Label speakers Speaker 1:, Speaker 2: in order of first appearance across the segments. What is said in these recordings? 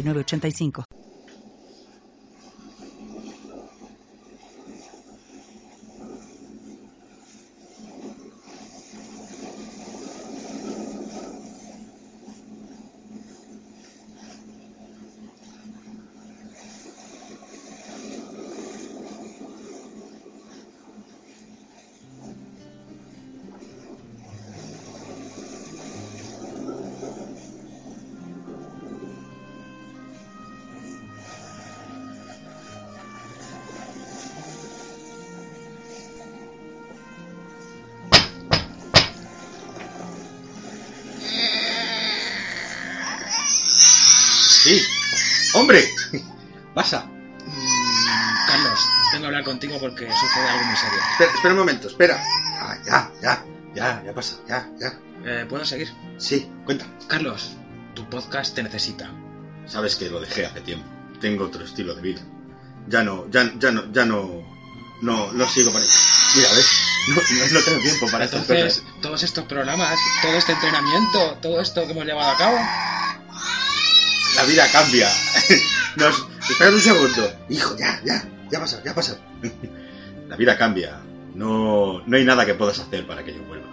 Speaker 1: 985.
Speaker 2: Sí. ¡Hombre! Pasa.
Speaker 3: Mm, Carlos, tengo que hablar contigo porque sucede algo muy serio.
Speaker 2: Espera, espera un momento, espera. Ah, ya, ya, ya, ya pasa, ya, ya.
Speaker 3: Eh, ¿Puedo seguir?
Speaker 2: Sí, cuenta.
Speaker 3: Carlos, tu podcast te necesita.
Speaker 2: Sabes que lo dejé hace tiempo. Tengo otro estilo de vida. Ya no, ya, ya no, ya no, no, no sigo para Mira, ves, no, no, no tengo tiempo para estas
Speaker 3: Entonces,
Speaker 2: cosas.
Speaker 3: todos estos programas, todo este entrenamiento, todo esto que hemos llevado a cabo,
Speaker 2: La vida cambia. Nos, espera un segundo. Hijo, ya, ya, ya pasa, ya pasa. La vida cambia. No, no hay nada que puedas hacer para que yo vuelva.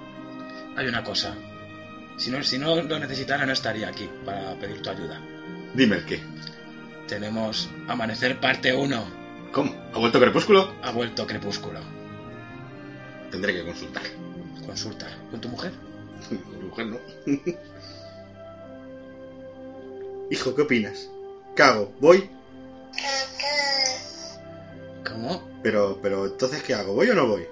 Speaker 3: hay una cosa. Si no, si no lo necesitara, no estaría aquí para pedir tu ayuda.
Speaker 2: Dime el qué.
Speaker 3: Tenemos Amanecer Parte 1.
Speaker 2: ¿Cómo? ¿Ha vuelto Crepúsculo?
Speaker 3: Ha vuelto Crepúsculo.
Speaker 2: Tendré que consultar.
Speaker 3: Consulta con tu mujer.
Speaker 2: Mi mujer no. Hijo, ¿qué opinas? Cago, voy,
Speaker 3: ¿Cómo?
Speaker 2: pero, pero entonces ¿qué hago? ¿Voy o no voy?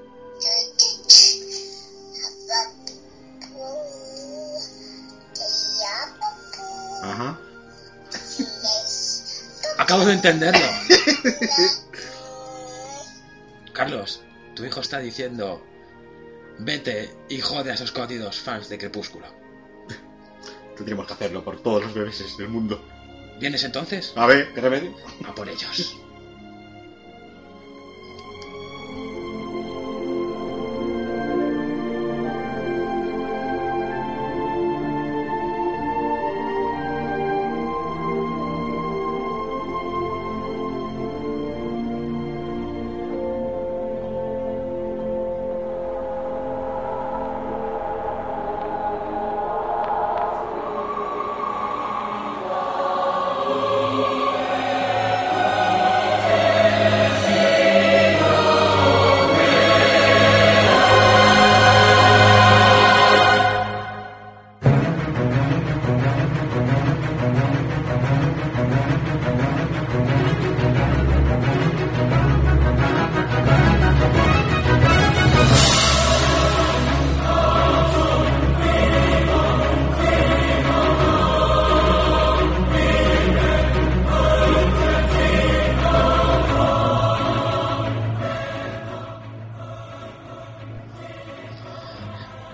Speaker 2: Ajá.
Speaker 3: Acabo de entenderlo. Carlos, tu hijo está diciendo, vete y jode a esos codidos fans de Crepúsculo.
Speaker 2: Tendríamos que hacerlo por todos los bebés del mundo.
Speaker 3: ¿Vienes entonces?
Speaker 2: A ver, ¿qué remedio?
Speaker 3: A por ellos.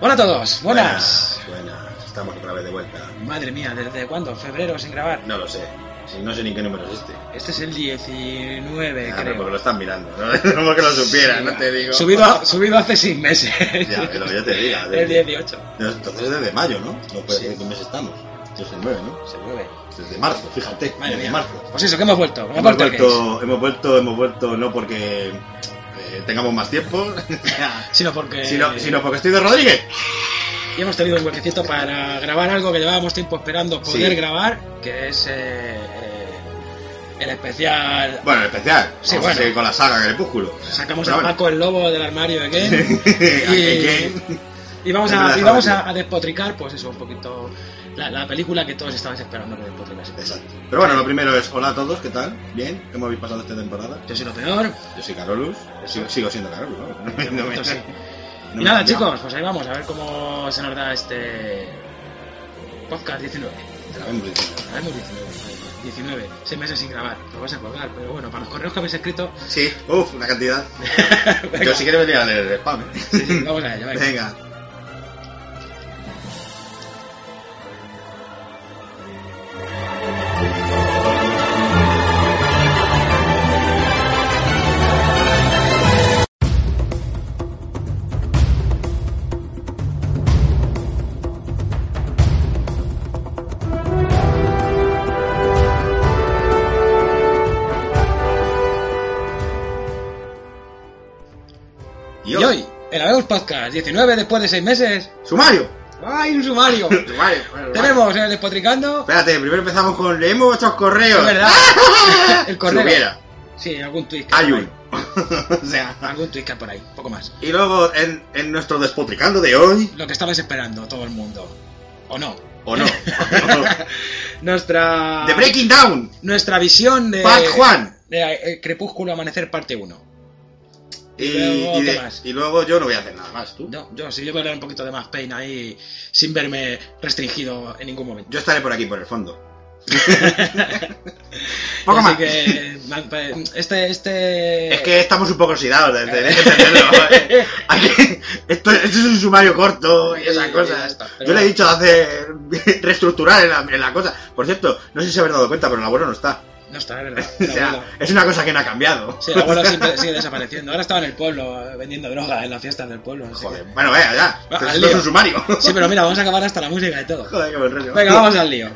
Speaker 3: Hola a todos, buenas.
Speaker 2: Buenas, estamos otra vez de vuelta.
Speaker 3: Madre mía, ¿desde cuándo? ¿Febrero sin grabar?
Speaker 2: No lo sé. Si no sé ni qué número es este.
Speaker 3: Este es el 19,
Speaker 2: Ah, pero
Speaker 3: Eh, creo.
Speaker 2: porque lo están mirando. No Como que lo supieran,
Speaker 3: Sí,
Speaker 2: no te digo.
Speaker 3: Subido, subido hace 6 meses.
Speaker 2: Ya, pero yo te diga.
Speaker 3: el
Speaker 2: desde-
Speaker 3: 18.
Speaker 2: No, Entonces desde mayo, ¿no? No puede
Speaker 3: Sí.
Speaker 2: ser que mes estamos. Yo soy el 9, ¿no?
Speaker 3: Se mueve.
Speaker 2: Desde marzo, fíjate.
Speaker 3: Madre
Speaker 2: desde
Speaker 3: mía.
Speaker 2: marzo.
Speaker 3: Pues eso, que hemos vuelto. ¿Cómo
Speaker 2: Hemos
Speaker 3: vuelto? el case,
Speaker 2: vuelto, hemos vuelto, hemos vuelto, no porque eh, tengamos más tiempo,
Speaker 3: Eh. Sino porque.
Speaker 2: sino, sino porque estoy de Rodríguez.
Speaker 3: Y hemos tenido un huequecito para grabar algo que llevábamos tiempo esperando poder
Speaker 2: Sí.
Speaker 3: grabar, que es eh, eh, el especial.
Speaker 2: Bueno, en especial. vamos
Speaker 3: Sí,
Speaker 2: a
Speaker 3: bueno.
Speaker 2: seguir con la saga Crepúsculo.
Speaker 3: Sacamos
Speaker 2: Pero
Speaker 3: a
Speaker 2: bueno.
Speaker 3: Paco el lobo del armario again.
Speaker 2: Again.
Speaker 3: Y vamos,
Speaker 2: Siempre
Speaker 3: a,
Speaker 2: la
Speaker 3: y vamos a,
Speaker 2: sabatilla.
Speaker 3: a despotricar, pues eso, un poquito la, la película que todos estabais esperando que pues. despotricase.
Speaker 2: Exacto. Pero bueno, lo primero es hola a todos, ¿qué tal? Bien, ¿cómo habéis pasado esta temporada?
Speaker 3: Yo soy lo peor.
Speaker 2: Yo soy Carolus, yo sigo, sigo siendo Carolus, vamos. No me- no
Speaker 3: de
Speaker 2: me-
Speaker 3: este momento sí.
Speaker 2: no
Speaker 3: y
Speaker 2: me
Speaker 3: nada,
Speaker 2: he cambiado.
Speaker 3: chicos, pues ahí vamos, a ver cómo se nos da este podcast 19.
Speaker 2: Grabemos 19.
Speaker 3: Grabemos 19. vale, 19. Seis meses sin grabar. Lo vas a colgar. Pero bueno, para los correos que habéis escrito.
Speaker 2: Sí, uff, una cantidad.
Speaker 3: venga,
Speaker 2: Yo si quieres venir a leer el spam. ¿eh?
Speaker 3: sí, sí, vamos a ello. venga.
Speaker 2: Venga.
Speaker 3: Y hoy, en Habemos Podcast, 19 después de seis meses.
Speaker 2: ¡Sumario!
Speaker 3: ¡Ay, un sumario!
Speaker 2: ¡Sumario! bueno,
Speaker 3: Tenemos el despotricando.
Speaker 2: Espérate, primero empezamos con leemos vuestros correos.
Speaker 3: Es verdad. el
Speaker 2: Si
Speaker 3: correo.
Speaker 2: hubiera.
Speaker 3: Sí, algún tweet. que
Speaker 2: Hay
Speaker 3: por ahí.
Speaker 2: uno. o sea.
Speaker 3: Algún tweet que hay por ahí. Poco más.
Speaker 2: Y luego en, en nuestro despotricando de hoy.
Speaker 3: Lo que estabais esperando todo el mundo. ¿O no?
Speaker 2: ¿O no?
Speaker 3: Nuestra.
Speaker 2: The Breaking Down.
Speaker 3: Nuestra visión de.
Speaker 2: Part Juan.
Speaker 3: de, eh, Crepúsculo Amanecer parte 1.
Speaker 2: Y,
Speaker 3: luego,
Speaker 2: y de-
Speaker 3: ¿qué más?
Speaker 2: y luego yo no voy a hacer nada más, tú.
Speaker 3: No, yo sí, yo voy a hablar un poquito de más Pain ahí sin verme restringido en ningún momento.
Speaker 2: Yo estaré por aquí, por el fondo. Poco
Speaker 3: Así
Speaker 2: más.
Speaker 3: que man, pues, este este
Speaker 2: Es que estamos un poco oxidados desde de entenderlo. Aquí- esto, esto es un sumario corto y esas
Speaker 3: Y- y ya
Speaker 2: cosas.
Speaker 3: está, pero
Speaker 2: Yo le he
Speaker 3: bueno.
Speaker 2: dicho de hacer reestructurar en la, en la cosa. Por cierto, no sé si habéis dado cuenta, pero el abuelo no está.
Speaker 3: no está, es verdad.
Speaker 2: O
Speaker 3: El
Speaker 2: sea,
Speaker 3: abuelo-
Speaker 2: es una cosa que no ha cambiado.
Speaker 3: sí, el abuelo siempre sigue desapareciendo. Ahora estaba en el pueblo eh, vendiendo droga en las fiestas del pueblo. así que-
Speaker 2: Joder, bueno, vaya, ya.
Speaker 3: Va,
Speaker 2: Pero
Speaker 3: al
Speaker 2: esto es
Speaker 3: lío.
Speaker 2: un sumario.
Speaker 3: Sí, pero mira, vamos a acabar hasta la música y todo.
Speaker 2: Joder, qué buen rollo.
Speaker 3: Venga, vamos al lío.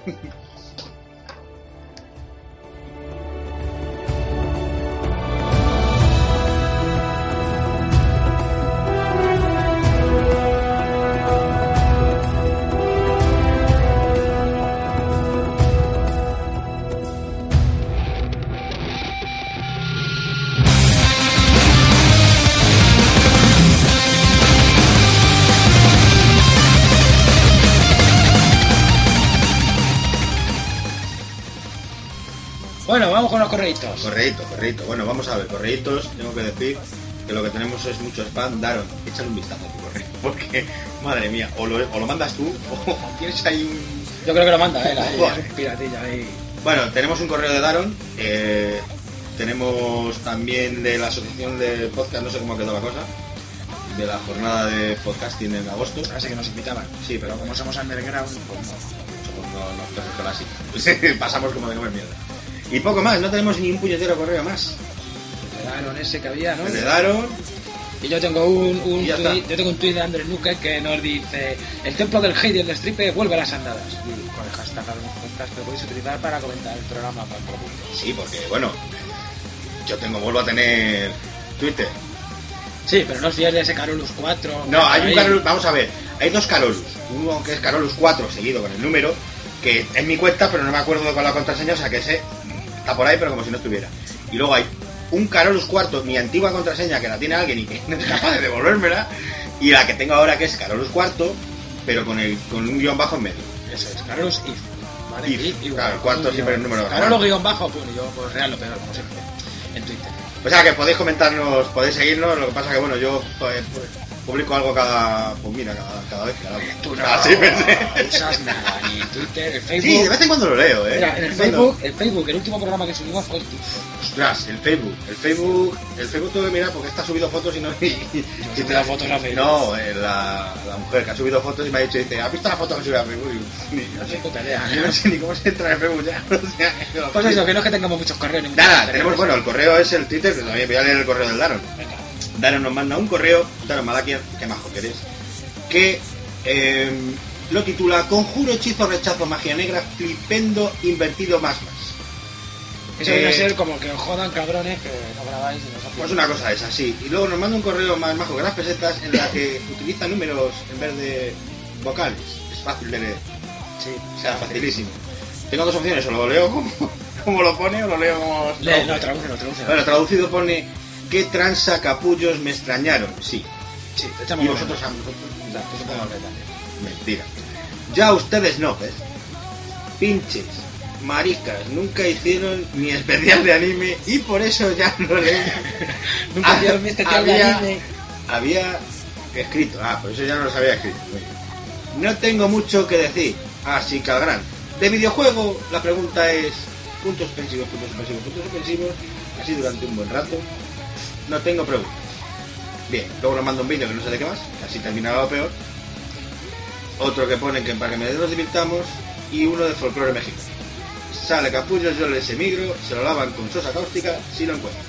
Speaker 3: Bueno, vamos con los correitos.
Speaker 2: Correíto, correíto. Bueno, vamos a ver, correitos, tengo que decir que lo que tenemos es mucho spam. Daron, échale un vistazo a tu correo. Porque, madre mía, o lo, o lo mandas tú o tienes ahí un
Speaker 3: Yo creo que lo manda él ahí,
Speaker 2: Joder.
Speaker 3: es un piratilla ahí.
Speaker 2: Bueno, tenemos un correo de Daron. eh, tenemos también de la asociación de podcast, no sé cómo ha quedado la cosa, de la jornada de podcasting en agosto.
Speaker 3: Así que nos invitaban.
Speaker 2: Sí, pero
Speaker 3: Pero
Speaker 2: como
Speaker 3: como somos underground, pues no.
Speaker 2: no, no, no, no, no, así. Pues, pasamos como de comer mierda. Y poco más, no tenemos ni un puñetero correo más.
Speaker 3: Te daron ese que había, ¿no?
Speaker 2: El de Daron,
Speaker 3: Y yo tengo un, un
Speaker 2: Y ya
Speaker 3: tuit-
Speaker 2: está.
Speaker 3: yo tengo un tweet de Andrés Nuque que nos dice el templo del hate y el destripe vuelve a las andadas. Y con el hashtag Hablemos Podcast que podéis utilizar para comentar el programa para otro público.
Speaker 2: sí, porque bueno, yo tengo, vuelvo a tener Twitter.
Speaker 3: Sí, pero no os fiáis de ese Carolus 4.
Speaker 2: No, hay un
Speaker 3: ahí.
Speaker 2: Carolus, vamos a ver, hay dos Carolus. Uno que es Carolus 4 seguido con el número, que es mi cuenta, pero no me acuerdo con la contraseña, o sea que ese mm, está por ahí, pero como si no estuviera. Y luego hay un Carolus 4, mi antigua contraseña, que la tiene alguien y que no es capaz de devolvérmela, y la que tengo ahora que es Carolus 4, pero con, el, con un guión bajo en medio.
Speaker 3: Eso es, Carolus if. ¿Vale?
Speaker 2: If, claro, el cuarto
Speaker 3: un
Speaker 2: siempre
Speaker 3: guión.
Speaker 2: es número grande.
Speaker 3: Carolus guión bajo, pues yo pues real lo peor, como siempre, en Twitter.
Speaker 2: O sea que podéis comentarnos, podéis seguirnos, lo que pasa que bueno, yo joder, pues, publico algo cada, pues mira, cada, cada vez que hago.
Speaker 3: Tú no
Speaker 2: Ah, sí, pensé.
Speaker 3: usas nada, ni Twitter, el Facebook.
Speaker 2: Sí, de vez en cuando lo leo, eh.
Speaker 3: Mira, en
Speaker 2: De vez
Speaker 3: el
Speaker 2: en cuando.
Speaker 3: Facebook, el Facebook, el último programa que subimos fue el tuyo.
Speaker 2: Ostras, el Facebook. El Facebook, el Facebook tuve que mirar porque está subido fotos y no. y-
Speaker 3: Yo
Speaker 2: y
Speaker 3: subí
Speaker 2: te-
Speaker 3: las fotos a Facebook.
Speaker 2: No, eh, la, la mujer que ha subido fotos y me ha dicho, dice, ¿has visto la foto que sube a Facebook? Y yo,
Speaker 3: No
Speaker 2: "Ni-
Speaker 3: soy tu tarea.
Speaker 2: yo no sé ni cómo se entra en Facebook ya. O sea, no.
Speaker 3: Pues eso, que no es que tengamos muchos correos. ni muchas
Speaker 2: Nada,
Speaker 3: cosas,
Speaker 2: tenemos, bueno, el correo es el Twitter, que también voy a leer el correo del Daron.
Speaker 3: Venga.
Speaker 2: Daron nos manda un correo, Daron Malakian, que majo que eres, que eh, lo titula Conjuro, hechizo, rechazo, magia negra, flipendo, invertido, más más.
Speaker 3: Eso viene a
Speaker 2: Eh,
Speaker 3: ser como que os jodan cabrones que no grabáis y nos hacéis-
Speaker 2: Pues una cosa esa, sí. Y luego nos manda un correo más majo que las pesetas en la que utiliza números en vez de vocales. Es fácil de leer.
Speaker 3: Sí.
Speaker 2: O sea, facilísimo. Tengo dos opciones, o lo leo como, como lo pone o lo leo como...
Speaker 3: Le- no, traduce, no, traduce.
Speaker 2: Bueno, traducido pone... ¿Qué tranza capullos me extrañaron? Sí.
Speaker 3: sí, te
Speaker 2: Y
Speaker 3: echamos
Speaker 2: vosotros a
Speaker 3: mano.
Speaker 2: nosotros.
Speaker 3: Ya, te echamos mano.
Speaker 2: Mentira. Ya ustedes no, ¿ves? Pinches, maricas, nunca hicieron mi especial de anime y por eso ya no leen
Speaker 3: Nunca
Speaker 2: Ah,
Speaker 3: hicieron mi especial de
Speaker 2: había-
Speaker 3: anime.
Speaker 2: había escrito. Ah, por eso ya no los había escrito. No tengo mucho que decir. Así que al gran.
Speaker 4: de videojuego. La pregunta es, puntos suspensivos, puntos suspensivos, puntos suspensivos, así durante un buen rato. No tengo preguntas. Bien, luego nos manda un vídeo que no sé de qué más, así terminaba peor. Otro que ponen que para que me nos divirtamos y uno de folclore México. Sale capullo, yo les emigro, se lo lavan con sosa cáustica si lo encuentran.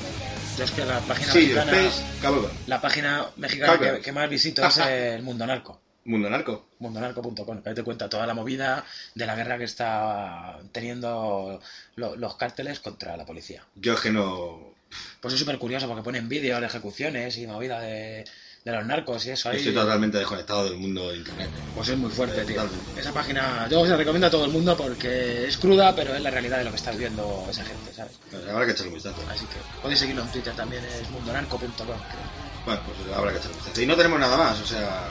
Speaker 3: Yo es que la página
Speaker 4: Sí,
Speaker 3: mexicana,
Speaker 4: pez, cabrón.
Speaker 3: la página mexicana
Speaker 4: Caca.
Speaker 3: que, que más visito es el Mundo Narco.
Speaker 4: Mundo narco.
Speaker 3: Mundonarco.com, que ahí te cuenta toda la movida de la guerra que está teniendo lo- los cárteles contra la policía.
Speaker 4: Yo es que no.
Speaker 3: Pues es súper curioso porque ponen vídeos de ejecuciones y movida de, de los narcos y eso. ahí.
Speaker 4: Estoy totalmente desconectado del mundo de internet.
Speaker 3: Pues es muy fuerte, tío.
Speaker 4: Totalmente.
Speaker 3: Esa página yo se la recomiendo a todo el mundo porque es cruda, pero es la realidad de lo que está viviendo esa gente, ¿sabes?
Speaker 4: Pues habrá que echarle un vistazo.
Speaker 3: Así que podéis seguirlo en Twitter también, es mundonarco.com. creo.
Speaker 4: Bueno, pues habrá que echarle un vistazo. Y no tenemos nada más, o sea.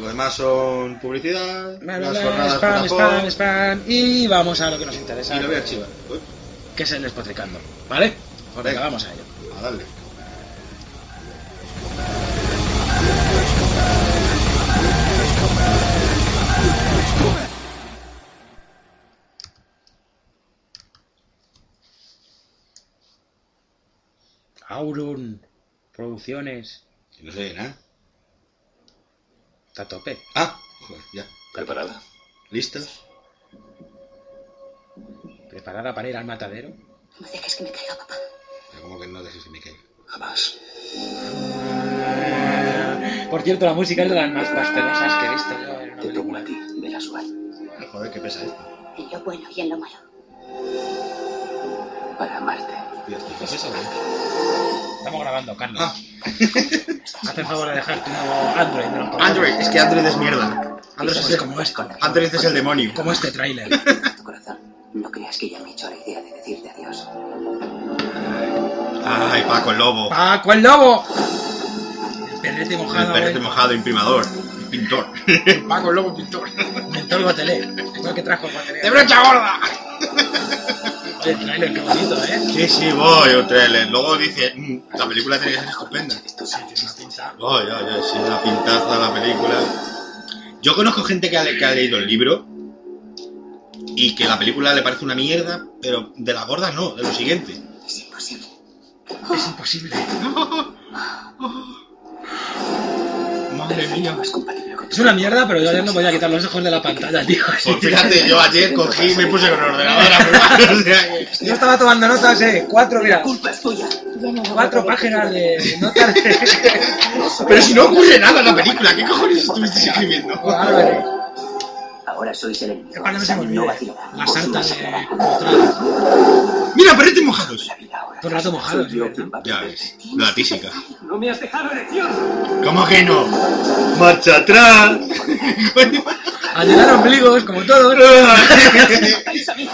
Speaker 4: Lo demás son publicidad, las jornadas
Speaker 3: Spam,
Speaker 4: por la
Speaker 3: spam, spam. Y vamos a lo que nos interesa,
Speaker 4: Y lo voy a archivar. Uy,
Speaker 3: que es el despotricando. ¿Vale? Pues
Speaker 4: Venga.
Speaker 3: venga, vamos a ello.
Speaker 4: a darle.
Speaker 3: Aurum, Producciones,
Speaker 4: Y No se oye nada.
Speaker 3: está a tope.
Speaker 4: Ah, joder, ya.
Speaker 5: ¿Preparada?
Speaker 4: ¿Listos?
Speaker 3: ¿Preparada para ir al matadero?
Speaker 6: No dejes que me caiga, papá.
Speaker 4: Pero como que no dejes que me caiga.
Speaker 5: Jamás.
Speaker 3: Por cierto, la música es de las más pastelosas que he visto yo en una
Speaker 5: Te
Speaker 3: película.
Speaker 5: pongo a ti, verás cuál.
Speaker 4: Ah, Joder, qué pesa esto.
Speaker 6: En lo bueno y en lo malo.
Speaker 5: Para amarte.
Speaker 4: Dios, ¿qué pesa esto? ¿eh?
Speaker 3: Estamos grabando, Carlos.
Speaker 4: Ah,
Speaker 3: Haz el favor de dejar tu nuevo Android. de los cojones.
Speaker 2: Android, es que Android es mierda. Android es,
Speaker 3: Pues como es,
Speaker 2: Android es el demonio.
Speaker 3: como este tráiler.
Speaker 5: tu corazón. No creas que ya me he hecho la idea de decirte adiós.
Speaker 2: Ay, Paco el lobo.
Speaker 3: ¡Paco el ¡Ah, lobo! El Pedrete
Speaker 2: El
Speaker 3: mojado, eh.
Speaker 2: perrete
Speaker 3: güey.
Speaker 2: mojado, imprimador, pintor. Paco el lobo, pintor.
Speaker 3: Mentol Gotelé. Fue el que trajo el Gotelé.
Speaker 2: ¡De brocha gorda!
Speaker 3: Oye, el tráiler, qué bonito, ¿eh?
Speaker 2: Sí, sí, voy, un trailer. Luego dice, "Mm, la película tiene que ser estupenda. Voy, voy, voy, sí, una pintaza la película. Yo conozco gente que ha, le- que ha leído el libro y que la película le parece una mierda, pero de la gorda no, de lo siguiente.
Speaker 6: Es imposible.
Speaker 3: Es imposible.
Speaker 2: Madre mía.
Speaker 5: Es compatible con
Speaker 3: Es una mierda, pero yo ayer no podía quitar los ojos de la pantalla, tío.
Speaker 2: Pues fíjate, yo ayer cogí y me puse con el ordenador a probar. O sea que...
Speaker 3: Yo estaba tomando notas, eh. Cuatro, mira.
Speaker 5: culpa es tuya.
Speaker 6: Ya no lo
Speaker 3: Cuatro
Speaker 6: volveré a
Speaker 3: páginas
Speaker 6: hacer.
Speaker 3: de notas de...
Speaker 2: Pero si no ocurre nada en la película, ¿qué cojones estuviste escribiendo?
Speaker 3: Álvarez.
Speaker 5: Ahora sois el enemigo.
Speaker 3: Para no se me
Speaker 5: Sam
Speaker 3: olvide.
Speaker 5: vacilará.
Speaker 3: Las
Speaker 5: Os
Speaker 3: altas
Speaker 5: no
Speaker 3: de...
Speaker 5: sacará.
Speaker 2: ¡Mira, perretes mojados!
Speaker 5: La vida ahora.
Speaker 3: Todo el rato mojado,
Speaker 5: Soy yo
Speaker 3: ¿verdad?
Speaker 5: quien va a
Speaker 2: Ya
Speaker 5: perder.
Speaker 2: ves, la tísica.
Speaker 5: No me has dejado elección.
Speaker 2: ¿Cómo que no? ¡Marcha atrás!
Speaker 3: Ayudar ombligos, como todos.
Speaker 5: Estáis a mí.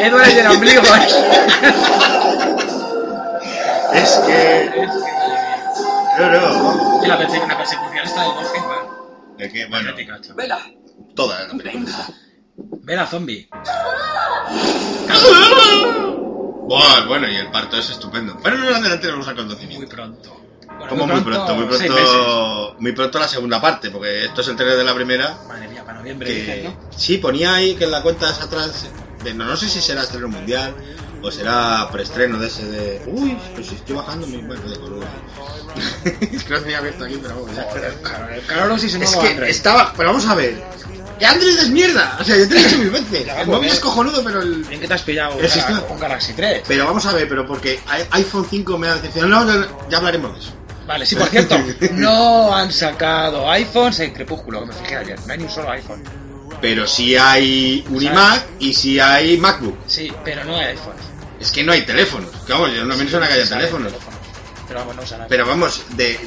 Speaker 3: Edward de ombligos.
Speaker 2: es que. No, no, vamos.
Speaker 3: Y la, perse- la persecución está del bosque, igual.
Speaker 2: Es que, bueno,
Speaker 3: Patética, chaval.
Speaker 5: Vela.
Speaker 2: toda la película.
Speaker 5: Venga.
Speaker 3: Ver a zombie.
Speaker 2: Bueno, bueno, y el parto es estupendo. Pero no adelante tenemos
Speaker 3: Muy
Speaker 2: acontecimientos.
Speaker 3: pronto. Bueno,
Speaker 2: Como muy pronto, muy
Speaker 3: seis meses.
Speaker 2: pronto. Muy pronto la segunda parte, porque esto es el trailer de la primera.
Speaker 3: Madre mía, para noviembre,
Speaker 2: que
Speaker 3: dicen, ¿no?
Speaker 2: sí ponía ahí que en la cuenta es atrás de, no, no sé si será estreno mundial o será preestreno de ese de uy pues si estoy bajando mi bueno de color creo que tenía abierto aquí pero vamos ya
Speaker 3: Joder, Carlos y su
Speaker 2: es
Speaker 3: nuevo
Speaker 2: que
Speaker 3: Android.
Speaker 2: estaba pero vamos a ver que Android es mierda o sea yo te lo he dicho mil veces
Speaker 3: Ya,
Speaker 2: el móvil
Speaker 3: joder.
Speaker 2: es cojonudo pero el
Speaker 3: Bien que te has pillado un,
Speaker 2: El
Speaker 3: Galaxy-
Speaker 2: sistema.
Speaker 3: un Galaxy 3.
Speaker 2: pero vamos a ver pero porque i- iPhone 5 me ha decepcionado no, no, ya hablaremos de eso
Speaker 3: Vale, sí, por cierto, no han sacado iPhones en Crepúsculo, que me fijé ayer. No hay ni un solo iPhone.
Speaker 2: pero si hay un iMac y si hay MacBook
Speaker 3: Sí, pero no hay iPhones.
Speaker 2: es que no hay teléfonos que vamos yo no me suena que haya
Speaker 3: Sí, sale
Speaker 2: teléfonos
Speaker 3: teléfono. Pero vamos, no usan iPhone.
Speaker 2: Pero vamos, de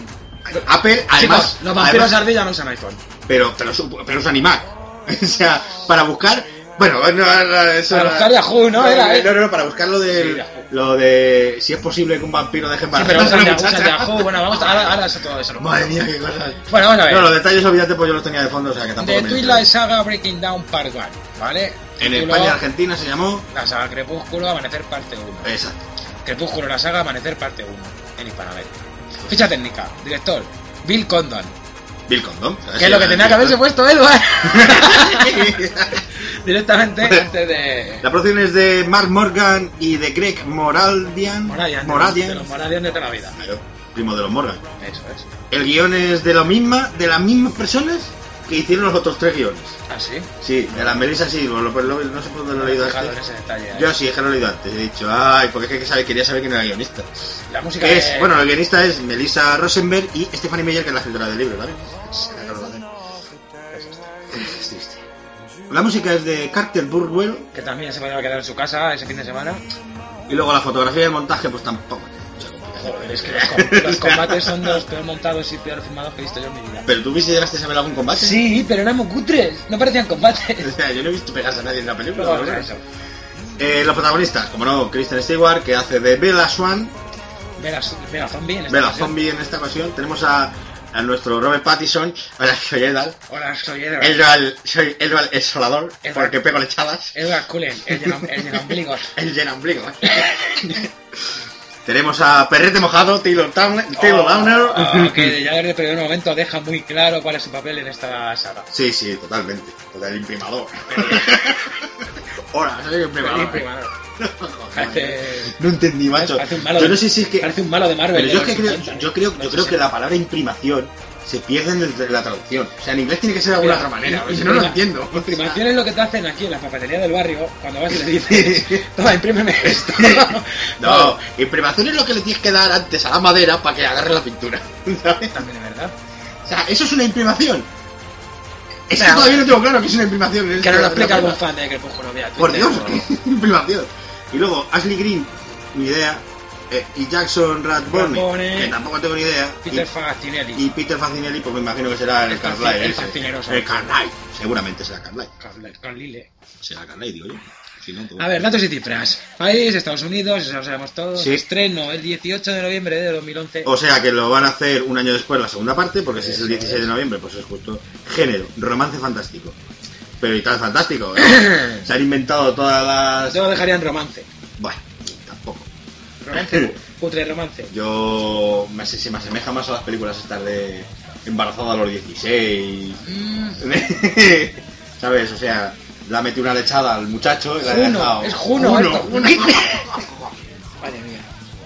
Speaker 2: Apple, además,
Speaker 3: Chicos, los vampiros
Speaker 2: además-
Speaker 3: ardilla no usan iPhone.
Speaker 2: pero pero su- pero usan iMac. O sea, para buscar, bueno, no, no, eso
Speaker 3: Para
Speaker 2: era-
Speaker 3: buscar Yahoo, ¿no? Era, ¿eh?
Speaker 2: no, no, para buscar lo
Speaker 3: Sí,
Speaker 2: de
Speaker 3: Yahoo.
Speaker 2: lo de si es posible que un vampiro deje
Speaker 3: Sí,
Speaker 2: para
Speaker 3: pero usan Yahoo, usan Yahoo. Bueno, vamos, ahora, ahora eso todo eso. lo-
Speaker 2: Madre mía, qué cosas.
Speaker 3: Bueno, vamos a ver.
Speaker 2: No, los detalles obviamente pues yo los tenía de fondo, o sea que tampoco
Speaker 3: The
Speaker 2: me
Speaker 3: Twilight Saga Breaking Down Part 1, ¿vale?
Speaker 2: En
Speaker 3: Título,
Speaker 2: España y Argentina Eh. se llamó
Speaker 3: La saga Crepúsculo, Amanecer Parte 1.
Speaker 2: Exacto.
Speaker 3: Crepúsculo, la saga Amanecer Parte 1, en Hispanoamérica. Ficha técnica, director, Bill Condon.
Speaker 7: Bill Condom.
Speaker 3: Que
Speaker 2: eh,
Speaker 3: es lo que tenía que haberse puesto Edward. Directamente antes de.
Speaker 2: La producción es de Mark Morgan y de Greg Moraldian.
Speaker 3: Moradian. De
Speaker 2: Moradian.
Speaker 3: los Moradian de toda la vida.
Speaker 7: Claro, primo de los Morgan.
Speaker 3: Eso es.
Speaker 2: El guión es de la misma, de las mismas personas que hicieron los otros tres guiones.
Speaker 3: Así.
Speaker 2: Sí, de la Melissa sí, lo- lo- lo- no sé por dónde lo he leído
Speaker 3: Fijado en
Speaker 2: antes.
Speaker 3: ese detalle. ahí.
Speaker 2: Yo sí, es que lo he leído antes. He dicho, ay, porque es que sabe- quería saber quién era el guionista.
Speaker 3: La música
Speaker 2: Que es,
Speaker 3: de-
Speaker 2: bueno, el guionista es Melissa Rosenberg y Stephanie Meyer, que es la escritora del libro, ¿vale? Es triste. La música es de Carter Burwell
Speaker 3: Que también se me va a quedar en su casa ese fin de semana.
Speaker 2: y luego la fotografía y el montaje, pues tampoco. tiene mucha complicación.
Speaker 3: Joder, es que los, com- los combates son de los peor montados y peor filmados que he visto yo en mi vida.
Speaker 2: Pero tú viste, llegaste a ver algún combate.
Speaker 3: Sí, pero eran muy cutres. No parecían
Speaker 2: O
Speaker 3: combates.
Speaker 2: sea, yo no he visto pegarse a nadie en la película.
Speaker 3: Luego,
Speaker 2: pero bueno.
Speaker 3: eso.
Speaker 2: Eh, los protagonistas, como no, Kristen Stewart, que hace de Bella Swan,
Speaker 3: Ver a, ver a zombie en esta
Speaker 2: Bella
Speaker 3: ocasión.
Speaker 2: Zombie en esta ocasión. Tenemos a, a nuestro Robert Pattinson, ahora soy Edal.
Speaker 3: Hola, soy Edward.
Speaker 2: Edal, soy Edal Exolador,
Speaker 3: Edward.
Speaker 2: porque pego lechadas.
Speaker 3: Edward Cullen, el de los- el de los ombligos.
Speaker 2: El llena ombligo. ¿eh? Tenemos a Perrete Mojado, Taylor, Town, Taylor Downer.
Speaker 3: Ah, que ya desde el primer momento deja muy claro cuál es su papel en esta saga.
Speaker 2: Sí, sí, totalmente. Total imprimador. Hola, soy
Speaker 3: Feliz
Speaker 2: imprimador.
Speaker 3: Primador. Parece,
Speaker 2: No entendí, macho.
Speaker 3: parece un malo
Speaker 2: Yo
Speaker 3: de-
Speaker 2: no sé si es que
Speaker 3: parece un malo de Marvel.
Speaker 2: Pero
Speaker 3: de
Speaker 2: yo, es
Speaker 3: los
Speaker 2: que creo,
Speaker 3: 50,
Speaker 2: yo creo, yo
Speaker 3: los
Speaker 2: creo que
Speaker 3: 60.
Speaker 2: la palabra imprimación se pierde desde la traducción. O sea, en inglés tiene que ser de alguna
Speaker 3: Mira,
Speaker 2: otra manera.
Speaker 3: imprima-
Speaker 2: Si no, no lo entiendo.
Speaker 3: Imprimación es lo que te hacen aquí en la papelería del barrio cuando vas y le dices, toma, imprímeme esto.
Speaker 2: No, imprimación es lo que le tienes que dar antes a la madera para que agarre la pintura. ¿sabes?
Speaker 3: También es verdad.
Speaker 2: O sea, eso es una imprimación. Es que
Speaker 3: Pero-
Speaker 2: todavía no tengo claro que es una imprimación. Es
Speaker 3: Que no
Speaker 2: que-
Speaker 3: lo explica algún fan de Crepúsculo, mira. tú
Speaker 2: Por
Speaker 3: te-
Speaker 2: Dios, imprimación. Y luego, Ashley Green, ni idea. eh, y Jackson Radbone,
Speaker 3: Radbone.
Speaker 2: que tampoco tengo ni idea.
Speaker 3: Peter
Speaker 2: Y-
Speaker 3: Facinelli.
Speaker 2: Y Peter Facinelli, pues me imagino que será el
Speaker 3: El
Speaker 2: Carlyle.
Speaker 3: fascin- el
Speaker 2: ese.
Speaker 3: fascineroso.
Speaker 2: El Carlyle. Seguramente será Carlyle.
Speaker 3: Con- Con Lille.
Speaker 2: Será Carlyle, digo yo. Si no, tú-
Speaker 3: A ver, datos y cifras. País, Estados Unidos, eso lo sabemos todos.
Speaker 2: Sí. Oh.
Speaker 3: Estreno el 18 de noviembre de 2011.
Speaker 2: O sea que lo van a hacer un año después la segunda parte, porque si es el
Speaker 3: Eso
Speaker 2: 16 de
Speaker 3: es.
Speaker 2: noviembre, pues es justo. Género, romance fantástico. Pero y tal fantástico. ¿eh? Se han inventado todas las.
Speaker 3: Yo lo dejaría en romance.
Speaker 2: Bueno, tampoco.
Speaker 3: Romance, cutre romance.
Speaker 2: Yo me ase- se me asemeja más a las películas estas de embarazada a los 16.
Speaker 3: Mm,
Speaker 2: ¿Sabes? O sea, le ha metido una lechada al muchacho y la ha
Speaker 3: Juno,
Speaker 2: dejado.
Speaker 3: es Juno,
Speaker 2: Juno,
Speaker 3: esto, Juno. madre mía.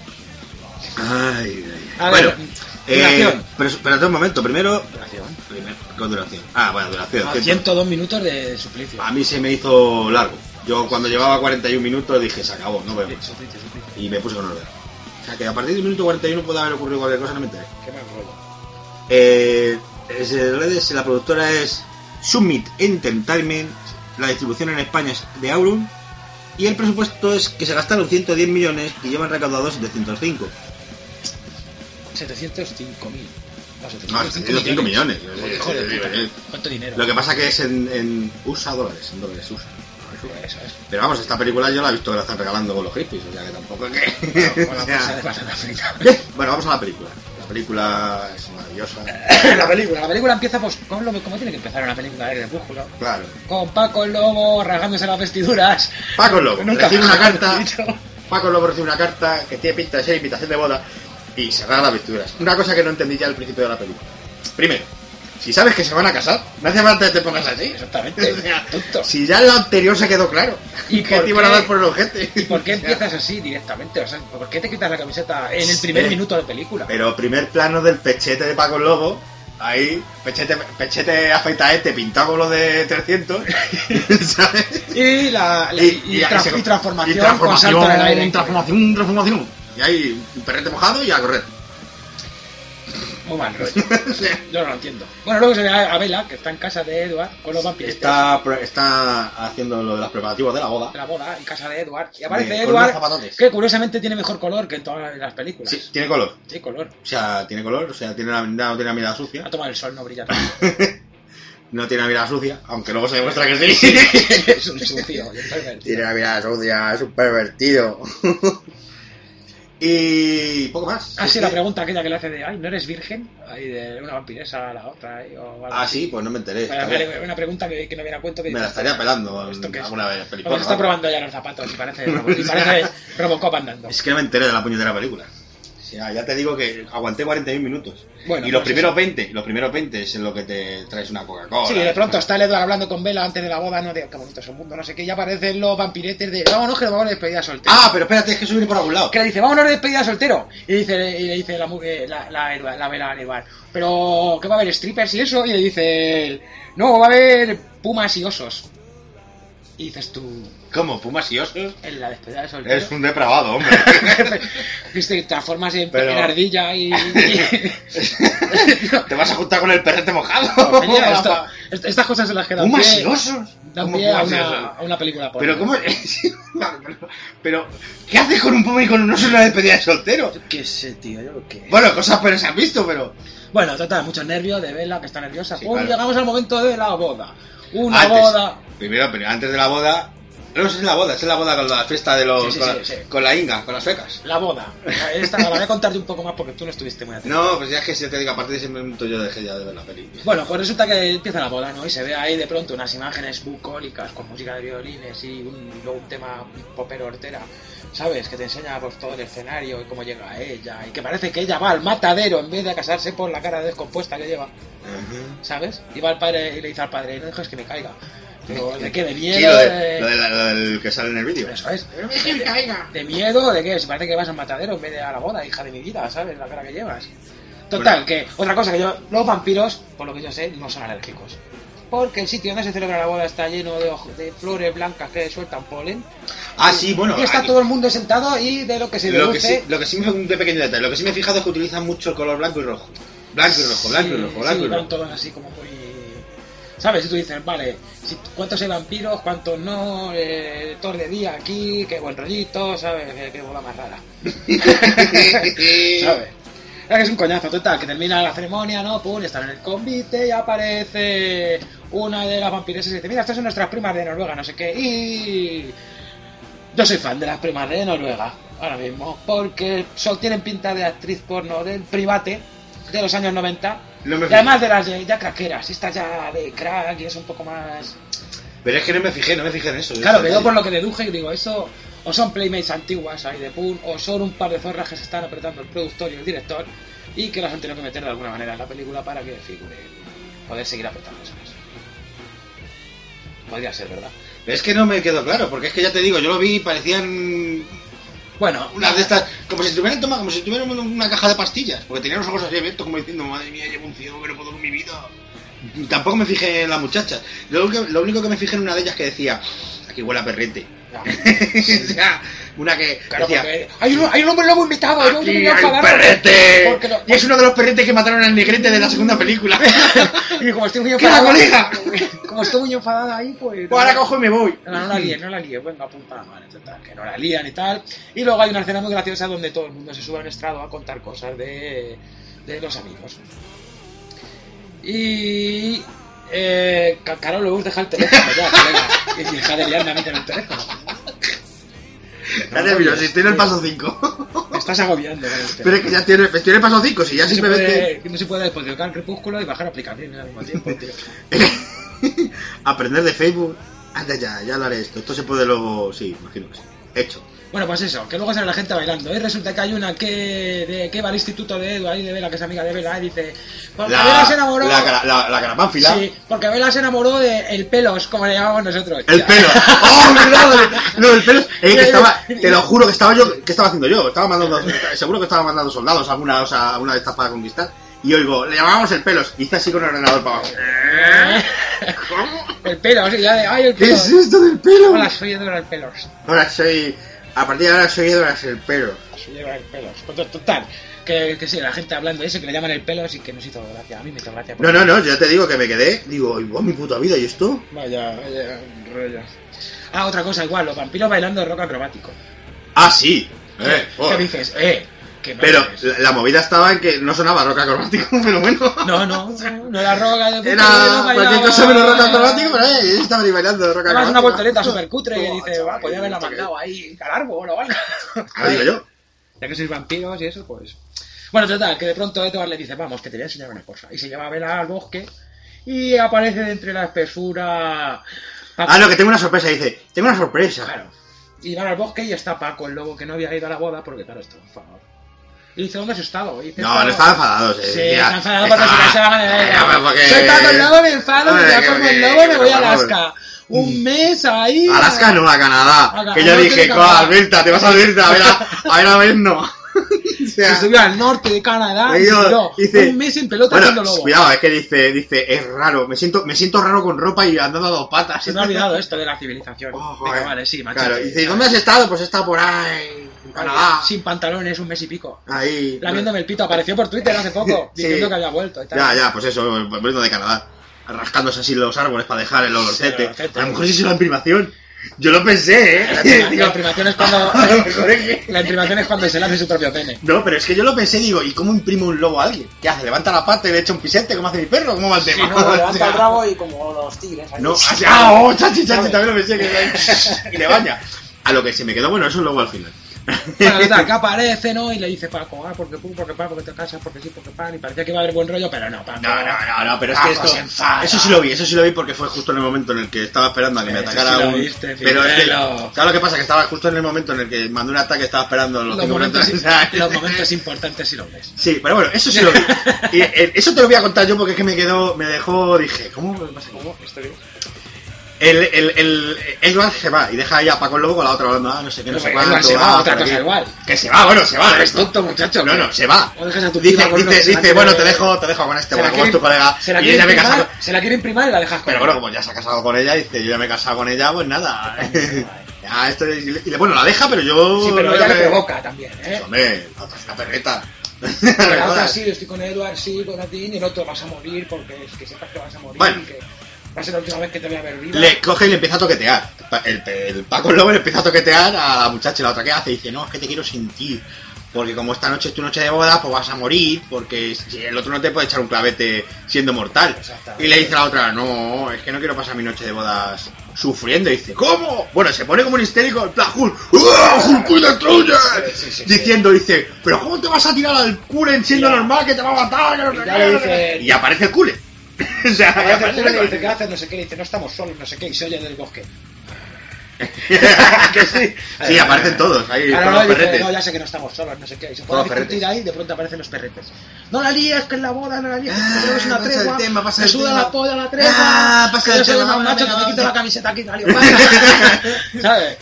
Speaker 2: Ay, ay, ay.
Speaker 3: A
Speaker 2: Bueno,
Speaker 3: ver,
Speaker 2: eh,
Speaker 3: duración.
Speaker 2: pero espérate un momento, primero.
Speaker 3: Duración.
Speaker 2: primero ¿Con duración? Ah, bueno, duración.
Speaker 3: Ah,
Speaker 2: cierto.
Speaker 3: 102 minutos de suplicio.
Speaker 2: A mí se me hizo largo. Yo cuando llevaba 41 minutos dije, se acabó, no veo.
Speaker 3: Suplicio, suplicio, suplicio.
Speaker 2: Y me puse con orden. O sea, que a partir del minuto 41 puede haber ocurrido cualquier cosa, no me enteré.
Speaker 3: Qué mal rollo.
Speaker 2: Eh, es el- es- la productora es Summit Entertainment, la distribución en España es de Aurum, y el presupuesto es que se gastaron 110 millones y llevan recaudados 705.
Speaker 3: 705.000. No, 705
Speaker 2: No, 705 millones.
Speaker 3: Hijo de
Speaker 2: Sí,
Speaker 3: puta.
Speaker 2: sí, sí.
Speaker 3: ¿Cuánto dinero?
Speaker 2: Lo que pasa que es en, en USA dólares, en dólares USA.
Speaker 3: Eso es.
Speaker 2: Pero vamos, esta película yo la he visto que la están regalando con los hippies, o sea que tampoco es que...
Speaker 3: Con la
Speaker 2: o sea,
Speaker 3: bolsa de patata frita.
Speaker 2: Bueno, vamos a la película. La película es maravillosa.
Speaker 3: la película. La película empieza pues con lo que como tiene que empezar una película de crepúsculo.
Speaker 2: Claro.
Speaker 3: Con Paco el Lobo rasgándose las vestiduras.
Speaker 2: Paco Lobo
Speaker 3: Nunca
Speaker 2: recibe una
Speaker 3: mejor
Speaker 2: carta.
Speaker 3: dicho.
Speaker 2: Paco Lobo recibe una carta que tiene pinta de ser invitación de boda y se da las vestiduras. Una cosa que no entendí ya al principio de la película. Primero, si sabes que se van a casar, no hace falta que te pongas así.
Speaker 3: Exactamente.
Speaker 2: O sea,
Speaker 3: Tonto.
Speaker 2: Si ya en la anterior se quedó claro.
Speaker 3: ¿Y
Speaker 2: que
Speaker 3: por
Speaker 2: te iban a
Speaker 3: qué?
Speaker 2: dar por el ojete.
Speaker 3: ¿Y por qué
Speaker 2: O sea,
Speaker 3: empiezas así directamente? O sea, ¿por qué te quitas la camiseta en el primer
Speaker 2: Sí.
Speaker 3: minuto de película?
Speaker 2: Pero primer plano del pechete de Paco Lobo. Ahí, pechete, pechete afeita este, pintado con lo de 300. ¿Sabes?
Speaker 3: Y la la- y,
Speaker 2: y-
Speaker 3: tra-
Speaker 2: y se-
Speaker 3: y transformación,
Speaker 2: y transformación,
Speaker 3: con salto en el aire.
Speaker 2: transformación, transformación. Y ahí, un perrete mojado y a correr.
Speaker 3: Muy mal rollo. Yo no lo entiendo. Bueno, luego se ve a a Bella, que está en casa de Edward, con los vampiros.
Speaker 2: Está, pre- está haciendo lo de los preparativos de la boda.
Speaker 3: de la boda, en casa de Edward. Y
Speaker 2: Eh,
Speaker 3: aparece
Speaker 2: con unos
Speaker 3: Edward,
Speaker 2: zapatotes.
Speaker 3: que curiosamente tiene mejor color que en todas las películas.
Speaker 2: Sí, tiene color.
Speaker 3: Sí, color.
Speaker 2: O sea, tiene color, o sea, tiene la, no tiene la mirada
Speaker 3: A
Speaker 2: sucia.
Speaker 3: tomar el sol, no brilla tanto.
Speaker 2: No tiene la mirada sucia, aunque luego se demuestra que sí.
Speaker 3: es un sucio. y enfermo.
Speaker 2: tiene la mirada sucia, es un pervertido. y poco más.
Speaker 3: Ah,
Speaker 2: Es
Speaker 3: sí,
Speaker 2: que-
Speaker 3: la pregunta aquella que le hace de, ay, ¿no eres virgen? Ahí de una vampiresa a la otra. ahí, o algo
Speaker 2: Ah,
Speaker 3: así.
Speaker 2: sí, pues no me enteré.
Speaker 3: Bueno,
Speaker 2: estaría-
Speaker 3: vale, una pregunta que, que no viene a cuento. Que
Speaker 2: me la
Speaker 3: dices,
Speaker 2: estaría pelando
Speaker 3: ¿esto qué es?
Speaker 2: alguna vez.
Speaker 3: Vamos,
Speaker 2: pelipona,
Speaker 3: está
Speaker 2: vamos.
Speaker 3: probando ya los zapatos y parece, y parece Robocop andando.
Speaker 2: Es que no me enteré de la puñetera película.
Speaker 3: Sí,
Speaker 2: Ya, ya te digo que aguanté 41 minutos.
Speaker 3: Bueno,
Speaker 2: y los
Speaker 3: pues
Speaker 2: primeros
Speaker 3: eso.
Speaker 2: 20, los primeros 20 es en lo que te traes una Coca-Cola.
Speaker 3: Sí, de pronto está el Edward hablando con Vela antes de la boda, no de qué bonito es el mundo, no sé qué, ya aparecen los vampiretes de vámonos que nos vamos a despedir a soltero.
Speaker 2: Ah, pero espérate, es que subiré por algún lado.
Speaker 3: que le dice, vámonos a despedida al soltero. Y le dice, y le dice la, mu- eh, la, la, Edward- la vela al Edward, pero ¿qué va a haber strippers y eso? Y le dice, él, no, va a haber pumas y osos. Y dices tú,
Speaker 2: ¿Cómo? ¿Pumas y osos?
Speaker 3: en la despedida del soltero.
Speaker 2: Es un depravado, hombre.
Speaker 3: Y te transformas en,
Speaker 2: Pero-
Speaker 3: en ardilla y.
Speaker 2: te vas a juntar con el perrete mojado.
Speaker 3: Oye, esto- est- estas cosas son las Pues que dan
Speaker 2: ¿Pumas
Speaker 3: pie,
Speaker 2: y osos?
Speaker 3: dan
Speaker 2: ¿Cómo
Speaker 3: pie a,
Speaker 2: pumas y
Speaker 3: una,
Speaker 2: osos?
Speaker 3: a una película porno.
Speaker 2: Pero, ¿cómo? Vale, pero, pero, ¿qué haces con un puma y con un oso en una despedida de soltero?
Speaker 3: Yo qué sé, tío, yo qué.
Speaker 2: Bueno, cosas pero se han visto, pero.
Speaker 3: Bueno, trata de muchos nervios, de Vela, que está nerviosa.
Speaker 2: Sí,
Speaker 3: Uy,
Speaker 2: claro.
Speaker 3: llegamos al momento de la boda. Una
Speaker 2: Antes.
Speaker 3: boda.
Speaker 2: Primero, pero antes de la boda. No sé si es la boda, es la boda con la fiesta de los.
Speaker 3: Sí, sí,
Speaker 2: con,
Speaker 3: sí,
Speaker 2: la,
Speaker 3: sí.
Speaker 2: con la Inga, con las suecas.
Speaker 3: La boda. Esta la voy a contarte un poco más porque tú no estuviste muy atento.
Speaker 2: No, pues ya es que si te digo, a partir de ese momento yo dejé ya de ver la peli.
Speaker 3: Bueno, pues resulta que empieza la boda, ¿no? Y se ve ahí de pronto unas imágenes bucólicas con música de violines y un, luego un tema popero hortera, ¿sabes? Que te enseña pues, todo el escenario y cómo llega ella y que parece que ella va al matadero en vez de a casarse por la cara descompuesta que lleva, ¿sabes? Y va al padre y le dice al padre, no dejes que me caiga. Pero de qué, de miedo.
Speaker 2: Sí, lo,
Speaker 3: de-
Speaker 2: de, lo, de la- lo del que sale en el vídeo.
Speaker 3: Eso es. De miedo, de que si parece que vas al matadero en vez de a la boda, hija de mi vida, ¿sabes? La cara que llevas.
Speaker 2: Bueno.
Speaker 3: Total, que otra cosa que yo. Los vampiros, por lo que yo sé, no son alérgicos. Porque el sitio donde se celebra la boda está lleno de, ojo- de flores blancas que sueltan polen.
Speaker 2: Ah, sí, bueno.
Speaker 3: y está
Speaker 2: aquí-
Speaker 3: todo el mundo sentado y de lo que se
Speaker 2: lo que, sí,
Speaker 3: deduce.
Speaker 2: lo que sí me un pequeño detalle, lo que sí me he fijado es que utilizan mucho el color blanco y rojo. Blanco y rojo, blanco y
Speaker 3: Sí,
Speaker 2: rojo, blanco
Speaker 3: sí,
Speaker 2: y
Speaker 3: van
Speaker 2: rojo.
Speaker 3: todos así como muy. ¿Sabes? Y tú dices, vale, si- ¿cuántos hay vampiros? ¿Cuántos no? Eh, todos de día aquí, qué buen rollito, ¿sabes? Eh, qué boda más rara. ¿sabes? Es que es un coñazo total, que termina la ceremonia, ¿no? Pum, están en el convite y aparece una de las vampiresas y dice, mira, estas son nuestras primas de Noruega, no sé qué. Y yo soy fan de las primas de Noruega, ahora mismo, porque solo tienen pinta de actriz porno del private de los años 90.
Speaker 2: No me
Speaker 3: Y
Speaker 2: fijé.
Speaker 3: además de las de ya craqueras, esta ya de crack y es un poco más...
Speaker 2: Pero es que no me fijé, no me fijé en eso.
Speaker 3: Claro, que yo por
Speaker 2: por
Speaker 3: lo que deduje, digo, eso o son playmates antiguas ahí de Pool, o son un par de zorras que se están apretando el productor y el director, y que las han tenido que meter de alguna manera en la película para que figure poder seguir apretando ¿sabes? Podría ser, ¿verdad?
Speaker 2: Es que no me quedó claro, porque es que ya te digo, yo lo vi y parecían
Speaker 3: Bueno,
Speaker 2: unas de estas, como si estuvieran tomando, como si estuvieran tomando una caja de pastillas, porque tenían los ojos así abiertos, como diciendo, madre mía, llevo un ciego que no puedo con mi vida. Tampoco me fijé en la muchacha. Lo, único- lo único que me fijé en una de ellas que decía, aquí huele a perrete.
Speaker 3: ya.
Speaker 2: o sea, una que
Speaker 3: Claro,
Speaker 2: decía,
Speaker 3: porque hay un, hay un hombre lobo invitado, hay un hombre
Speaker 2: aquí
Speaker 3: lobo
Speaker 2: hay un
Speaker 3: cagado,
Speaker 2: perrete.
Speaker 3: porque lo-
Speaker 2: Y es uno de los perretes que mataron al negrete de la segunda película.
Speaker 3: Y como estoy muy
Speaker 2: ¡Que la
Speaker 3: enfadada,
Speaker 2: colega! Pues
Speaker 3: como estoy muy enfadada ahí, pues...
Speaker 2: Ahora cojo y me voy.
Speaker 3: No, no la líes, no la líes, venga, punta la mano, total, que no la lían y tal. Y luego hay una escena muy graciosa donde todo el mundo se sube al estrado a contar cosas de, de los amigos. Y. Eh, Ca- Carol Lobos deja el teléfono ya, colega. Y deja de liarme a mí con el teléfono. pues,
Speaker 2: Ya te miro, si estoy en el paso 5.
Speaker 3: Me estás agobiando con el teléfono.
Speaker 2: Pero es que ya tiene, estoy en el paso 5, si ya
Speaker 3: no, se
Speaker 2: simplemente
Speaker 3: puede, no se puede despotricar crepúsculo y bajar aplicaciones al mismo tiempo, tío.
Speaker 2: aprender de Facebook. Anda ya, ya lo haré esto. Esto se puede luego, sí, imagino que sí. Hecho.
Speaker 3: Bueno, pues eso, que luego sale la gente bailando. Y resulta que hay una que, de, que va al instituto de Edu, ahí de Vela, que es amiga de Vela, y dice: Porque Vela se enamoró.
Speaker 2: la, cara- la, la carapánfila.
Speaker 3: Sí, porque Vela se enamoró de el pelos, como le llamamos nosotros.
Speaker 2: El pelo. ¡Oh, mi madre! No, el pelo. eh, que estaba, te lo juro que estaba yo. ¿Qué estaba haciendo yo? Estaba mandando. Seguro que estaba mandando soldados a alguna, o sea, a alguna de estas para conquistar. Y oigo, le llamábamos el pelos. Y hice así con el ordenador para abajo.
Speaker 3: Eh, El pelos, y ya de, ay, el
Speaker 2: ¿Qué
Speaker 3: pelos.
Speaker 2: es esto del pelo?
Speaker 3: Hola, soy Eduardo el pelos.
Speaker 2: Ahora soy. A partir de ahora soy Edward el pelo.
Speaker 3: Soy Eduardo el pelos. Pues, Total, que, que sí, la gente hablando de eso, que le llaman el pelos y que nos hizo gracia. A mí me hizo gracia.
Speaker 2: No, no, no, ya te digo que me quedé. Digo, igual mi puta vida, ¿y esto?
Speaker 3: Vaya, vaya, rollo. Ah, otra cosa, igual, los vampiros bailando rock acrobático.
Speaker 2: Ah, sí. Eh,
Speaker 3: ¿Qué,
Speaker 2: oh.
Speaker 3: dices? Eh, que no
Speaker 2: Pero
Speaker 3: eres.
Speaker 2: la, la movida estaba en que no sonaba rock acrobático, pero bueno.
Speaker 3: No, no, no, no era rock de puta, no
Speaker 2: Era cualquier
Speaker 3: bailaba.
Speaker 2: cosa menos rock acrobático, pero eh, ellos estaban ahí bailando rock
Speaker 3: Además,
Speaker 2: acrobático.
Speaker 3: una voltereta súper cutre que
Speaker 2: Oh,
Speaker 3: dice,
Speaker 2: chaval,
Speaker 3: va, podía haberla
Speaker 2: esto que-
Speaker 3: mandado ahí al árbol o algo.
Speaker 2: Ahora Ah, digo yo.
Speaker 3: Ya que sois vampiros y eso, pues. Bueno, total, que de pronto Edward le dice, vamos, que te voy a enseñar una cosa. Y se lleva a Vela al bosque y aparece de entre la espesura. Paco.
Speaker 2: Ah, no, que tengo una sorpresa, dice. Tengo una sorpresa.
Speaker 3: Claro. Y van al bosque y está Paco, el lobo que no había ido a la boda, porque claro, esto, por favor. Dice, ¿dónde has estado? Dice,
Speaker 2: No, no estaba enfadado. Sí,
Speaker 3: Sí, está enfadado porque se cansaba de la
Speaker 2: Eh, porque-
Speaker 3: Se está con lobo, me enfado, me
Speaker 2: Hombre,
Speaker 3: da
Speaker 2: que-
Speaker 3: como
Speaker 2: que-
Speaker 3: el lobo, me voy a
Speaker 2: que-
Speaker 3: Alaska. Un mes ahí.
Speaker 2: Alaska no, a Canadá.
Speaker 3: A-
Speaker 2: que
Speaker 3: no
Speaker 2: yo dije,
Speaker 3: tiene
Speaker 2: coa,
Speaker 3: Canadá".
Speaker 2: Alberta, te vas a Alberta, a ver a, a ver a ver, no. O sea,
Speaker 3: Se subió al norte de Canadá y
Speaker 2: Digo,
Speaker 3: yo,
Speaker 2: dice-
Speaker 3: un mes en pelota
Speaker 2: bueno,
Speaker 3: haciendo lobo.
Speaker 2: cuidado, es que dice, dice, es raro, me siento, me siento raro con ropa y andando a dos patas.
Speaker 3: Se me ha olvidado esto de la civilización.
Speaker 2: Oh,
Speaker 3: Venga,
Speaker 2: joder.
Speaker 3: vale, sí, machete.
Speaker 2: Claro, y dice, ¿dónde has estado? Pues he estado por ahí, en Canadá.
Speaker 3: Sin pantalones, un mes y pico.
Speaker 2: Ahí.
Speaker 3: Lamiéndome el pito, apareció por Twitter hace poco,
Speaker 2: Sí.
Speaker 3: diciendo que había vuelto. y tal.
Speaker 2: Ya, ya, pues eso, volviendo de Canadá. Rascándose así los árboles para dejar el
Speaker 3: Sí, el
Speaker 2: olorcete.
Speaker 3: olorcete.
Speaker 2: A lo mejor sí se lo en primación. Yo lo pensé,
Speaker 3: La,
Speaker 2: ¿eh?
Speaker 3: imprimación- la
Speaker 2: Digo,
Speaker 3: imprimación es cuando.
Speaker 2: a lo mejor es Ah, que-
Speaker 3: La imprimación es cuando se le hace su propio pene.
Speaker 2: No, pero es que yo lo pensé y digo, ¿y cómo imprime un lobo a alguien? ¿Qué hace? ¿Levanta la pata y le echa un pisete? ¿Cómo hace mi perro? ¿Cómo va el
Speaker 3: Sí,
Speaker 2: tema?
Speaker 3: no,
Speaker 2: O
Speaker 8: Levanta
Speaker 2: sea,
Speaker 8: el rabo y como los tigres. ahí.
Speaker 2: No, así, ah, oh, chachi, chachi, también lo pensé que y le baña. A lo que se me quedó bueno, eso es luego al final.
Speaker 3: Bueno, total, que aparece, ¿no? Y le dice Paco, ah, porque pum, porque pa, porque te casas, porque sí, porque pan. Y parecía que iba a haber buen rollo, pero no, Paco.
Speaker 2: No, no, Ah, no, no, pero es que
Speaker 3: Paco
Speaker 2: esto.
Speaker 3: se enfada.
Speaker 2: Eso sí lo vi, eso sí lo vi porque fue justo en el momento en el que estaba esperando a que me
Speaker 3: Eso
Speaker 2: atacara
Speaker 3: sí lo
Speaker 2: un.
Speaker 3: viste,
Speaker 2: pero es que.
Speaker 3: Fidelo.
Speaker 2: ¿Sabes lo que pasa? Que estaba justo en el momento en el que mandó un ataque, estaba esperando los,
Speaker 3: Los
Speaker 2: cinco
Speaker 3: momentos,
Speaker 2: minutos, o sea,
Speaker 3: los momentos importantes si lo ves.
Speaker 2: Sí, pero bueno, eso sí lo vi. Y, eh, eso te lo voy a contar yo porque es que me quedó, me dejó, dije, ¿cómo me pasa aquí? El, el, el, Edward se va y deja ahí a Paco el Lobo con la otra hablando, ah, no sé qué, no sé
Speaker 3: Pero
Speaker 2: cuánto.
Speaker 3: se va,
Speaker 2: ah,
Speaker 3: otra
Speaker 2: por
Speaker 3: cosa
Speaker 2: aquí.
Speaker 3: igual.
Speaker 2: Que se va, bueno, se va.
Speaker 3: Eres tonto, muchacho.
Speaker 2: No, no, se va.
Speaker 3: O dejas a tu
Speaker 2: Dice,
Speaker 3: prima con unos
Speaker 2: dice, dice,
Speaker 3: chilaquiles.
Speaker 2: bueno, te dejo, te dejo con este,
Speaker 3: Se la
Speaker 2: bueno, como es tu
Speaker 3: quiere-
Speaker 2: colega.
Speaker 3: Se la
Speaker 2: Y yo
Speaker 3: quiere
Speaker 2: ya me he casado.
Speaker 3: imprimar, se la quiere imprimar y la dejas con
Speaker 2: Pero bueno, como ya se ha casado con ella, dice, yo ya me he casado con ella, pues nada. Ya, esto es- y le- y le- bueno, la deja, pero yo.
Speaker 3: Sí, pero ella
Speaker 2: me-
Speaker 3: le provoca también, ¿eh?
Speaker 2: Hombre, la otra es una perreta.
Speaker 3: Pero la otra sí, estoy con Edward, sí, con Atin, y el otro vas a morir porque es que sepas que vas a morir
Speaker 2: Bueno.
Speaker 3: y que va a ser la última vez que te voy a ver viva.
Speaker 2: Le coge y le empieza a toquetear. Pa- El, el Paco Lobo le empieza a toquetear a la muchacha, la otra que hace, y dice, no, es que te quiero sentir. Porque como esta noche es tu noche de boda, pues vas a morir, porque si el otro no te puede echar un clavete siendo mortal.
Speaker 3: Exactamente.
Speaker 2: Y le dice la otra, no, es que no quiero pasar mi noche de bodas sufriendo. Y dice, ¿cómo? Bueno, se pone como un histérico, en plan, Hulk, ¡Uah, Hulk, cuida tuya!
Speaker 3: Sí, sí, sí.
Speaker 2: Diciendo, dice, ¿pero cómo te vas a tirar al culen siendo
Speaker 3: Ya.
Speaker 2: normal que te va a matar? que no
Speaker 3: Y
Speaker 2: sé
Speaker 3: ya
Speaker 2: qué,
Speaker 3: le
Speaker 2: no sé qué?
Speaker 3: dice-
Speaker 2: Y aparece el culen. o sea,
Speaker 3: Aparece Ah, el
Speaker 2: aparece
Speaker 3: culo y le
Speaker 2: el
Speaker 3: dice, ¿qué haces? No sé qué, y dice, no estamos solos, no sé qué, y se oye del bosque.
Speaker 2: que sí. Sí, aparecen todos. Ahí, todos
Speaker 3: Claro,
Speaker 2: los
Speaker 3: Ah, no, dice,
Speaker 2: perretes.
Speaker 3: no, ya sé que no estamos solos, no sé qué, y se
Speaker 2: Todos
Speaker 3: puede discutir
Speaker 2: perretes.
Speaker 3: ahí y de pronto aparecen los perretes. No la líes, que es la boda, no la líes,
Speaker 2: Ah,
Speaker 3: que tenemos una
Speaker 2: pasa el
Speaker 3: tregua,
Speaker 2: tema, pasa
Speaker 3: me
Speaker 2: el
Speaker 3: suda
Speaker 2: tema.
Speaker 3: la polla la tregua,
Speaker 2: Ah, pasa
Speaker 3: que
Speaker 2: el
Speaker 3: yo soy
Speaker 2: tema,
Speaker 3: más
Speaker 2: vamos,
Speaker 3: macho, que
Speaker 2: venga,
Speaker 3: te quito la
Speaker 2: vamos.
Speaker 3: camiseta aquí, dale, vale. ¿sabes?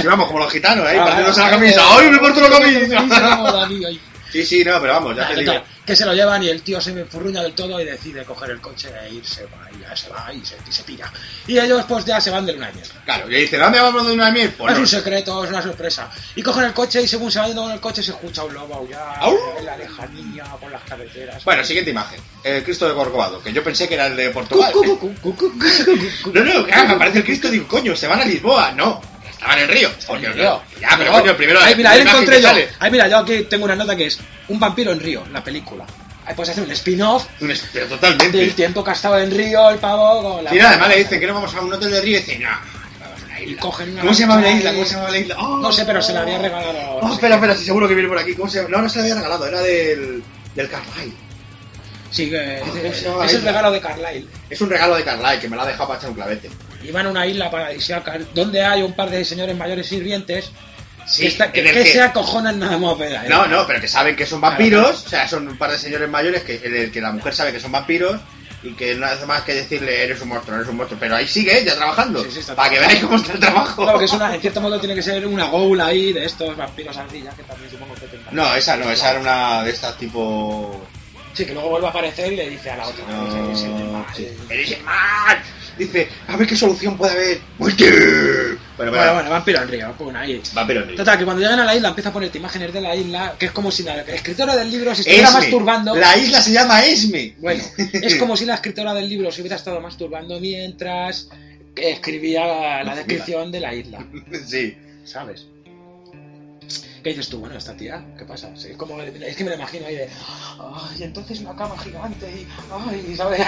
Speaker 2: Sí, vamos, como los gitanos, ¿eh?
Speaker 3: Ah,
Speaker 2: Partiéndose la
Speaker 3: ah,
Speaker 2: camisa.
Speaker 3: ah,
Speaker 2: ¡Ay, me porto la
Speaker 3: la
Speaker 2: camisa!
Speaker 3: boda, tío, ahí.
Speaker 2: sí, sí, no, pero vamos, ya
Speaker 3: Ah,
Speaker 2: te digo.
Speaker 3: total, que se lo llevan y el tío se enfurruña del todo y decide coger el coche e irse, va, y ya se va y se, y se pira. Y ellos pues ya se van de luna llena.
Speaker 2: Claro, que dice, ¿dónde vamos de una miel? Pues
Speaker 3: es
Speaker 2: no.
Speaker 3: un secreto, es una sorpresa. Y cogen el coche y según se van yendo con el coche se escucha un lobo aullar
Speaker 2: Au.
Speaker 3: en la lejanía, por las carreteras.
Speaker 2: Bueno, siguiente imagen. El Cristo de Corcovado, que yo pensé que era el de Portugal. No, no, claro, me aparece el Cristo y digo, coño, se van a Lisboa. No, estaban en Río. Porque,
Speaker 3: Río.
Speaker 2: Ya, pero coño, el primero.
Speaker 3: Ahí, mira,
Speaker 2: la
Speaker 3: ahí lo
Speaker 2: imagen
Speaker 3: encontré
Speaker 2: que
Speaker 3: yo.
Speaker 2: sale.
Speaker 3: Ahí, mira, yo aquí tengo una nota que es Un vampiro en Río, la película. Ahí puedes hacer un spin-off
Speaker 2: Un es- Pero totalmente.
Speaker 3: del tiempo que ha estado en Río el pavo con la...
Speaker 2: Sí, nada, además le dicen que no vamos a un hotel de Río y dicen, no, que vamos a una
Speaker 3: Y
Speaker 2: isla.
Speaker 3: cogen una
Speaker 2: ¿Cómo se llama la
Speaker 3: lancha
Speaker 2: isla?
Speaker 3: y-
Speaker 2: ¿Cómo se llama la isla? Oh,
Speaker 3: No sé, pero se la había regalado.
Speaker 2: Oh, espera, espera, sí, seguro que viene por aquí. ¿Cómo se llama? No, no se la había regalado, era del, del Carlyle.
Speaker 3: Sí, que-
Speaker 2: Ah,
Speaker 3: es,
Speaker 2: no,
Speaker 3: es
Speaker 2: ahí.
Speaker 3: el regalo de Carlyle.
Speaker 2: Es un regalo de Carlyle que me lo ha dejado para echar un clavete.
Speaker 3: Iban a una isla paradisíaca donde hay un par de señores mayores sirvientes
Speaker 2: Sí,
Speaker 3: que, está- que,
Speaker 2: en el
Speaker 3: que
Speaker 2: que-
Speaker 3: se acojonan nada más ver. ¿eh?
Speaker 2: No, no, pero que saben que son vampiros, o sea, son un par de señores mayores que, en el que la mujer sabe que son vampiros y que no hace más que decirle eres un monstruo, eres un monstruo, pero ahí sigue ya trabajando,
Speaker 3: Sí, sí, está
Speaker 2: para que veáis cómo está el trabajo.
Speaker 3: Claro, que es una, en cierto modo tiene que ser una goula ahí de estos vampiros ardillas que también supongo que tendrán.
Speaker 2: No, esa no, esa era una de estas tipo...
Speaker 3: Sí, que luego vuelve a aparecer y le dice a la otra.
Speaker 2: No,
Speaker 3: "Eres el mal".
Speaker 2: sí. eres el mal. Dice, a ver qué solución puede haber. Muerte. Bueno,
Speaker 3: Bueno,
Speaker 2: bueno,
Speaker 3: bueno, vampiro en río, pum, ahí.
Speaker 2: va, pero no.
Speaker 3: Total, que cuando llegan a la isla empieza a ponerte imágenes de la isla, que es como si la escritora del libro se estuviera
Speaker 2: Esme.
Speaker 3: masturbando.
Speaker 2: La isla se llama Esme.
Speaker 3: Bueno, es como si la escritora del libro se hubiera estado masturbando mientras escribía la descripción de la isla,
Speaker 2: sí.
Speaker 3: ¿sabes? ¿Qué dices tú? Bueno, esta tía, ¿qué pasa? Sí, es, como, es que me la imagino ahí de. ¡Ay, entonces una cama gigante! Y, ¡Ay, ¿sabes?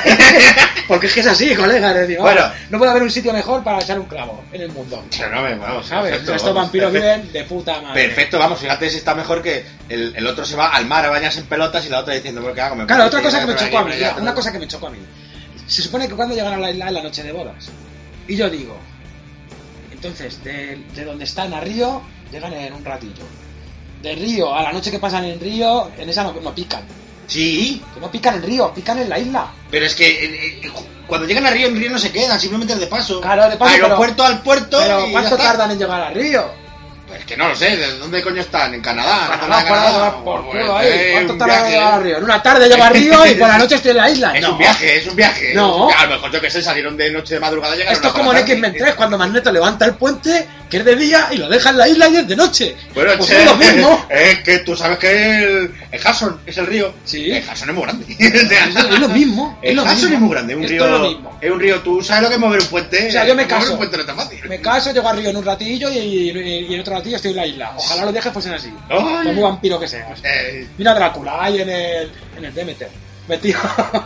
Speaker 3: Porque es que es así, colega. es decir,
Speaker 2: Bueno.
Speaker 3: vamos, no puede haber un sitio mejor para echar un clavo en el mundo.
Speaker 2: Pero no me vamos,
Speaker 3: ¿Sabes?
Speaker 2: perfecto,
Speaker 3: Estos
Speaker 2: vamos,
Speaker 3: vampiros
Speaker 2: perfecto.
Speaker 3: viven de puta madre.
Speaker 2: Perfecto, vamos, fíjate si está mejor que el, el otro se va al mar a bañarse en pelotas y la otra diciendo, bueno, ¿qué hago? Me
Speaker 3: Claro,
Speaker 2: meto
Speaker 3: otra
Speaker 2: aquí,
Speaker 3: cosa que me
Speaker 2: me
Speaker 3: chocó a mí,
Speaker 2: meto
Speaker 3: mira,
Speaker 2: aquí,
Speaker 3: una cosa que me chocó a mí. Se supone que cuando llegan a la isla es la noche de bodas. Y yo digo, entonces, de, de donde están a Río, llegan en un ratillo. de Río a la noche que pasan en Río, en esa no, no pican.
Speaker 2: Sí,
Speaker 3: Que no pican en Río, pican en la isla.
Speaker 2: pero es que eh, eh, cuando llegan a Río, en Río no se quedan, simplemente de paso.
Speaker 3: Claro, de paso, pero-
Speaker 2: Aeropuerto al puerto.
Speaker 3: Pero
Speaker 2: y ya
Speaker 3: ¿cuánto
Speaker 2: está.
Speaker 3: tardan en llegar a Río?
Speaker 2: Pues que no lo sé, ¿de dónde coño están? ¿En Canadá? ¿En
Speaker 3: Para nada, para nada, por
Speaker 2: Pues,
Speaker 3: culo ahí.
Speaker 2: eh,
Speaker 3: ¿Cuánto
Speaker 2: un
Speaker 3: tardan en
Speaker 2: viaje.
Speaker 3: llegar a Río? En una tarde llego a Río y por la noche estoy en la isla.
Speaker 2: Es
Speaker 3: No.
Speaker 2: un viaje, es un viaje.
Speaker 3: No.
Speaker 2: A lo mejor yo que sé, salieron de noche de madrugada llegaron
Speaker 3: Esto
Speaker 2: a
Speaker 3: es como en
Speaker 2: pasar.
Speaker 3: X-Men 3, cuando Magneto levanta el puente, que es de día, y lo deja en la isla y es de noche.
Speaker 2: Bueno,
Speaker 3: pues
Speaker 2: che,
Speaker 3: es lo mismo.
Speaker 2: Es que tú sabes que el, el Hudson es el río.
Speaker 3: Sí.
Speaker 2: El Hudson es muy grande. es
Speaker 3: Es lo mismo. Es
Speaker 2: El
Speaker 3: lo
Speaker 2: Hudson
Speaker 3: mismo.
Speaker 2: es muy grande. Un
Speaker 3: Esto
Speaker 2: río,
Speaker 3: es lo mismo.
Speaker 2: Es un río, tú sabes lo que es mover un puente.
Speaker 3: O sea, yo me
Speaker 2: Mover
Speaker 3: caso.
Speaker 2: un puente no es tan fácil.
Speaker 3: Me caso, llego a Río en un ratillo y, y- y en otro ratillo estoy en la isla. Ojalá los viajes fuesen así.
Speaker 2: Ay.
Speaker 3: Por muy vampiro que seas.
Speaker 2: Eh,
Speaker 3: Mira Drácula ahí en el, en el Demeter. Metido.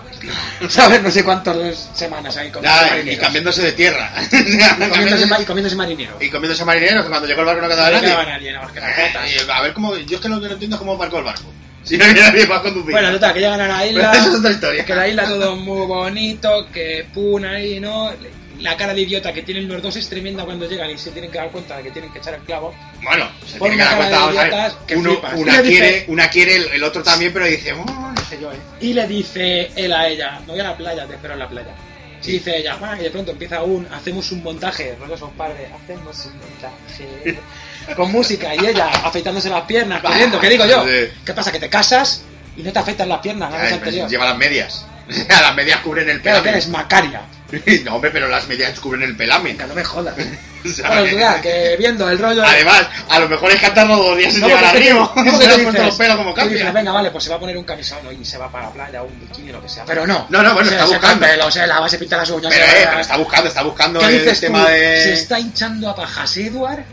Speaker 3: ¿Sabes? No sé cuántas semanas ahí comiendo
Speaker 2: ya, y
Speaker 3: marineros.
Speaker 2: cambiándose de tierra.
Speaker 3: Y comiéndose, ma- y comiéndose marineros.
Speaker 2: y comiéndose marineros, que cuando llegó el barco no quedaba
Speaker 3: No
Speaker 2: nadie.
Speaker 3: quedaba nadie, nada más que las patas.
Speaker 2: Eh, a ver cómo. Yo es que lo que no entiendo es cómo marcó el barco. Si no había nadie para conducir.
Speaker 3: Bueno, total, que llegan a la
Speaker 2: Pero
Speaker 3: isla.
Speaker 2: eso es otra historia.
Speaker 3: Que la isla todo muy bonito, que pun ahí, ¿no? La cara de idiota que tienen los dos es tremenda cuando llegan y se tienen que dar cuenta de que tienen que echar el clavo.
Speaker 2: Bueno, se
Speaker 3: Por
Speaker 2: tiene que dar
Speaker 3: una cara
Speaker 2: cuenta,
Speaker 3: de
Speaker 2: vamos a ver,
Speaker 3: idiotas que
Speaker 2: uno-
Speaker 3: flipas.
Speaker 2: una,
Speaker 3: Una dice- Ah,
Speaker 2: quiere, una quiere, el, el otro también, pero dice, "Oh, no sé yo, eh".
Speaker 3: Y le dice él a ella, me voy a la playa, te espero en la playa. Y dice ella, "Ah", y de pronto empieza un, hacemos un montaje, no son padres, hacemos un montaje. Con música y ella afeitándose las piernas, corriendo, ¿qué digo yo?
Speaker 2: Ah, Sí.
Speaker 3: ¿Qué pasa? ¿Que te casas y no te afeitan las piernas la noche
Speaker 2: Ay,
Speaker 3: anterior?
Speaker 2: pues, lleva las medias. A las medias cubren el
Speaker 3: Claro que
Speaker 2: pelamen.
Speaker 3: eres Macaria,
Speaker 2: no, hombre, pero las medias cubren el pelamen.
Speaker 3: que no me jodas. Bueno,
Speaker 2: ¿sabes?
Speaker 3: total, que viendo el rollo...
Speaker 2: Además, a lo mejor es cantarlo dos días sin llegar a Río. Se
Speaker 3: ¿Cómo que
Speaker 2: le
Speaker 3: tú
Speaker 2: han puesto
Speaker 3: dices?
Speaker 2: los pelos como
Speaker 3: Tú dices,
Speaker 2: cambia.
Speaker 3: venga, vale, pues se va a poner un camisón ¿no? y se va para la playa, un bikini, lo que sea. Pero no.
Speaker 2: No, no, bueno,
Speaker 3: se,
Speaker 2: está
Speaker 3: se
Speaker 2: buscando.
Speaker 3: pone pelo, se lava, se pinta las uñas.
Speaker 2: Pero,
Speaker 3: se
Speaker 2: eh,
Speaker 3: va-
Speaker 2: pero está buscando, está buscando
Speaker 3: ¿Qué
Speaker 2: el
Speaker 3: dices
Speaker 2: tema
Speaker 3: tú? Se
Speaker 2: de...
Speaker 3: está hinchando a pajas Edward.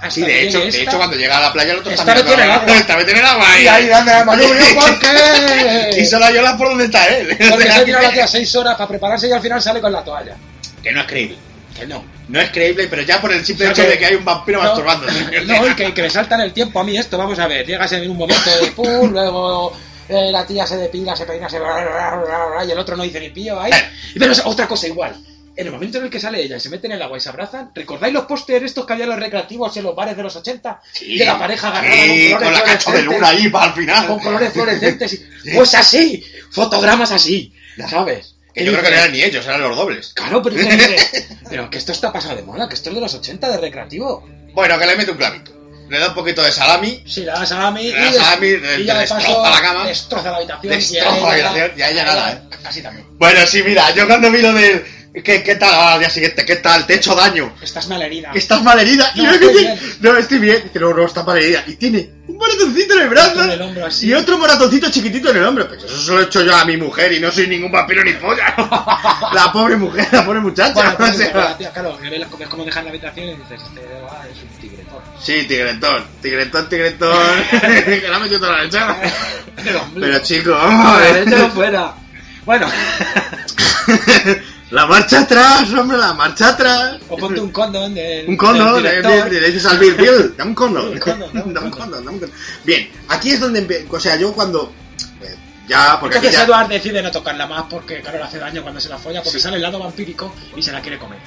Speaker 3: Hasta
Speaker 2: Sí,
Speaker 3: que
Speaker 2: de hecho,
Speaker 3: llegue
Speaker 2: de
Speaker 3: esta.
Speaker 2: hecho, cuando llega a la playa el otro
Speaker 3: Esta
Speaker 2: está
Speaker 3: no tiene
Speaker 2: metiendo-
Speaker 3: agua.
Speaker 2: Está metiendo el agua.
Speaker 3: Y ahí dando el manubrio, ¿por qué?
Speaker 2: Y solo yo la ¿eh? por donde está él.
Speaker 3: Porque se ha tirado aquí a 6 horas para prepararse y al final sale con la toalla.
Speaker 2: Que no es creíble.
Speaker 3: Que no.
Speaker 2: No es creíble, pero ya por el simple
Speaker 3: O sea
Speaker 2: hecho
Speaker 3: que-
Speaker 2: de que hay un vampiro masturbando.
Speaker 3: No, y que, que me saltan el tiempo a mí esto, vamos a ver. Llegas en un momento de pum, luego eh, la tía se depila, se peina, se... bla, bla, bla, bla, y el otro no dice ni pío ahí.
Speaker 2: Eh.
Speaker 3: Pero es otra cosa igual. En el momento en el que sale ella y se meten en el agua y se abrazan, ¿recordáis los pósteres estos que había en los recreativos y en los bares de los 80? de la pareja agarrada
Speaker 2: Sí,
Speaker 3: con
Speaker 2: con
Speaker 3: colores
Speaker 2: la cacho de
Speaker 3: fluorescentes.
Speaker 2: luna ahí para el final.
Speaker 3: con colores fluorescentes. y- Pues así, fotogramas así, ¿sabes?
Speaker 2: Que yo creo que no eran ni ellos, eran los dobles.
Speaker 3: Claro, pero, tú dices, pero que esto está pasado de moda, que esto es de los 80 de recreativo.
Speaker 2: Bueno, que le mete un clavito. Le da un poquito de salami,
Speaker 3: Si la das a Ami
Speaker 2: Le das a Ami, te- te destroza la cama.
Speaker 3: destroza la habitación.
Speaker 2: Destroza
Speaker 3: y
Speaker 2: la
Speaker 3: a ella-
Speaker 2: habitación, y a ella nada, ¿eh?
Speaker 3: Así también.
Speaker 2: Bueno, sí, mira, yo cuando vi lo del. ¿Qué, qué tal? Al día siguiente, ¿qué tal? Te he hecho daño.
Speaker 3: Estás malherida.
Speaker 2: Estás malherida. Y
Speaker 3: No,
Speaker 2: yo
Speaker 3: estoy
Speaker 2: dice,
Speaker 3: bien.
Speaker 2: no, estoy bien. Dice, no, no, estás malherida. Y tiene un moratoncito en el brazo.
Speaker 3: Otro en el hombro así.
Speaker 2: Y otro moratoncito chiquitito en el hombro. Pero eso se lo he hecho yo a mi mujer y no soy ningún vampiro ni polla. la pobre mujer, la pobre muchacha.
Speaker 3: Bueno, pues,
Speaker 2: o sea.
Speaker 3: la tía, claro, que ves las copias como dejan la habitación y dices, este ah, es un tigre. por-
Speaker 2: Sí, tigretón, tigretón, tigretón. que la ha metido toda la lechada.
Speaker 3: El ombligo.
Speaker 2: Pero eh. chico,
Speaker 3: Vale, échalo
Speaker 2: hombre.
Speaker 3: fuera. Bueno,
Speaker 2: la marcha atrás, hombre, la marcha atrás.
Speaker 3: pues. o ponte un condón del.
Speaker 2: Un condón, eh,
Speaker 3: del
Speaker 2: le
Speaker 3: director.
Speaker 2: le dices al Bill, Bill, dame un condón.
Speaker 3: Un condón, dame un
Speaker 2: Dame un
Speaker 3: condón.
Speaker 2: condón, dame un condón. Bien, aquí es donde, empie- o sea, yo cuando, eh, ya, porque aquí
Speaker 3: Entonces
Speaker 2: ya,
Speaker 3: Edward decide no tocarla más porque, claro, le hace daño cuando se la folla, porque sale el lado vampírico y se la quiere comer.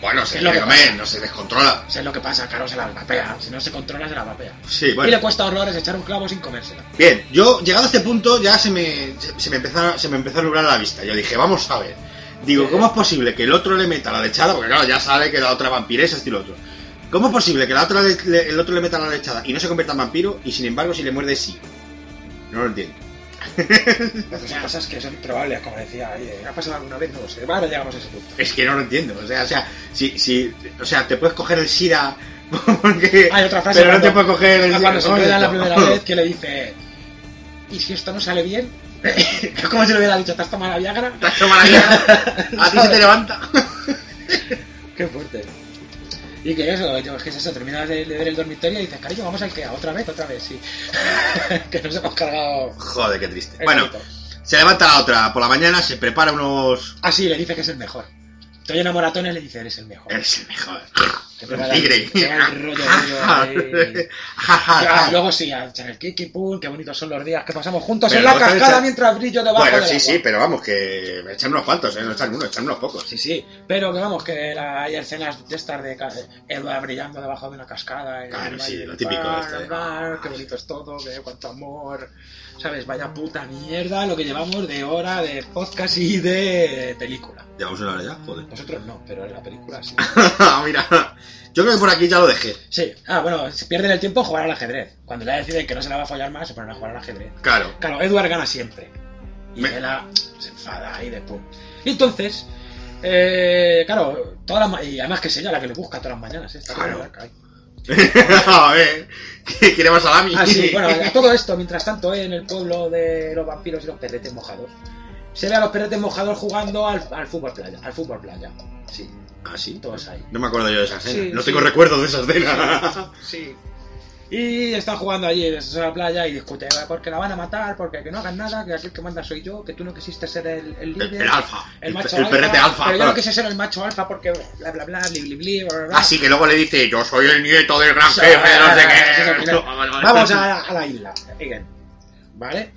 Speaker 2: bueno, se
Speaker 3: es lo
Speaker 2: le
Speaker 3: que
Speaker 2: come, no se descontrola.
Speaker 3: Eso es lo que pasa, claro, se la vapea. Si no se controla, se la vapea.
Speaker 2: Sí,
Speaker 3: Y le
Speaker 2: bueno.
Speaker 3: cuesta horrores echar un clavo sin comérsela.
Speaker 2: Bien, yo, llegado a este punto, ya se me, se, se me empezó, se me empezó a nublar la vista. Yo dije, vamos a ver. Digo, ¿cómo es posible que el otro le meta la lechada? Porque claro, ya sabe que la otra vampiresa, esto y lo otro. ¿Cómo es posible que la otra le- le- el otro le meta la lechada y no se convierta en vampiro y sin embargo si le muerde sí? No lo entiendo.
Speaker 3: Son cosas que son probables, como decía. eh, ¿Ha pasado alguna vez? No lo sé. Ahora llegamos a ese punto.
Speaker 2: Es que no lo entiendo. O sea, o sea, si, si, o sea, te puedes coger el SIDA porque.
Speaker 3: Hay otra frase.
Speaker 2: pero no
Speaker 3: cuando-
Speaker 2: te puedes coger el
Speaker 3: ah, Cuando se
Speaker 2: ¿Cómo es
Speaker 3: enredan la
Speaker 2: esto?
Speaker 3: primera vez, que le dice. ¿Y si esto no sale bien? ¿Cómo se le hubiera dicho? ¿Te has tomado la Viagra?
Speaker 2: Te has tomado la mierda. A ti se te levanta.
Speaker 3: Qué fuerte. Y que eso, yo, es que es eso, terminas de, de ver el dormitorio y dices, cariño, vamos al que otra vez, otra vez, sí. que nos hemos cargado.
Speaker 2: Joder, qué triste.
Speaker 3: el
Speaker 2: Bueno,
Speaker 3: mito.
Speaker 2: se levanta la otra por la mañana, se prepara unos
Speaker 3: Ah, sí, le dice que es el mejor. Estoy en moratones le dice, eres el mejor.
Speaker 2: Eres el mejor.
Speaker 3: Que te
Speaker 2: El
Speaker 3: va a dar-
Speaker 2: Eh, tigre.
Speaker 3: te va a dar rollo, rollo, ahí. Ah,
Speaker 2: Jajaja.
Speaker 3: luego sí, al al kikipul, qué bonitos son los días que pasamos juntos
Speaker 2: Pero
Speaker 3: en la
Speaker 2: no te
Speaker 3: cascada
Speaker 2: echa-
Speaker 3: mientras brillo debajo
Speaker 2: Bueno,
Speaker 3: del
Speaker 2: sí,
Speaker 3: agua.
Speaker 2: sí, pero vamos, que echan unos cuantos, ¿eh? No echan uno, echan unos pocos.
Speaker 3: Sí, sí, pero que vamos, que la- hay escenas de estas de ca- Edward brillando debajo de una cascada. en
Speaker 2: Claro,
Speaker 3: el
Speaker 2: sí,
Speaker 3: valle
Speaker 2: lo
Speaker 3: del
Speaker 2: típico
Speaker 3: Bar,
Speaker 2: este.
Speaker 3: Bar, qué bonito es todo, que cuánto amor. ¿Sabes? Vaya puta mierda lo que llevamos de hora de podcast y de película.
Speaker 2: Llevamos una hora ya, joder.
Speaker 3: Nosotros no, pero en la película sí.
Speaker 2: Mira, yo creo que por aquí ya lo dejé.
Speaker 3: Sí, ah, bueno, si pierden el tiempo jugar al ajedrez. Cuando ya deciden que no se la va a follar más, se ponen a jugar al ajedrez.
Speaker 2: Claro.
Speaker 3: Claro, Edward gana siempre. Y
Speaker 2: Me-
Speaker 3: Vela se enfada y después. Y entonces, eh, claro, todas las ma- y además que es ella la que le busca todas las mañanas. ¿eh? Está
Speaker 2: Claro.
Speaker 3: con la cara.
Speaker 2: a ver, ¿qué- ¿quiere más salami?
Speaker 3: Ah, sí, bueno, a todo esto, mientras tanto, eh, en el pueblo de los vampiros y los perretes mojados, se ve a los perretes mojados jugando al, al fútbol playa. Al fútbol playa. Sí,
Speaker 2: ¿Ah, sí?
Speaker 3: todos ahí.
Speaker 2: No me acuerdo yo de esa escena.
Speaker 3: Sí,
Speaker 2: no
Speaker 3: sí.
Speaker 2: tengo recuerdo de esa escena.
Speaker 3: Sí. Y están jugando allí en la playa y discuten "Ah, porque la van a matar, porque que no hagan nada, que aquel que manda soy yo, que tú no quisiste ser el, el
Speaker 2: El,
Speaker 3: líder.
Speaker 2: el alfa.
Speaker 3: el,
Speaker 2: El,
Speaker 3: macho
Speaker 2: el perrete alfa.
Speaker 3: Pero yo
Speaker 2: claro. Ah,
Speaker 3: no quise ser el macho alfa porque bla bla bla, bli bli bli, bla bla bla.
Speaker 2: Así que luego le dice, yo soy el nieto del gran
Speaker 3: O sea,
Speaker 2: jefe, no sé
Speaker 3: sí, sí,
Speaker 2: qué.
Speaker 3: sí. Vamos a, la- a la isla. Again. ¿Vale?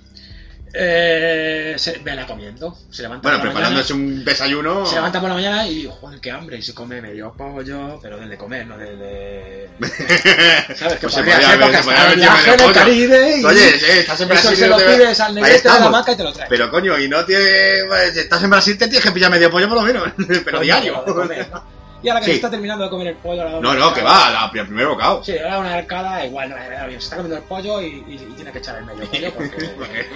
Speaker 3: Eh, se, Vela comiendo. Se levanta
Speaker 2: Bueno,
Speaker 3: por la mañana,
Speaker 2: preparándose un desayuno.
Speaker 3: Se levanta por la mañana y, joder, qué hambre. Y se come medio pollo, pero del de comer, no del de. ¿Sabes? Que
Speaker 2: Pues se
Speaker 3: podría
Speaker 2: podía haber-
Speaker 3: ser porque
Speaker 2: se podía
Speaker 3: está
Speaker 2: haber
Speaker 3: en
Speaker 2: hecho
Speaker 3: viaje en
Speaker 2: medio
Speaker 3: el
Speaker 2: pollo.
Speaker 3: Caribe y.
Speaker 2: Oye, sí, estás en
Speaker 3: eso
Speaker 2: Brasil.
Speaker 3: se
Speaker 2: no
Speaker 3: lo
Speaker 2: te-
Speaker 3: pides al
Speaker 2: Ahí
Speaker 3: negrete de la
Speaker 2: estamos.
Speaker 3: hamaca y te lo trae.
Speaker 2: Pero coño, y no tiene. pues, estás en Brasil, te tienes que pillar medio pollo por lo menos. Pero
Speaker 3: Coño,
Speaker 2: diario.
Speaker 3: de comer, ¿no? Y ahora que
Speaker 2: Sí.
Speaker 3: se está terminando de comer el pollo. a la hora
Speaker 2: No,
Speaker 3: de
Speaker 2: no,
Speaker 3: la
Speaker 2: que
Speaker 3: tarde,
Speaker 2: va, la- el primer bocado.
Speaker 3: Sí, ahora una arcada, igual, no, no, no, se está comiendo el pollo y, y- y tiene que echar el medio pollo porque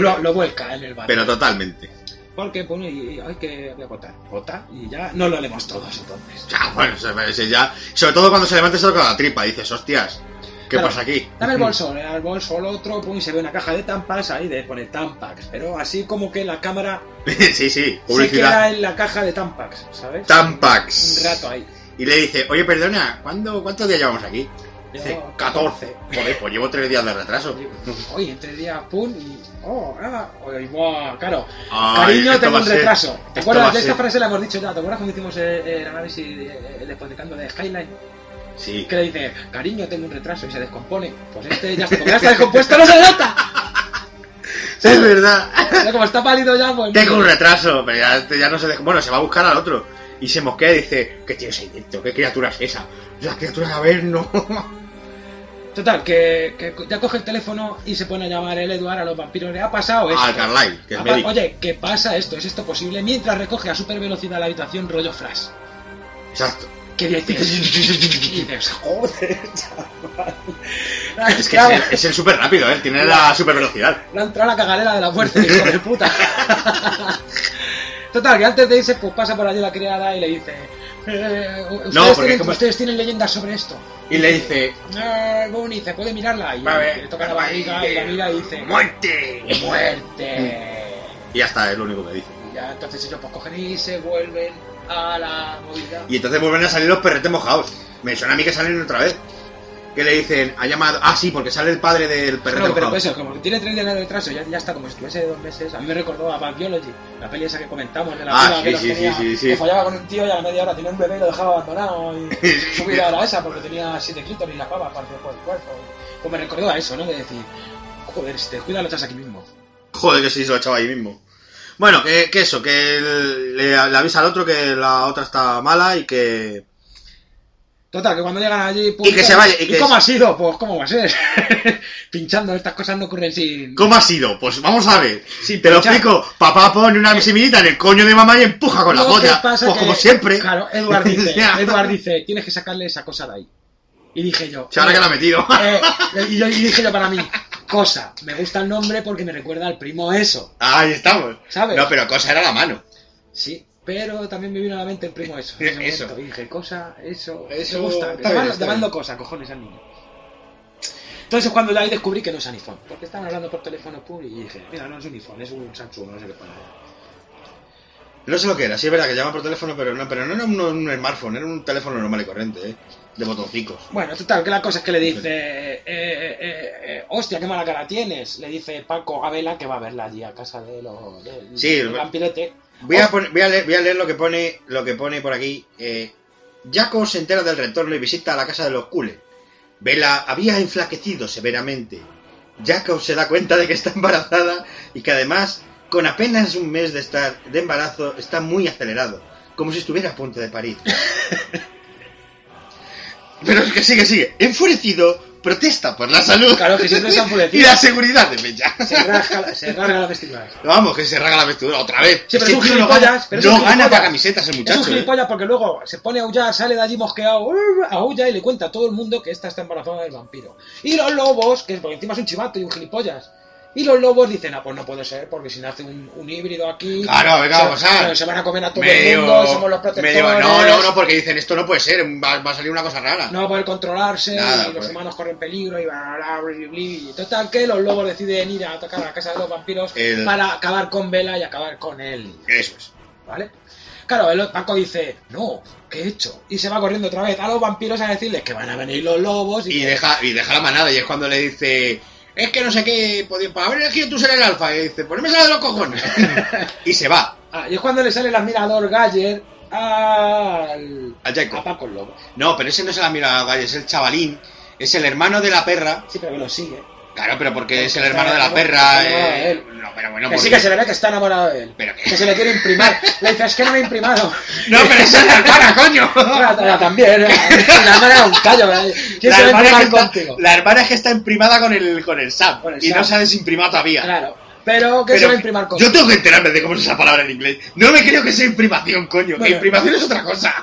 Speaker 3: lo, lo vuelca en el bar.
Speaker 2: Pero totalmente.
Speaker 3: Porque, bueno, y, y- ay, que voy a votar. Vota y ya no lo leemos todos entonces.
Speaker 2: Ya, bueno, se- se- ya. Sobre todo cuando se levanta y se toca la tripa, dices, hostias, ¿qué
Speaker 3: Claro,
Speaker 2: pasa aquí?
Speaker 3: Dame el bolso, le da el bolso al otro, pum, y se ve una caja de Tampax ahí, de pone Tampax, pero así como que la cámara
Speaker 2: sí, sí,
Speaker 3: se
Speaker 2: publicidad.
Speaker 3: queda en la caja de Tampax, ¿sabes?
Speaker 2: Tampax.
Speaker 3: Un rato ahí.
Speaker 2: Y le dice, oye, perdona, ¿cuándo, ¿cuántos días llevamos aquí? Dice,
Speaker 3: Yo-
Speaker 2: 14. Joder, pues llevo tres días de retraso.
Speaker 3: Digo, Oye, entre días, pum, y. ¡Oh! ¡Ah! oye, buah, claro.
Speaker 2: Ay,
Speaker 3: Cariño,
Speaker 2: esto
Speaker 3: tengo
Speaker 2: va a
Speaker 3: un
Speaker 2: ser-
Speaker 3: retraso.
Speaker 2: esto va a
Speaker 3: ¿Te acuerdas de esta
Speaker 2: ser-
Speaker 3: frase? La hemos dicho ya. ¿Te acuerdas cuando hicimos eh, el, análisis de- eh, el despotricando de Skyline?
Speaker 2: Sí.
Speaker 3: Que le dice, cariño, tengo un retraso y se descompone. Pues este ya está, como ya está descompuesto, no se nota.
Speaker 2: Es verdad.
Speaker 3: Pero como está pálido ya, pues.
Speaker 2: Tengo un retraso, pero ya, este ya no se deja. Bueno, se va a buscar al otro. Y se mosquea y dice, ¿qué tío es ahí dentro? ¿Qué criatura es esa? La criatura caverno.
Speaker 3: Pues, Total, que, que ya coge el teléfono y se pone a llamar el Eduard a los vampiros. de, Ha pasado esto.
Speaker 2: Al Ah, Carlyle, que es
Speaker 3: Ha pa-
Speaker 2: médico.
Speaker 3: ah, Oye, ¿qué pasa esto? ¿Es esto posible? Mientras recoge a super velocidad la habitación rollo flash.
Speaker 2: Exacto.
Speaker 3: Que dices, y dices, joder, chaval.
Speaker 2: Es que es el- es el súper rápido, ¿eh? Tiene la super velocidad.
Speaker 3: Le ha entrado la cagalera de la muerte, hijo de puta. Total, que antes de irse, pues pasa por allí la criada y le dice: eh, ¿ustedes,
Speaker 2: No, porque es
Speaker 3: tienen,
Speaker 2: como-
Speaker 3: ustedes tienen leyendas sobre esto.
Speaker 2: Y le dice,
Speaker 3: Eh, dice: puede mirarla. Y
Speaker 2: A ver,
Speaker 3: le toca la barriga y la mira y dice:
Speaker 2: ¡Muerte!
Speaker 3: ¡Muerte!
Speaker 2: Y ya está, es lo único que dice.
Speaker 3: Y ya entonces ellos pues cogen y se vuelven a la movida.
Speaker 2: Y entonces vuelven a salir los perretes mojados. Me suena a mí que salen otra vez. Que le dicen, ha llamado. Ah, sí, porque sale el padre del perrete
Speaker 3: Claro, pero
Speaker 2: mojado.
Speaker 3: pues eso, como que tiene tres días de retraso, ya, ya está como si estuviese de dos meses. A mí me recordó a Bad Biology, la peli esa que comentamos de la
Speaker 2: Ah,
Speaker 3: piba
Speaker 2: sí,
Speaker 3: que, los
Speaker 2: sí, sí,
Speaker 3: tenía-
Speaker 2: sí, sí.
Speaker 3: que fallaba con un tío y a la media hora tenía un bebé y lo dejaba abandonado. Y su vida era esa porque tenía siete clítoris y la pava partió por el cuerpo. Pues me recordó a eso, ¿no? De decir, joder, este, si te cuidas lo estás aquí mismo.
Speaker 2: Joder, que sí, se lo echaba ahí mismo. Bueno, que, que eso, que el- le, le avisa al otro que la otra está mala y que.
Speaker 3: Total, que cuando llegan allí...
Speaker 2: Y que se vaya, y
Speaker 3: ¿Y,
Speaker 2: que-
Speaker 3: cómo ha sido? Pues, ¿cómo va a ser? Pinchando, estas cosas no ocurren sin...
Speaker 2: ¿Cómo ha sido? Pues vamos a ver.
Speaker 3: Sí,
Speaker 2: Te lo
Speaker 3: pinchar.
Speaker 2: explico. Papá pone una semillita en el coño de mamá y empuja con la
Speaker 3: Luego, ¿qué
Speaker 2: polla. Pues
Speaker 3: pasa? Que-
Speaker 2: como siempre.
Speaker 3: Claro, Eduard dice,
Speaker 2: Ya.
Speaker 3: Eduard dice, tienes que sacarle esa cosa de ahí. Y dije yo...
Speaker 2: Se ahora que la ha metido.
Speaker 3: Eh, y, yo, y dije yo para mí, cosa, me gusta el nombre porque me recuerda al primo eso,
Speaker 2: Ahí estamos.
Speaker 3: ¿sabes?
Speaker 2: No, pero cosa era la mano.
Speaker 3: Sí, pero también me vino a la mente el primo eso. en ese
Speaker 2: Eso.
Speaker 3: momento. Y dije, cosa, eso,
Speaker 2: Eso,
Speaker 3: me gusta.
Speaker 2: está bien,
Speaker 3: Llamando,
Speaker 2: está
Speaker 3: llamando
Speaker 2: bien.
Speaker 3: cosa, cojones al niño. Entonces cuando ya ahí descubrí que no es Anifón, porque estaban hablando por teléfono pum, y dije, mira, no es un iPhone, es un Samsung, no sé qué para.
Speaker 2: No sé lo que era, sí es verdad que llama por teléfono, pero no, pero no era un, un smartphone, era un teléfono normal y corriente, ¿eh? de botoncicos.
Speaker 3: Bueno, total, que la cosa es que le dice, eh, eh, eh, eh, hostia, qué mala cara tienes, le dice Paco a Vela que va a verla allí a casa de los, del,
Speaker 2: Sí,
Speaker 3: del vampirete.
Speaker 2: Voy a, poner- voy a leer, voy a leer lo que pone lo que pone por aquí. eh, Jaco se entera del retorno y visita la casa de los Cule. Vela había enflaquecido severamente. Jaco se da cuenta de que está embarazada y que además, con apenas un mes de estar de embarazo, está muy acelerado, como si estuviera a punto de parir. Pero es que sigue, sigue. Enfurecido, protesta por la salud
Speaker 3: Claro, que siempre está enfurecido.
Speaker 2: y la seguridad de Bella.
Speaker 3: Se rasca, se rasga la vestidura.
Speaker 2: Vamos, que se raga la vestidura otra vez.
Speaker 3: Sí, pero
Speaker 2: Ese
Speaker 3: es un
Speaker 2: tío no
Speaker 3: gilipollas,
Speaker 2: gana,
Speaker 3: pero es
Speaker 2: no
Speaker 3: un
Speaker 2: gana
Speaker 3: gilipollas.
Speaker 2: para camisetas el
Speaker 3: Es un
Speaker 2: muchacho. ¿eh?
Speaker 3: gilipollas porque luego se pone a aullar, sale de allí mosqueado, ur, aúlla y le cuenta a todo el mundo que esta está embarazada del vampiro. Y los lobos, que por encima es un chivato y un gilipollas. Y los lobos dicen, ah, pues no puede ser, porque si nace un, un híbrido aquí...
Speaker 2: Claro, venga,
Speaker 3: se-
Speaker 2: vamos a ver.
Speaker 3: Se van a comer a todo el
Speaker 2: Medio-
Speaker 3: mundo, somos los protectores...
Speaker 2: medio- no, no, no, porque dicen esto no puede ser, va, va a salir una cosa rara.
Speaker 3: no va a poder controlarse
Speaker 2: Nada,
Speaker 3: y los
Speaker 2: pues.
Speaker 3: humanos corren peligro y bla, bla, bla, bla, bla, bla. Y total que los lobos deciden ir a atacar a la casa de los vampiros
Speaker 2: El-
Speaker 3: para acabar con Vela y acabar con él,
Speaker 2: Eso es.
Speaker 3: ¿vale? Claro, el Paco dice, no, ¿qué he hecho? Y se va corriendo otra vez a los vampiros a decirles que van a venir los lobos y,
Speaker 2: Y deja, y deja la manada, y es cuando le dice. Es que no sé qué, podía- para haber elegido tú ser el alfa. Y dice, poneme sala de los cojones. y se va.
Speaker 3: Ah, y es cuando le sale el admirador Galler al...
Speaker 2: A Jacob.
Speaker 3: a Paco el lobo.
Speaker 2: No, pero ese no es el admirador, es el chavalín. Es el hermano de la perra.
Speaker 3: Sí, pero que lo sigue.
Speaker 2: Claro, pero porque es el
Speaker 3: Está
Speaker 2: hermano de la
Speaker 3: enamorado-
Speaker 2: perra.
Speaker 3: está enamorado de
Speaker 2: eh,
Speaker 3: él.
Speaker 2: No, pero bueno,
Speaker 3: que sí
Speaker 2: porque-
Speaker 3: que se le ve que está enamorado de él.
Speaker 2: Pero que-
Speaker 3: que se le quiere imprimir. Le dice, es que no me he imprimado.
Speaker 2: No, pero esa es la hermana, coño.
Speaker 3: Ah, ah, también. eh. La hermana era un callo. ¿verdad? ¿Quién se va a
Speaker 2: es que
Speaker 3: enfadar
Speaker 2: está-
Speaker 3: contigo?
Speaker 2: la hermana es que está imprimada con el, con el Sam.
Speaker 3: Con el
Speaker 2: y
Speaker 3: Sam.
Speaker 2: no se ha desimprimado todavía.
Speaker 3: Claro. Pero que se
Speaker 2: Pero
Speaker 3: va a imprimar
Speaker 2: yo
Speaker 3: contigo.
Speaker 2: tengo que enterarme de cómo es esa palabra en inglés. No me creo que sea imprimación, coño. que
Speaker 3: Bueno.
Speaker 2: imprimación es otra cosa.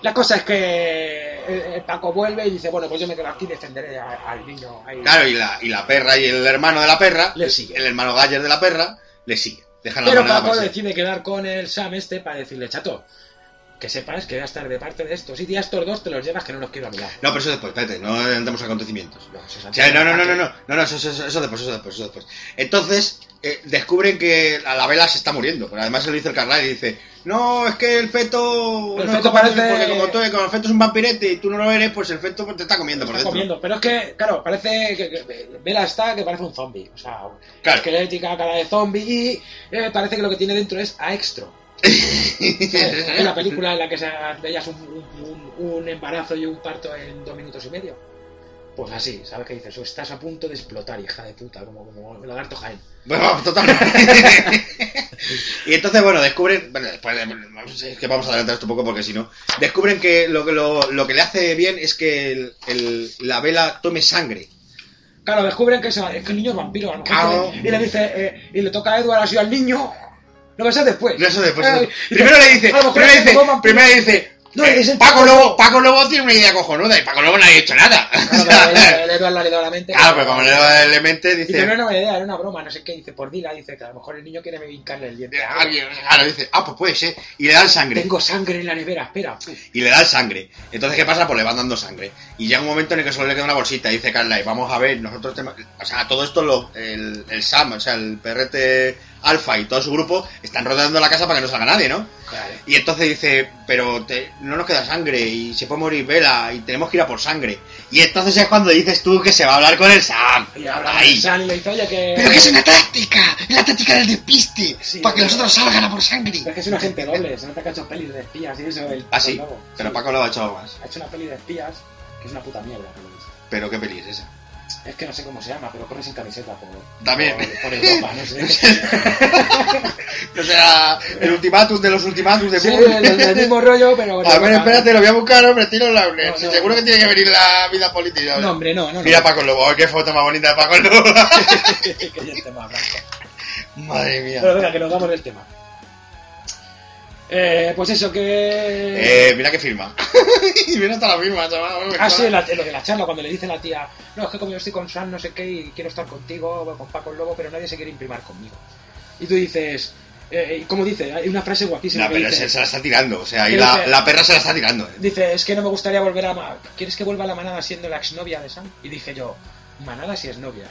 Speaker 3: La cosa es que el, el Paco vuelve y dice, bueno, pues yo me quedo aquí y defenderé a- al niño. ahí.
Speaker 2: Claro, y la, y la perra y el hermano de la perra,
Speaker 3: Le sigue.
Speaker 2: el hermano Galler de la perra, le sigue. Dejan la
Speaker 3: Pero
Speaker 2: manada
Speaker 3: Paco
Speaker 2: para sí.
Speaker 3: decide quedar con el Sam este para decirle, chato, que sepas que voy a estar de parte de estos. Y ya estos dos te los llevas que no los quiero a mi lado.
Speaker 2: No, pero eso después, espérate, no adelantamos acontecimientos.
Speaker 3: No, eso es
Speaker 2: O sea, no, no, no, no, no, no, no, eso, eso, eso después, eso después, eso después. Entonces, eh, descubren que a la vela se está muriendo. Pero además se lo dice el Carlyle y dice, no, es que el feto...
Speaker 3: El
Speaker 2: no
Speaker 3: feto
Speaker 2: es compatible
Speaker 3: parece-
Speaker 2: Porque como, tú- como el feto es un vampirete y tú no lo eres, pues el feto pues, te está comiendo por dentro.
Speaker 3: Está comiendo, pero es que, claro, parece que, que- Vela está que parece un zombie. O sea,
Speaker 2: Claro.
Speaker 3: esquelética, cara de zombie y eh, parece que lo que tiene dentro es a extra. Es la película en la que se veías un, un- un- un embarazo y un parto en dos minutos y medio. Pues así, ¿sabes qué dices? O estás a punto de explotar, hija de puta, como, como el lagarto Jaén.
Speaker 2: Bueno, totalmente. y entonces, bueno, descubren. Bueno, después de- vamos- es que vamos a adelantar esto un poco porque si no. Descubren que lo, que lo, lo que le hace bien es que el- el- la vela tome sangre.
Speaker 3: Claro, descubren que, es, es que el niño es vampiro. a lo mejor
Speaker 2: Claro.
Speaker 3: tiene- y le dice, eh, y le toca a Edward así al niño. Lo ves después.
Speaker 2: No, eso después.
Speaker 3: Ay, y
Speaker 2: pues, primero
Speaker 3: dice,
Speaker 2: le dice.
Speaker 3: a lo mejor
Speaker 2: Primero le
Speaker 3: es que
Speaker 2: dice.
Speaker 3: como vampiro.
Speaker 2: Primero le dice.
Speaker 3: No,
Speaker 2: eh,
Speaker 3: es el
Speaker 2: Paco
Speaker 3: Paco
Speaker 2: Lobo,
Speaker 3: Lobo.
Speaker 2: Paco Lobo tiene una idea cojonuda y Paco Lobo no ha dicho nada.
Speaker 3: Claro, claro, el- el Edward le ha leído la mente.
Speaker 2: Claro, pero como le da el mente,
Speaker 3: Y que no
Speaker 2: dice.
Speaker 3: era una idea, era una broma, no sé qué. Dice, por Dila, dice que a lo mejor el niño quiere vincarle el diente.
Speaker 2: ah, Claro, dice, ah, pues puede ser. Y le dan sangre.
Speaker 3: Tengo sangre en la nevera, espera.
Speaker 2: y le dan sangre. Entonces, ¿qué pasa? Pues le van dando sangre. Y llega un momento en el que solo le queda una bolsita. Y dice Carla, y vamos a ver, nosotros tenemos... O sea, todo esto, lo, el, el Sam, o sea, el perrete Alfa y todo su grupo están rodeando la casa para que no salga nadie, ¿no?
Speaker 3: Vale.
Speaker 2: Y entonces dice, pero te- no nos queda sangre y se puede morir Vela y tenemos que ir a por sangre. Y entonces es cuando dices tú que se va a hablar con el Sam.
Speaker 3: Y ahora
Speaker 2: Ahí.
Speaker 3: Sam le dice, oye, que...
Speaker 2: Pero que es una táctica, es la táctica del despiste,
Speaker 3: Sí.
Speaker 2: para que los otros salgan a por sangre.
Speaker 3: Pero es que es un agente doble, se nota que ha hecho pelis de espías y eso. El
Speaker 2: Ah, sí,
Speaker 3: Paco Lobo.
Speaker 2: pero
Speaker 3: Sí,
Speaker 2: Paco lo ha echado más.
Speaker 3: Ha hecho una peli de espías que es una puta mierda. que lo he visto.
Speaker 2: Pero qué peli es esa.
Speaker 3: Es que no sé cómo se llama, pero corre sin camiseta por,
Speaker 2: También.
Speaker 3: por, por Europa, no sé.
Speaker 2: O sea, el ultimátum de los ultimátums de
Speaker 3: Sí,
Speaker 2: Putin.
Speaker 3: el, el mismo rollo, pero...
Speaker 2: A ver, espérate, lo voy a buscar, hombre, tiro la...
Speaker 3: no.
Speaker 2: Seguro que tiene que venir la vida política.
Speaker 3: No, hombre, no, no. no.
Speaker 2: Mira Paco Lobo, ay, qué foto más bonita de Paco Lobo.
Speaker 3: Que ya esté más blanco.
Speaker 2: Madre mía.
Speaker 3: Pero venga, que nos vamos del tema. Eh, pues eso, que...
Speaker 2: Eh, mira que firma. y mira hasta la firma, chaval.
Speaker 3: Ah, sí, la- lo de la charla, cuando le dice la tía, no, es que como yo estoy con Sam, no sé qué, y quiero estar contigo, o con Paco el Lobo, pero nadie se quiere imprimar conmigo. Y tú dices, eh, ¿cómo dice? Hay una frase guapísima
Speaker 2: No,
Speaker 3: que
Speaker 2: pero
Speaker 3: dice,
Speaker 2: se, se la está tirando, o sea, y
Speaker 3: ¿Qué
Speaker 2: la,
Speaker 3: dice?
Speaker 2: la perra se la está tirando. eh.
Speaker 3: dice, es que no me gustaría volver a... ma- ¿Quieres que vuelva a la manada siendo la exnovia de Sam? Y dije yo, manadas y exnovias,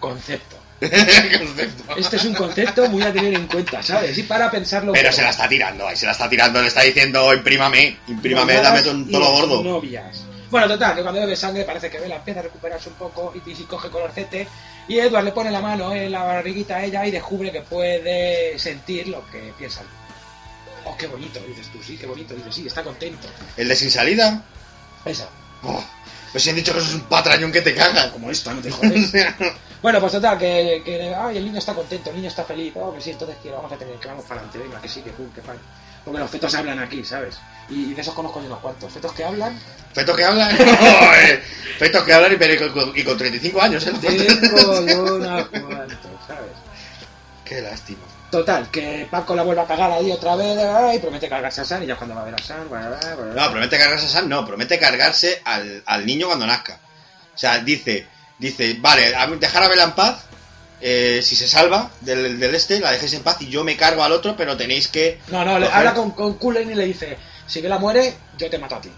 Speaker 3: concepto.
Speaker 2: Qué concepto.
Speaker 3: Este es un concepto muy a tener en cuenta, ¿sabes? Y para pensarlo...
Speaker 2: Pero
Speaker 3: bien.
Speaker 2: se la está tirando, ahí se la está tirando, le está diciendo, imprímame, imprímame, dame
Speaker 3: Manadas
Speaker 2: todo
Speaker 3: y
Speaker 2: todo lo gordo.
Speaker 3: exnovias. Bueno, total, que cuando bebe sangre parece que Vela empieza a recuperarse un poco y Tizzy coge colorcete y Edward le pone la mano en la barriguita a ella y descubre que puede sentir lo que piensa. oh, qué bonito, dices tú, sí, qué bonito, dices, sí, está contento.
Speaker 2: ¿El de sin salida?
Speaker 3: Esa.
Speaker 2: Oh, pues si han dicho que eso es un patrañón que te caga.
Speaker 3: Como esta, no te jodes. bueno, pues total, que, que ay, el niño está contento, el niño está feliz, oh, que sí, entonces que vamos a tener que vamos para adelante, venga, que sí, que pum, que fan. Porque los fetos hablan aquí, ¿sabes? Y, y de esos conozco yo unos cuantos. Fetos que hablan,
Speaker 2: Fetos que hablan. Joder. Fetos que hablan y, pero- y con, y con 35 años, ¿eh?
Speaker 3: tengo yo unos cuantos, ¿sabes?
Speaker 2: Qué lástima.
Speaker 3: Total, que Paco la vuelve a cagar ahí otra vez, ay, promete cargarse a San y ya cuando va a ver a San, bla, bla, bla, bla.
Speaker 2: No, promete cargarse a Sam, no, promete cargarse al, al niño cuando nazca. O sea, dice, dice, vale, a- dejar a Vela en paz, eh, si se salva del, del este, la dejéis en paz y yo me cargo al otro, pero tenéis que...
Speaker 3: no, no, le
Speaker 2: coger
Speaker 3: habla con, con Cullen y le dice, si Vela muere, yo te mato a ti.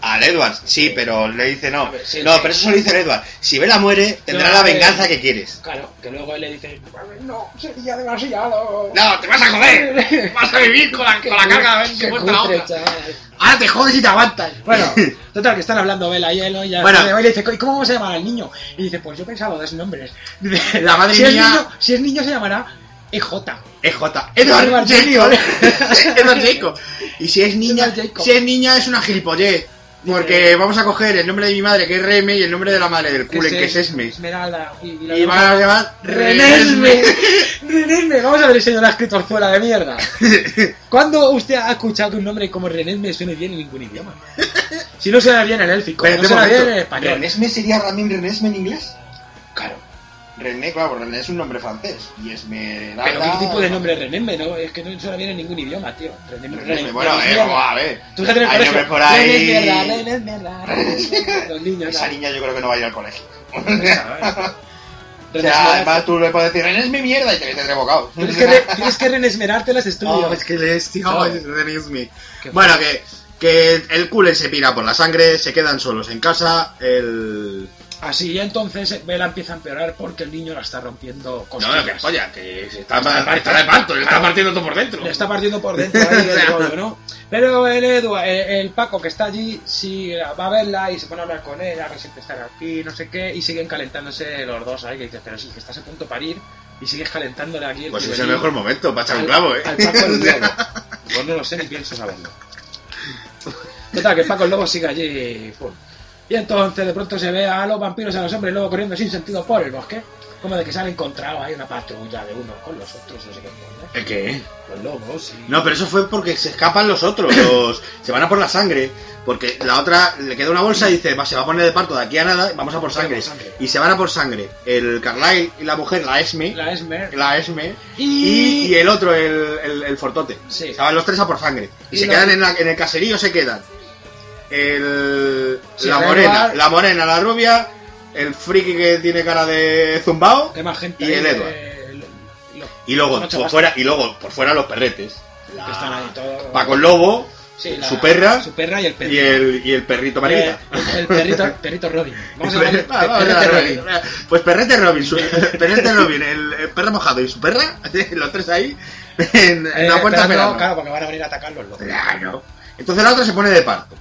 Speaker 2: Al Edward, sí, pero le dice no.
Speaker 3: A ver, sí,
Speaker 2: no,
Speaker 3: sí.
Speaker 2: pero eso se lo dice el Edward. Si Vela muere, tendrá
Speaker 3: No,
Speaker 2: la
Speaker 3: a ver.
Speaker 2: venganza que quieres.
Speaker 3: Claro, que luego él le dice, no, sería demasiado.
Speaker 2: No, te vas a joder. Vas a vivir con la, con la carga de
Speaker 3: Qué
Speaker 2: haber muerto la
Speaker 3: cutre,
Speaker 2: otra.
Speaker 3: chaval.
Speaker 2: Ahora te jodes y te aguantas.
Speaker 3: Bueno, total, que están hablando Vela y él, ¿no? y ya
Speaker 2: Bueno.
Speaker 3: se le- y le dice, ¿y cómo vamos a llamar al niño? Y dice, pues yo pensaba dos nombres. Dice,
Speaker 2: La madre
Speaker 3: si Es
Speaker 2: mía-
Speaker 3: niño, si es niño se llamará E EJ.
Speaker 2: EJ. Edward
Speaker 3: Edward
Speaker 2: Jacob.
Speaker 3: Jacob.
Speaker 2: Edward Jacob. Y si es niña,
Speaker 3: Edward Jacob.
Speaker 2: si es niña es una gilipollez. Porque vamos a coger el nombre de mi madre, que es Reme, y el nombre de la madre del culen, que es Esme.
Speaker 3: Esmeralda. Y, y la
Speaker 2: Y van a llamar
Speaker 3: Renesme.
Speaker 2: Renesme.
Speaker 3: Renesme, vamos a ver, señora escritorzuela de mierda. ¿Cuándo usted ha escuchado que un nombre como Renesme suene bien en ningún idioma? Si no suena bien en élfico,
Speaker 2: Pero
Speaker 3: no
Speaker 2: de
Speaker 3: suena
Speaker 2: momento,
Speaker 3: bien en español.
Speaker 2: ¿Renesme sería Ramin Renesme en inglés?
Speaker 3: Claro.
Speaker 2: René, claro, René es un nombre francés. Y Esmeralda...
Speaker 3: Pero ¿qué tipo de nombre es Renesme? No, es que no suena bien en ningún idioma, tío. Renesme,
Speaker 2: Renesme, Bueno, eh, vamos a ver.
Speaker 3: Tú fíjate en el
Speaker 2: Hay
Speaker 3: colegio.
Speaker 2: nombres por ahí.
Speaker 3: Renesme, Renesme, Renesme. Los niños,
Speaker 2: Esa
Speaker 3: no.
Speaker 2: niña yo creo que no va a ir al colegio. O
Speaker 3: Renesme,
Speaker 2: sea, además tú le puedes decir, René es mi mierda y te metes rebocado.
Speaker 3: Tienes que, re- tienes que renesmerarte las estudios.
Speaker 2: Oh, es que les, tío,
Speaker 3: Claro.
Speaker 2: es Renesme.
Speaker 3: Qué
Speaker 2: Bueno, que, que el culen se pira por la sangre, se quedan solos en casa, el...
Speaker 3: Así ya entonces eh, Vela empieza a empeorar porque el niño la está rompiendo
Speaker 2: No, no,
Speaker 3: costillas.
Speaker 2: que polla, que se está, está, de parto, le está partiendo todo por dentro.
Speaker 3: Le está partiendo por dentro ahí el rollo, ¿no? Pero el Edu, el, el Paco que está allí, sí va a verla y se pone a hablar con él, a ver si empezar aquí, no sé qué, y siguen calentándose los dos ahí, que dices, pero sí, que estás a punto de parir y sigues calentándole aquí el
Speaker 2: Pues es el
Speaker 3: piberín
Speaker 2: mejor momento para echar
Speaker 3: al-
Speaker 2: un clavo, ¿eh?
Speaker 3: Al Paco el Lobo. Pues no lo sé ni pienso saberlo. Total, que Paco el Lobo sigue allí. full. Y entonces de pronto se ve a los vampiros, a los hombres lobo corriendo sin sentido por el bosque. Como de que se han encontrado ahí una patrulla de unos con los otros, no sé qué. coño.
Speaker 2: ¿El qué?
Speaker 3: Los lobos y...
Speaker 2: No, pero eso fue porque se escapan los otros, los- se van a por la sangre, porque la otra le queda una bolsa y dice, va, se va a poner de parto de aquí a nada, vamos a por sangre.
Speaker 3: sangre.
Speaker 2: Y se van a por sangre. El Carlyle y la mujer, la Esme,
Speaker 3: La Esmer.
Speaker 2: la Esme, y,
Speaker 3: Y...
Speaker 2: y el otro, el, el, el Fortote.
Speaker 3: Sí.
Speaker 2: Estaban los tres a por sangre. Y,
Speaker 3: Y
Speaker 2: se
Speaker 3: la-
Speaker 2: quedan en, la- en el caserío, se quedan. El,
Speaker 3: Sí,
Speaker 2: la
Speaker 3: da
Speaker 2: morena,
Speaker 3: igual.
Speaker 2: la morena, la rubia, el friki que tiene cara de zumbao.
Speaker 3: ¿Qué más gente?
Speaker 2: y el
Speaker 3: ahí?
Speaker 2: Edward.
Speaker 3: Eh, lo- lo-
Speaker 2: Y luego,
Speaker 3: Mucho
Speaker 2: por
Speaker 3: más.
Speaker 2: fuera, y luego por fuera los perretes.
Speaker 3: que están ahí todo...
Speaker 2: Paco el Lobo,
Speaker 3: Sí, la-
Speaker 2: su perra,
Speaker 3: Su perra y el perrito.
Speaker 2: y el, y el perrito Marita.
Speaker 3: Eh, el perrito, perrito Robin. Vamos a
Speaker 2: Perre-
Speaker 3: ver. Eh,
Speaker 2: ah, vamos a
Speaker 3: perrito
Speaker 2: ver,
Speaker 3: Robin.
Speaker 2: Robin. Pues perrete Robin, su- perrete Robin, el, el perro mojado y su perra, los tres ahí, en, en
Speaker 3: Eh,
Speaker 2: la puerta
Speaker 3: esperando,
Speaker 2: esperando.
Speaker 3: Claro, porque van a venir a atacar los locos.
Speaker 2: Claro. Entonces la otra se pone de parto.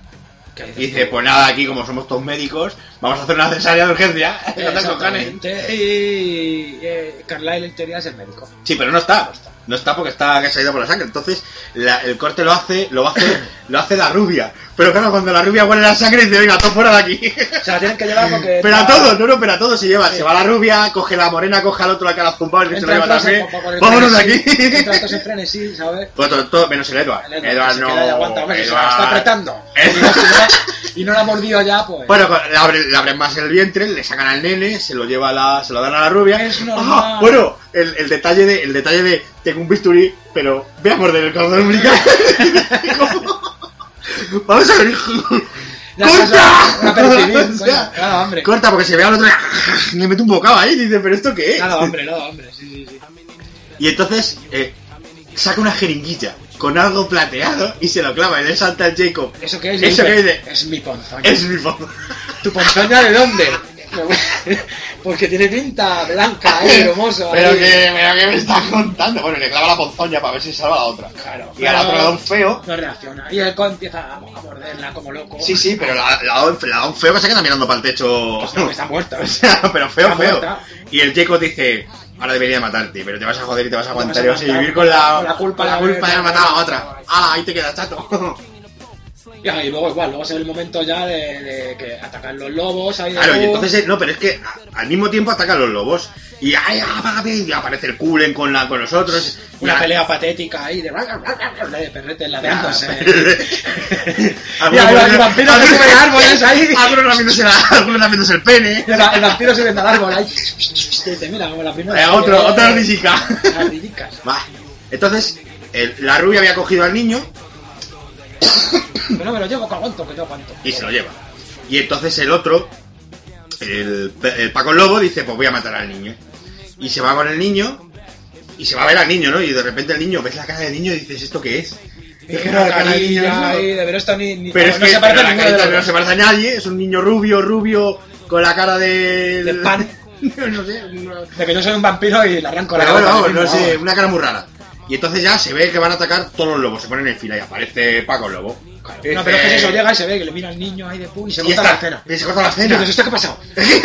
Speaker 3: ¿Qué
Speaker 2: Y dice,
Speaker 3: tú?
Speaker 2: pues nada, aquí como somos todos médicos, vamos a hacer una cesárea de urgencia. No te acojones.
Speaker 3: Exactamente. Y eh, Carlyle en teoría es el médico.
Speaker 2: Sí, pero no está. No está porque está que se ha ido por la sangre. Entonces, la- el corte lo hace, lo hace, lo hace la rubia. Pero claro, cuando la rubia huele la sangre dice, venga, todo fuera de aquí.
Speaker 3: O sea, tienen que llevar porque.
Speaker 2: Pero a
Speaker 3: está-
Speaker 2: todos, no, no, pero a todos se lleva. Se va la rubia, coge la morena, coge al otro la cara zumbada, el que se lo
Speaker 3: Entran
Speaker 2: lleva
Speaker 3: todos en-
Speaker 2: también.
Speaker 3: por- por el
Speaker 2: Vámonos de
Speaker 3: frenesí, Entran
Speaker 2: aquí.
Speaker 3: todos en frenesí, ¿sabes?
Speaker 2: Pues todo, todo- menos el Edward.
Speaker 3: El
Speaker 2: Edward,
Speaker 3: Edward, que se
Speaker 2: no.
Speaker 3: queda y aguanta, hombre, si se la está
Speaker 2: Edward.
Speaker 3: apretando.
Speaker 2: Edward.
Speaker 3: Y no la ha mordido ya, pues.
Speaker 2: Bueno, le abren, le abren más el vientre, le sacan al nene, se lo lleva a la, se lo dan a la rubia.
Speaker 3: Es normal.
Speaker 2: Ah, bueno, el, el detalle de, el detalle de tengo un bisturí, pero voy a morder el cordón umbilical. Vamos a ver, hijo.
Speaker 3: Ya
Speaker 2: ¡Corta!
Speaker 3: estás a- a percibir,
Speaker 2: O sea,
Speaker 3: coño. Claro, hombre.
Speaker 2: Corta porque se ve al otro y le mete un bocado ahí, dice, pero esto qué es.
Speaker 3: Nada, hombre, nada, hombre. Sí, sí, sí.
Speaker 2: Y entonces eh, saca una jeringuilla con algo plateado y se lo clava en el Santa Jacob.
Speaker 3: ¿Eso qué es?
Speaker 2: Eso
Speaker 3: Dice,
Speaker 2: que dice.
Speaker 3: Es mi ponzoña.
Speaker 2: Es mi foto.
Speaker 3: ¿Tu ponzoña de dónde? Porque tiene pinta blanca, eh, hermoso.
Speaker 2: Pero
Speaker 3: ahí.
Speaker 2: que, pero que me estás contando. Bueno, y le clava la ponzoña para ver si salva a la otra.
Speaker 3: Claro.
Speaker 2: Y a la
Speaker 3: Pero-
Speaker 2: otra le da un feo.
Speaker 3: No reacciona. Y el con empieza a morderla como loco.
Speaker 2: Sí, sí, pero la, la, da un- la da un
Speaker 3: Pues
Speaker 2: feo que se queda mirando para el techo.
Speaker 3: No, que está muerta.
Speaker 2: pero feo,
Speaker 3: Está
Speaker 2: feo.
Speaker 3: muerta.
Speaker 2: Y el Jacob dice, Ahora debería matarte, pero te vas a joder y te vas a aguantar y vas
Speaker 3: vas a
Speaker 2: a vivir
Speaker 3: aguantar.
Speaker 2: con la,
Speaker 3: Con la culpa
Speaker 2: con la
Speaker 3: de
Speaker 2: culpa de
Speaker 3: haber-
Speaker 2: haber matado a otra. ¡Hala! Ahí te quedas chato.
Speaker 3: Ya, y luego igual, luego se ve el momento ya de, de que atacan los lobos, ahí de
Speaker 2: Claro, y
Speaker 3: nuevo.
Speaker 2: entonces, eh, no, pero es que a- al mismo tiempo atacan los lobos y ¡ay, apágate! Y aparece el Kulen con, la, con los otros. y
Speaker 3: una
Speaker 2: la-
Speaker 3: pelea patética ahí de, de perretes ladrandose.
Speaker 2: Ah, Algunos
Speaker 3: Ya,
Speaker 2: comiendo-
Speaker 3: el vampiro se
Speaker 2: algunos-
Speaker 3: come árboles ahí.
Speaker 2: Algunos lamiéndose la- algunos lamiéndose el pene.
Speaker 3: Y el, el vampiro se vende al árbol ahí. Y dice, mira, como la primera.
Speaker 2: Eh,
Speaker 3: vez
Speaker 2: otro,
Speaker 3: que-
Speaker 2: otra ardillica.
Speaker 3: Ardillicas.
Speaker 2: Va. Entonces, el- la rubia había cogido al niño
Speaker 3: Que no me lo llevo, que aguanto, que yo aguanto.
Speaker 2: y se lo lleva. Y entonces el otro, el, el Paco Lobo, dice, pues voy a matar al niño. Y se va con el niño y se va a ver al niño, ¿no? Y de repente el niño, ves la cara del niño y dices, ¿esto qué es? Es que no, la cara del niño es una-
Speaker 3: ahí, de ver esto ni, ni-
Speaker 2: Pero es
Speaker 3: no
Speaker 2: que
Speaker 3: se
Speaker 2: pero
Speaker 3: parece a
Speaker 2: la
Speaker 3: ninguno de
Speaker 2: carita
Speaker 3: los
Speaker 2: no se parece a nadie, es un niño rubio, rubio, con la cara de...
Speaker 3: De pan.
Speaker 2: no sé, una-
Speaker 3: dos. De que yo soy un vampiro y le arranco la
Speaker 2: Pero bueno,
Speaker 3: cabeza
Speaker 2: vamos,
Speaker 3: al
Speaker 2: no
Speaker 3: mismo,
Speaker 2: sé,
Speaker 3: vamos.
Speaker 2: una cara muy rara. Y entonces ya se ve que van a atacar todos los lobos, se ponen en fila y aparece Paco Lobo.
Speaker 3: Claro. No, pero es que eso llega y se ve que le mira al niño ahí de pu y se monta
Speaker 2: está,
Speaker 3: la escena.
Speaker 2: Este- y se corta la
Speaker 3: Y
Speaker 2: cena.
Speaker 3: dices, ¿esto qué ha pasado?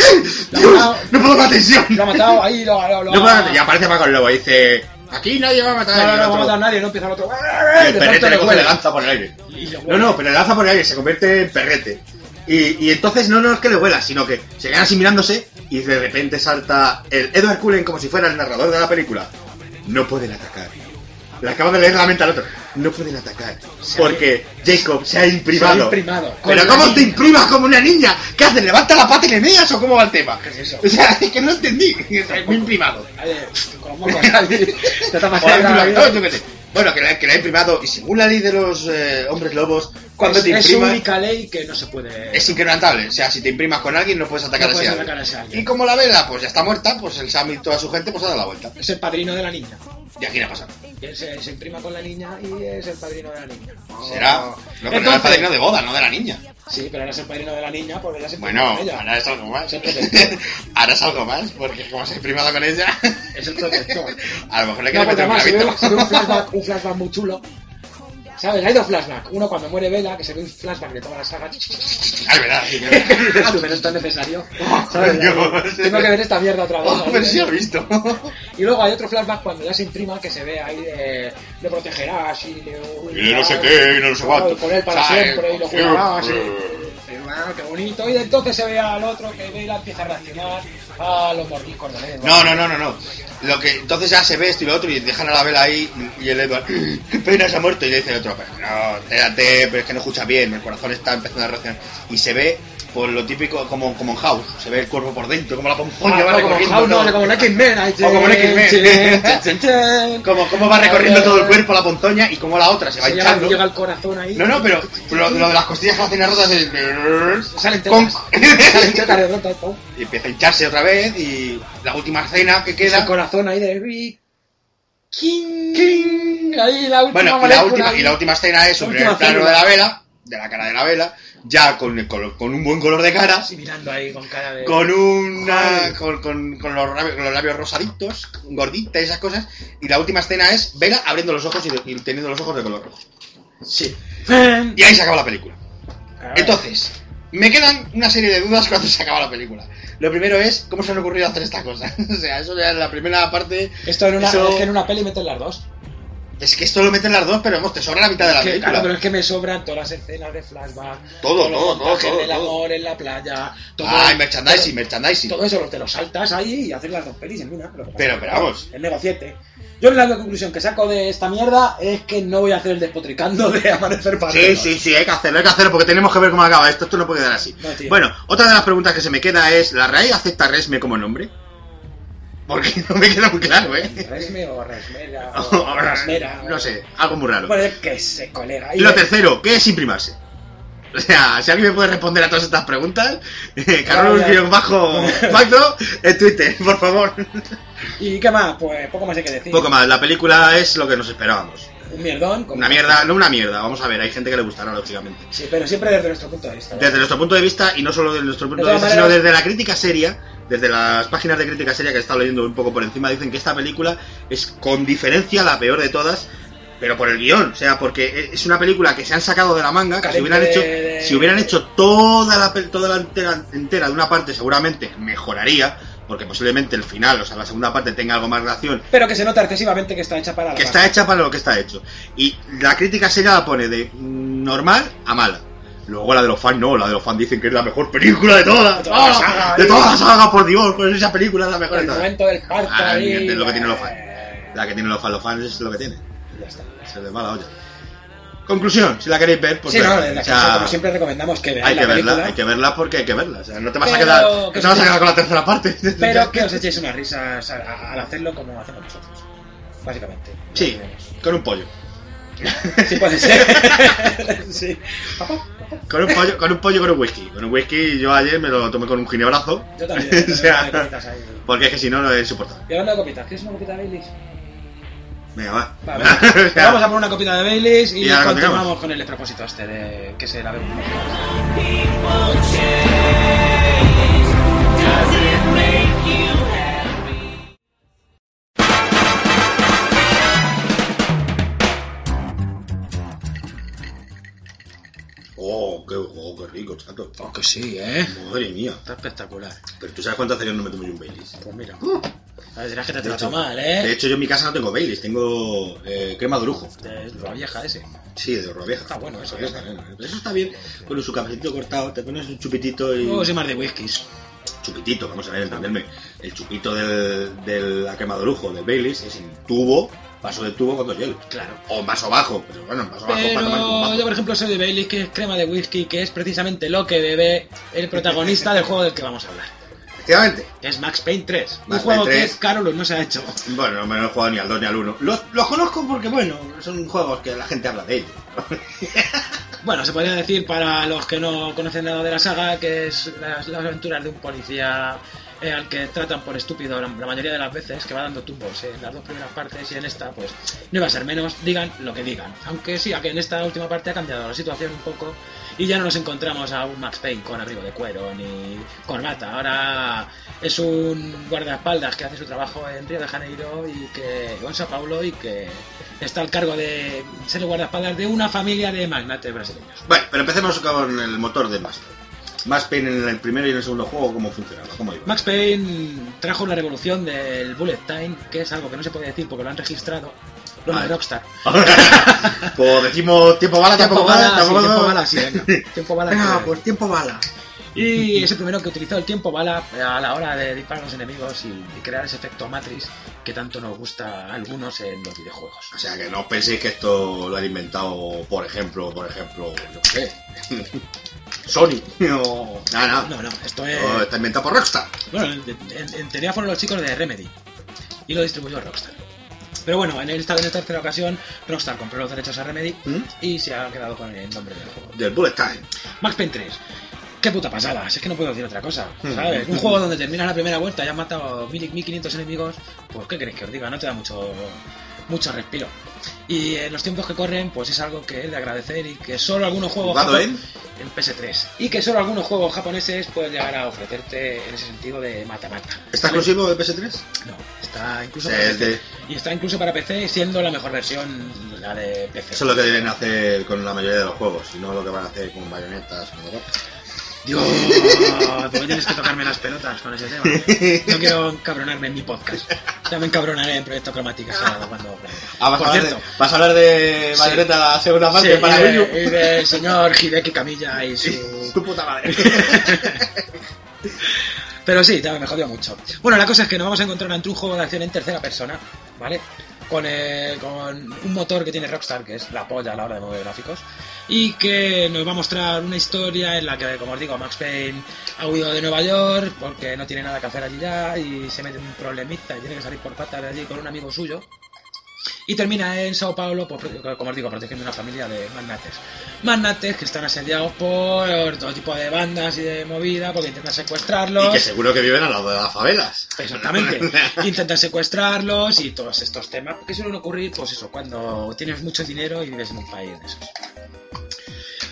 Speaker 2: Dios, no puedo con la tensión.
Speaker 3: Lo ha matado ahí, lo ha lo,
Speaker 2: No puedo con la- Y aparece Paco Lobo y dice, aquí nadie va a matar
Speaker 3: No,
Speaker 2: al
Speaker 3: no, no, va a
Speaker 2: otro".
Speaker 3: matar a nadie, no empieza el otro.
Speaker 2: Y el perrete le coge la
Speaker 3: huele.
Speaker 2: lanza por el aire.
Speaker 3: Y le
Speaker 2: No,
Speaker 3: huele.
Speaker 2: no, pero le lanza por el aire, se convierte en perrete. Y, y entonces no, no es que le huela, sino que se quedan así mirándose y de repente salta el Edward Cullen como si fuera el narrador de la película. No pueden atacar. Le acabo de leer la mente al otro. No pueden atacar. Porque Jacob se ha imprimado.
Speaker 3: Se ha imprimado. Con
Speaker 2: Pero
Speaker 3: la
Speaker 2: ¿cómo
Speaker 3: niña.
Speaker 2: te imprimas como una niña? ¿Qué haces? ¿Levanta la pata y le meas o cómo va el tema?
Speaker 3: ¿Qué es eso?
Speaker 2: O sea, es que no entendí. Muy imprimado.
Speaker 3: Ahí, con los mocos ahí. Te tapas
Speaker 2: O
Speaker 3: ahí
Speaker 2: algún
Speaker 3: la
Speaker 2: actor,
Speaker 3: vida.
Speaker 2: yo qué sé. Bueno, que la, que la he imprimado y según la ley de los eh, hombres lobos, cuando
Speaker 3: Es,
Speaker 2: te
Speaker 3: es
Speaker 2: imprimas
Speaker 3: única ley que no se puede.
Speaker 2: es inquebrantable. O sea, si te imprimas con alguien no puedes atacar,
Speaker 3: No
Speaker 2: a,
Speaker 3: puedes
Speaker 2: ese
Speaker 3: atacar a ese alguien.
Speaker 2: Y como la vela pues ya está muerta, pues el Sam y toda su gente pues ha dado la vuelta.
Speaker 3: Es el padrino de la niña.
Speaker 2: Y aquí no pasa nada.
Speaker 3: Y él se, se imprima con la niña y es el padrino de la niña.
Speaker 2: Será. No, pero era el
Speaker 3: Entonces-
Speaker 2: padrino de boda, no de la niña.
Speaker 3: Sí, pero ahora es el padrino de la niña pues porque ya se imprime
Speaker 2: Bueno,
Speaker 3: con ella.
Speaker 2: ahora es algo más.
Speaker 3: Es el protector.
Speaker 2: ahora es algo más, porque como se ha imprimado con ella,
Speaker 3: Es el protector.
Speaker 2: a lo mejor le quiere
Speaker 3: No,
Speaker 2: meter
Speaker 3: porque
Speaker 2: un
Speaker 3: además ¿eh? se ve,
Speaker 2: clavito.
Speaker 3: se ve un, flashback, un flashback muy chulo. ¿Sabes? Hay dos flashbacks. Uno cuando muere Vela, que se ve un flashback de toda la saga.
Speaker 2: Ah, es verdad, sí,
Speaker 3: Ah, tú, pero esto es necesario. ¿Sabes?
Speaker 2: Dios.
Speaker 3: Tengo que ver esta mierda otra vez.
Speaker 2: Oh, pero sí lo he visto.
Speaker 3: Y luego hay otro flashback cuando ya se imprima que se ve ahí de, de protegerás y de...
Speaker 2: Y no sé qué, y no sé cuánto.
Speaker 3: Y con él para
Speaker 2: Ah,
Speaker 3: siempre, y lo
Speaker 2: eh,
Speaker 3: jurarás, y-
Speaker 2: eh.
Speaker 3: y bueno, "Ah, qué bonito. Y entonces se ve al otro que Vela empieza a reaccionar a los mordiscos de Edward.
Speaker 2: No, no, no, no, no. Lo que entonces ya se ve esto y lo otro y dejan a la vela ahí y el Edward, qué pena se ha muerto y le dice el otro, pero no, espérate, pero es que no escucha bien, el corazón está empezando a reaccionar y se ve por lo típico como, como en House, se ve el cuerpo por dentro, como la pompoña
Speaker 3: Ah,
Speaker 2: va
Speaker 3: no, como
Speaker 2: recorriendo
Speaker 3: House, no,
Speaker 2: todo.
Speaker 3: como en X-Men. ahí,
Speaker 2: O como en
Speaker 3: chen,
Speaker 2: X-Men.
Speaker 3: chen, chen, chen.
Speaker 2: Como, como va recorriendo todo el cuerpo la ponzoña y como la otra se va
Speaker 3: Ah, Se llega,
Speaker 2: hinchando.
Speaker 3: llega al corazón ahí.
Speaker 2: No, no, pero lo, lo de las costillas que hacen las rotas es...
Speaker 3: Salen
Speaker 2: Con-
Speaker 3: tetas. Salen tetas de pronto, pum.
Speaker 2: y empieza a hincharse otra vez y la última escena que
Speaker 3: Ese
Speaker 2: queda...
Speaker 3: corazón ahí de Rick. King. Ahí la última.
Speaker 2: Bueno, y la,
Speaker 3: molécula
Speaker 2: última,
Speaker 3: ahí.
Speaker 2: y la última escena es sobre
Speaker 3: Última
Speaker 2: el plano
Speaker 3: célula.
Speaker 2: de la vela, de la cara de la vela, ya con, el colo- con un buen color de cara,
Speaker 3: Sí, mirando ahí con cara de.
Speaker 2: con una
Speaker 3: Joder.
Speaker 2: con, con- con los labios, con los labios rosaditos, gordita y esas cosas, y la última escena es vela abriendo los ojos y, y teniendo los ojos de color rojo.
Speaker 3: Sí.
Speaker 2: Y ahí se acaba la película. Entonces, me quedan una serie de dudas cuando se acaba la película. Lo primero es, ¿cómo se han ocurrido hacer esta cosa? o sea, eso ya es la primera parte.
Speaker 3: Esto en una,
Speaker 2: eso-
Speaker 3: es que en una peli meten las dos.
Speaker 2: Es que esto lo meten las dos, pero vamos, te sobra la mitad de la
Speaker 3: Que,
Speaker 2: película.
Speaker 3: claro, pero es que me sobran todas las escenas de flashback.
Speaker 2: Todo,
Speaker 3: todos los
Speaker 2: todo, todo,
Speaker 3: montajes
Speaker 2: todo,
Speaker 3: del
Speaker 2: todo.
Speaker 3: amor en la playa. Todo,
Speaker 2: Ay, merchandising,
Speaker 3: todo-
Speaker 2: merchandising.
Speaker 3: Todo eso, te lo saltas ahí y haces las dos pelis en una. Pero,
Speaker 2: Pero, pero vamos.
Speaker 3: El negociete. Yo la conclusión que saco de esta mierda es que no voy a hacer el despotricando de Amanecer para
Speaker 2: Sí, sí, sí, hay que hacerlo, hay que hacerlo porque tenemos que ver cómo acaba esto, esto no puede quedar así.
Speaker 3: No, tío.
Speaker 2: bueno, otra de las preguntas que se me queda es, ¿la RAE acepta Resme como nombre? Porque no me queda muy claro, ¿eh?
Speaker 3: Resme o Resmera
Speaker 2: O-
Speaker 3: o
Speaker 2: o-
Speaker 3: Rasmera.
Speaker 2: no sé, algo muy raro.
Speaker 3: Bueno, es que se colega.
Speaker 2: Y lo tercero, ¿qué es imprimarse? O sea, si alguien me puede responder a todas estas preguntas, Carlos
Speaker 3: Vaya.
Speaker 2: guión bajo Magno en Twitter, por favor.
Speaker 3: ¿Y qué más? Pues poco más hay que decir.
Speaker 2: Poco más, la película es lo que nos esperábamos.
Speaker 3: Un mierdón. como-
Speaker 2: Una mierda, no una mierda, vamos a ver, hay gente que le gustará, lógicamente.
Speaker 3: Sí, pero siempre desde nuestro punto de vista. ¿no?
Speaker 2: desde nuestro punto de vista y no solo desde nuestro punto de,
Speaker 3: De
Speaker 2: vista,
Speaker 3: todas
Speaker 2: sino
Speaker 3: maneras-
Speaker 2: desde la crítica seria, desde las páginas de crítica seria que he estado leyendo un poco por encima, dicen que esta película es con diferencia la peor de todas, pero por el guión, o sea, porque es una película que se han sacado de la manga, que si
Speaker 3: Carente
Speaker 2: hubieran hecho,
Speaker 3: de-
Speaker 2: si hubieran hecho toda la pel- toda la entera, entera de una parte seguramente mejoraría. porque posiblemente el final, o sea, la segunda parte tenga algo más de acción,
Speaker 3: Pero que se nota excesivamente que está hecha para la
Speaker 2: que está hecha para lo que está hecho. Y la crítica seria la pone de mm, normal a mala. Luego la de los fans, no, la de los fans dicen que es la mejor película de todas.
Speaker 3: De toda la
Speaker 2: ¡Ah!
Speaker 3: saga,
Speaker 2: de
Speaker 3: tío.
Speaker 2: toda la saga, por Dios, pues esa película es la mejor de
Speaker 3: El
Speaker 2: todas.
Speaker 3: momento del parto
Speaker 2: Ah,
Speaker 3: ahí,
Speaker 2: es lo que tienen los
Speaker 3: eh,
Speaker 2: fans. La que tienen los fans, los fans es lo que tiene.
Speaker 3: Ya está.
Speaker 2: Se les va la olla. Conclusión, si la queréis ver, pues
Speaker 3: sí,
Speaker 2: ver.
Speaker 3: no, en la
Speaker 2: O sea,
Speaker 3: canción, como siempre recomendamos que veáis
Speaker 2: hay
Speaker 3: la
Speaker 2: que verla,
Speaker 3: película,
Speaker 2: hay que verla porque hay que verla. O sea, no te vas a
Speaker 3: Pero
Speaker 2: quedar,
Speaker 3: que
Speaker 2: no te vas a
Speaker 3: sí.
Speaker 2: quedar con la tercera parte.
Speaker 3: pero que os echéis unas risas al, al hacerlo como hacemos nosotros, básicamente.
Speaker 2: Sí, con un pollo.
Speaker 3: Sí puede ser. sí. Papá, papá.
Speaker 2: Con un pollo, con un pollo, con un whisky. Con un whisky yo ayer me lo tomé con un ginebrazo.
Speaker 3: Yo también.
Speaker 2: O sea,
Speaker 3: yo también copitas ahí.
Speaker 2: Porque es que si no, no es soportable.
Speaker 3: Y hablando de copitas, ¿quieres una copita de Baileys?
Speaker 2: Venga, va.
Speaker 3: Vale. Pues
Speaker 2: O sea,
Speaker 3: Vamos a poner una copita de Baileys y,
Speaker 2: Y ahora continuamos.
Speaker 3: continuamos con el propósito este de que se la vemos.
Speaker 2: Oh, qué, oh, qué rico, chato.
Speaker 3: Oh, que sí, ¿eh?
Speaker 2: Madre mía.
Speaker 3: Está espectacular.
Speaker 2: Pero tú sabes cuánto hace que no me tomo yo un Baileys.
Speaker 3: Pues mira. A ver, dirás que te
Speaker 2: De
Speaker 3: trato
Speaker 2: hecho-
Speaker 3: mal,
Speaker 2: De
Speaker 3: ¿eh?
Speaker 2: hecho, yo en mi casa no tengo Baileys, tengo eh, crema de lujo.
Speaker 3: De la vieja ese.
Speaker 2: Sí, de horror vieja.
Speaker 3: Está bueno eso,
Speaker 2: Eso está bien. Eso está bien. Con su cafecito cortado, te pones un chupitito y.
Speaker 3: Luego Oh, soy más de whiskies.
Speaker 2: Chupitito, vamos a ver, entenderme. El chupito del, de la crema de lujo, del Baileys, es en tubo, vaso de tubo con dos hielos.
Speaker 3: Claro.
Speaker 2: O en vaso bajo, pero bueno, en vaso bajo para tomar un
Speaker 3: Pero
Speaker 2: vaso.
Speaker 3: yo, por ejemplo, soy de Baileys, que es crema de whisky, que es precisamente lo que bebe el protagonista del juego del que vamos a hablar.
Speaker 2: Efectivamente.
Speaker 3: que es Max Payne 3. un
Speaker 2: Max
Speaker 3: juego
Speaker 2: Payne
Speaker 3: que
Speaker 2: 3.
Speaker 3: Carol no se ha hecho.
Speaker 2: Bueno, no me lo he jugado ni al 2 ni al 1. Los, los conozco porque, bueno, son juegos que la gente habla de ellos.
Speaker 3: Bueno, se podría decir para los que no conocen nada de la saga que es las, las aventuras de un policía eh, al que tratan por estúpido la, la mayoría de las veces, que va dando tumbos en las dos primeras partes y en esta, pues no iba a ser menos, digan lo que digan. Aunque sí, a que en esta última parte ha cambiado la situación un poco y ya no nos encontramos a un Max Payne con abrigo de cuero ni corbata. Ahora es un guardaespaldas que hace su trabajo en Río de Janeiro y que en Sao Paulo y que está al cargo de ser el guardaespaldas de una familia de magnates brasileños.
Speaker 2: Bueno, pero empecemos con el motor del Max Payne. Max Payne en el primero y en el segundo juego, ¿cómo funcionaba? ¿Cómo iba?
Speaker 3: Max Payne trajo la revolución del bullet time, que es algo que no se puede decir porque lo han registrado los de
Speaker 2: Vale.
Speaker 3: Rockstar.
Speaker 2: pues decimos tiempo bala,
Speaker 3: Ah, Tiempo
Speaker 2: tiempo
Speaker 3: bala,
Speaker 2: bala,
Speaker 3: sí, tiempo bala, sí, venga. Tiempo bala.
Speaker 2: Venga,
Speaker 3: que-
Speaker 2: pues tiempo bala.
Speaker 3: Y es el primero que utilizó el tiempo bala a la hora de disparar a los enemigos y, y crear ese efecto Matrix que tanto nos gusta a algunos en los videojuegos.
Speaker 2: O sea, que no penséis que esto lo han inventado, por ejemplo, por ejemplo, yo qué
Speaker 3: Eh,
Speaker 2: sé, Sony. No, nada,
Speaker 3: No, eh. no, esto es...
Speaker 2: no, está inventado por Rockstar.
Speaker 3: Bueno, en, en- en teoría fueron los chicos de Remedy y lo distribuyó Rockstar. Pero bueno, en esta, en esta tercera ocasión, Rockstar compró los derechos a Remedy
Speaker 2: ¿Mm?
Speaker 3: y se ha quedado con el nombre del juego.
Speaker 2: Del Bullet Time.
Speaker 3: Max Payne 3. Qué puta pasada, si es que no puedo decir otra cosa, ¿sabes? Un juego donde terminas la primera vuelta y has matado 1000 y 1500 enemigos, pues qué queréis que os diga, no te da mucho mucho respiro. Y en los tiempos que corren, pues es algo que es de agradecer y que solo algunos juegos
Speaker 2: Jugado
Speaker 3: japo-
Speaker 2: en
Speaker 3: en PS3 y que solo algunos juegos japoneses pueden llegar a ofrecerte en ese sentido de mata mata.
Speaker 2: ¿Está exclusivo de PS3?
Speaker 3: No, está incluso para
Speaker 2: Es
Speaker 3: PC.
Speaker 2: de-
Speaker 3: y está incluso para PC siendo la mejor versión la de PC.
Speaker 2: Eso es lo que deben hacer con la mayoría de los juegos, y no lo que van a hacer con bayonetas. con drogas.
Speaker 3: Dios, ¿por qué tienes que tocarme las pelotas con ese tema? No quiero encabronarme en mi podcast. Ya me encabronaré en Proyecto Cromática sábado cuando...
Speaker 2: Ah, vas,
Speaker 3: Por
Speaker 2: a hablar de,
Speaker 3: cierto,
Speaker 2: vas a hablar de
Speaker 3: Sí.
Speaker 2: bayoneta la segunda
Speaker 3: sí,
Speaker 2: parte
Speaker 3: eh,
Speaker 2: para
Speaker 3: y
Speaker 2: Wii
Speaker 3: de-
Speaker 2: U.
Speaker 3: y del señor Hideki Camilla y su...
Speaker 2: Tu puta madre.
Speaker 3: Pero sí, ya me jodió mucho. Bueno, la cosa es que nos vamos a encontrar ante un juego de acción en tercera persona, ¿vale? Con, eh, con un motor que tiene Rockstar, que es la polla a la hora de mover gráficos, y que nos va a mostrar una historia en la que, como os digo, Max Payne ha huido de Nueva York porque no tiene nada que hacer allí ya y se mete en un problemita y tiene que salir por patas de allí con un amigo suyo. Y termina en Sao Paulo, pues, prote- como os digo, protegiendo una familia de magnates. Magnates que están asediados por todo tipo de bandas y de movida porque intentan secuestrarlos.
Speaker 2: y que seguro que viven al lado de las favelas.
Speaker 3: Exactamente. Intentan secuestrarlos y todos estos temas que suelen ocurrir, pues eso, cuando tienes mucho dinero y vives en un país de esos.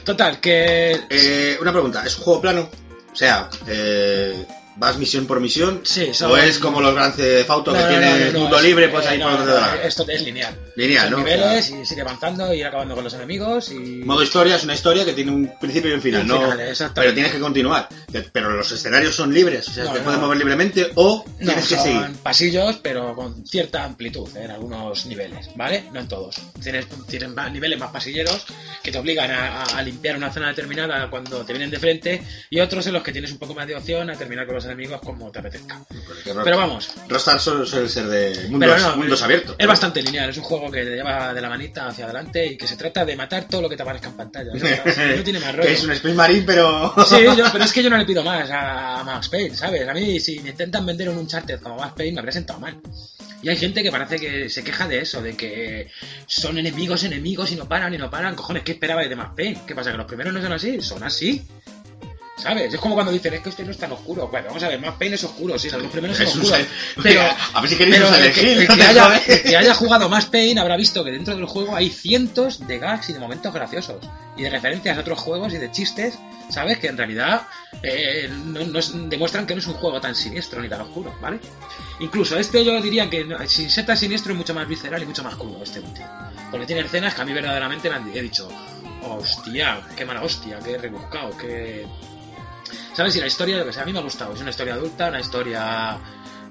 Speaker 3: Total, que...
Speaker 2: Eh, una pregunta, ¿es un juego plano? O sea, eh, ¿Vas misión por misión?
Speaker 3: Sí, son-
Speaker 2: ¿O es como los Grand Theft Auto que tiene el mundo
Speaker 3: es-
Speaker 2: libre, pues ahí
Speaker 3: eh,
Speaker 2: por
Speaker 3: no,
Speaker 2: donde te da la
Speaker 3: no,
Speaker 2: gana?
Speaker 3: Esto es lineal.
Speaker 2: Lineal,
Speaker 3: Son
Speaker 2: ¿no?
Speaker 3: niveles y sigue avanzando y ir acabando con los enemigos y...
Speaker 2: Modo historia es una historia que tiene un principio y un final,
Speaker 3: Un
Speaker 2: ¿no?
Speaker 3: final, exactamente.
Speaker 2: pero tienes que continuar. Te- Pero los escenarios son libres, o sea,
Speaker 3: No,
Speaker 2: te
Speaker 3: no.
Speaker 2: puedes mover libremente o
Speaker 3: No,
Speaker 2: tienes que
Speaker 3: son
Speaker 2: seguir.
Speaker 3: pasillos, pero con cierta amplitud en algunos niveles, ¿vale? No en todos. Tienes, tienes más niveles más pasilleros que te obligan a, a- a limpiar una zona determinada cuando te vienen de frente y otros en los que tienes un poco más de opción a terminar con los enemigos como te apetezca. Pero vamos,
Speaker 2: Rostar solo suele ser de mundos,
Speaker 3: Pero no,
Speaker 2: mundos abiertos.
Speaker 3: es bastante lineal, es un juego que te lleva de la manita hacia adelante y que se trata de matar todo lo que te aparezca en pantalla. No, No tiene más rollo.
Speaker 2: Que es un Space Marine, pero.
Speaker 3: Sí, yo- pero es que yo no le pido más a, a Max Payne, ¿sabes? A mí, si me intentan vender un Uncharted como Max Payne, me habría sentado mal. Y hay gente que parece que se queja de eso, de que son enemigos, enemigos, y no paran, y no paran. Cojones, ¿qué esperabais de Max Payne? ¿Qué pasa, que los primeros no son así? Son así. ¿Sabes? Es como cuando dicen, es que este no es tan oscuro. Bueno, vamos a ver, Max Payne es oscuro, sí, los primeros son
Speaker 2: Es un
Speaker 3: oscuros.
Speaker 2: Silent-
Speaker 3: Pero,
Speaker 2: a ver si queréis un
Speaker 3: pero el,
Speaker 2: Silent
Speaker 3: que,
Speaker 2: Hill, no
Speaker 3: el que
Speaker 2: te
Speaker 3: haya,
Speaker 2: jodes.
Speaker 3: el que haya jugado más Pain habrá visto que dentro del juego hay cientos de gags y de momentos graciosos y de referencias a otros juegos y de chistes, ¿sabes? Que en realidad eh, no- no es- demuestran que no es un juego tan siniestro ni tan oscuro, ¿vale? Incluso este yo diría que no- sin ser tan siniestro es mucho más visceral y mucho más crudo este último. Porque tiene escenas que a mí verdaderamente me han he dicho, hostia, qué mala hostia, qué rebuscado, qué... ¿Sabes? Y la historia, lo que sea, a mí me ha gustado. Es una historia adulta, una historia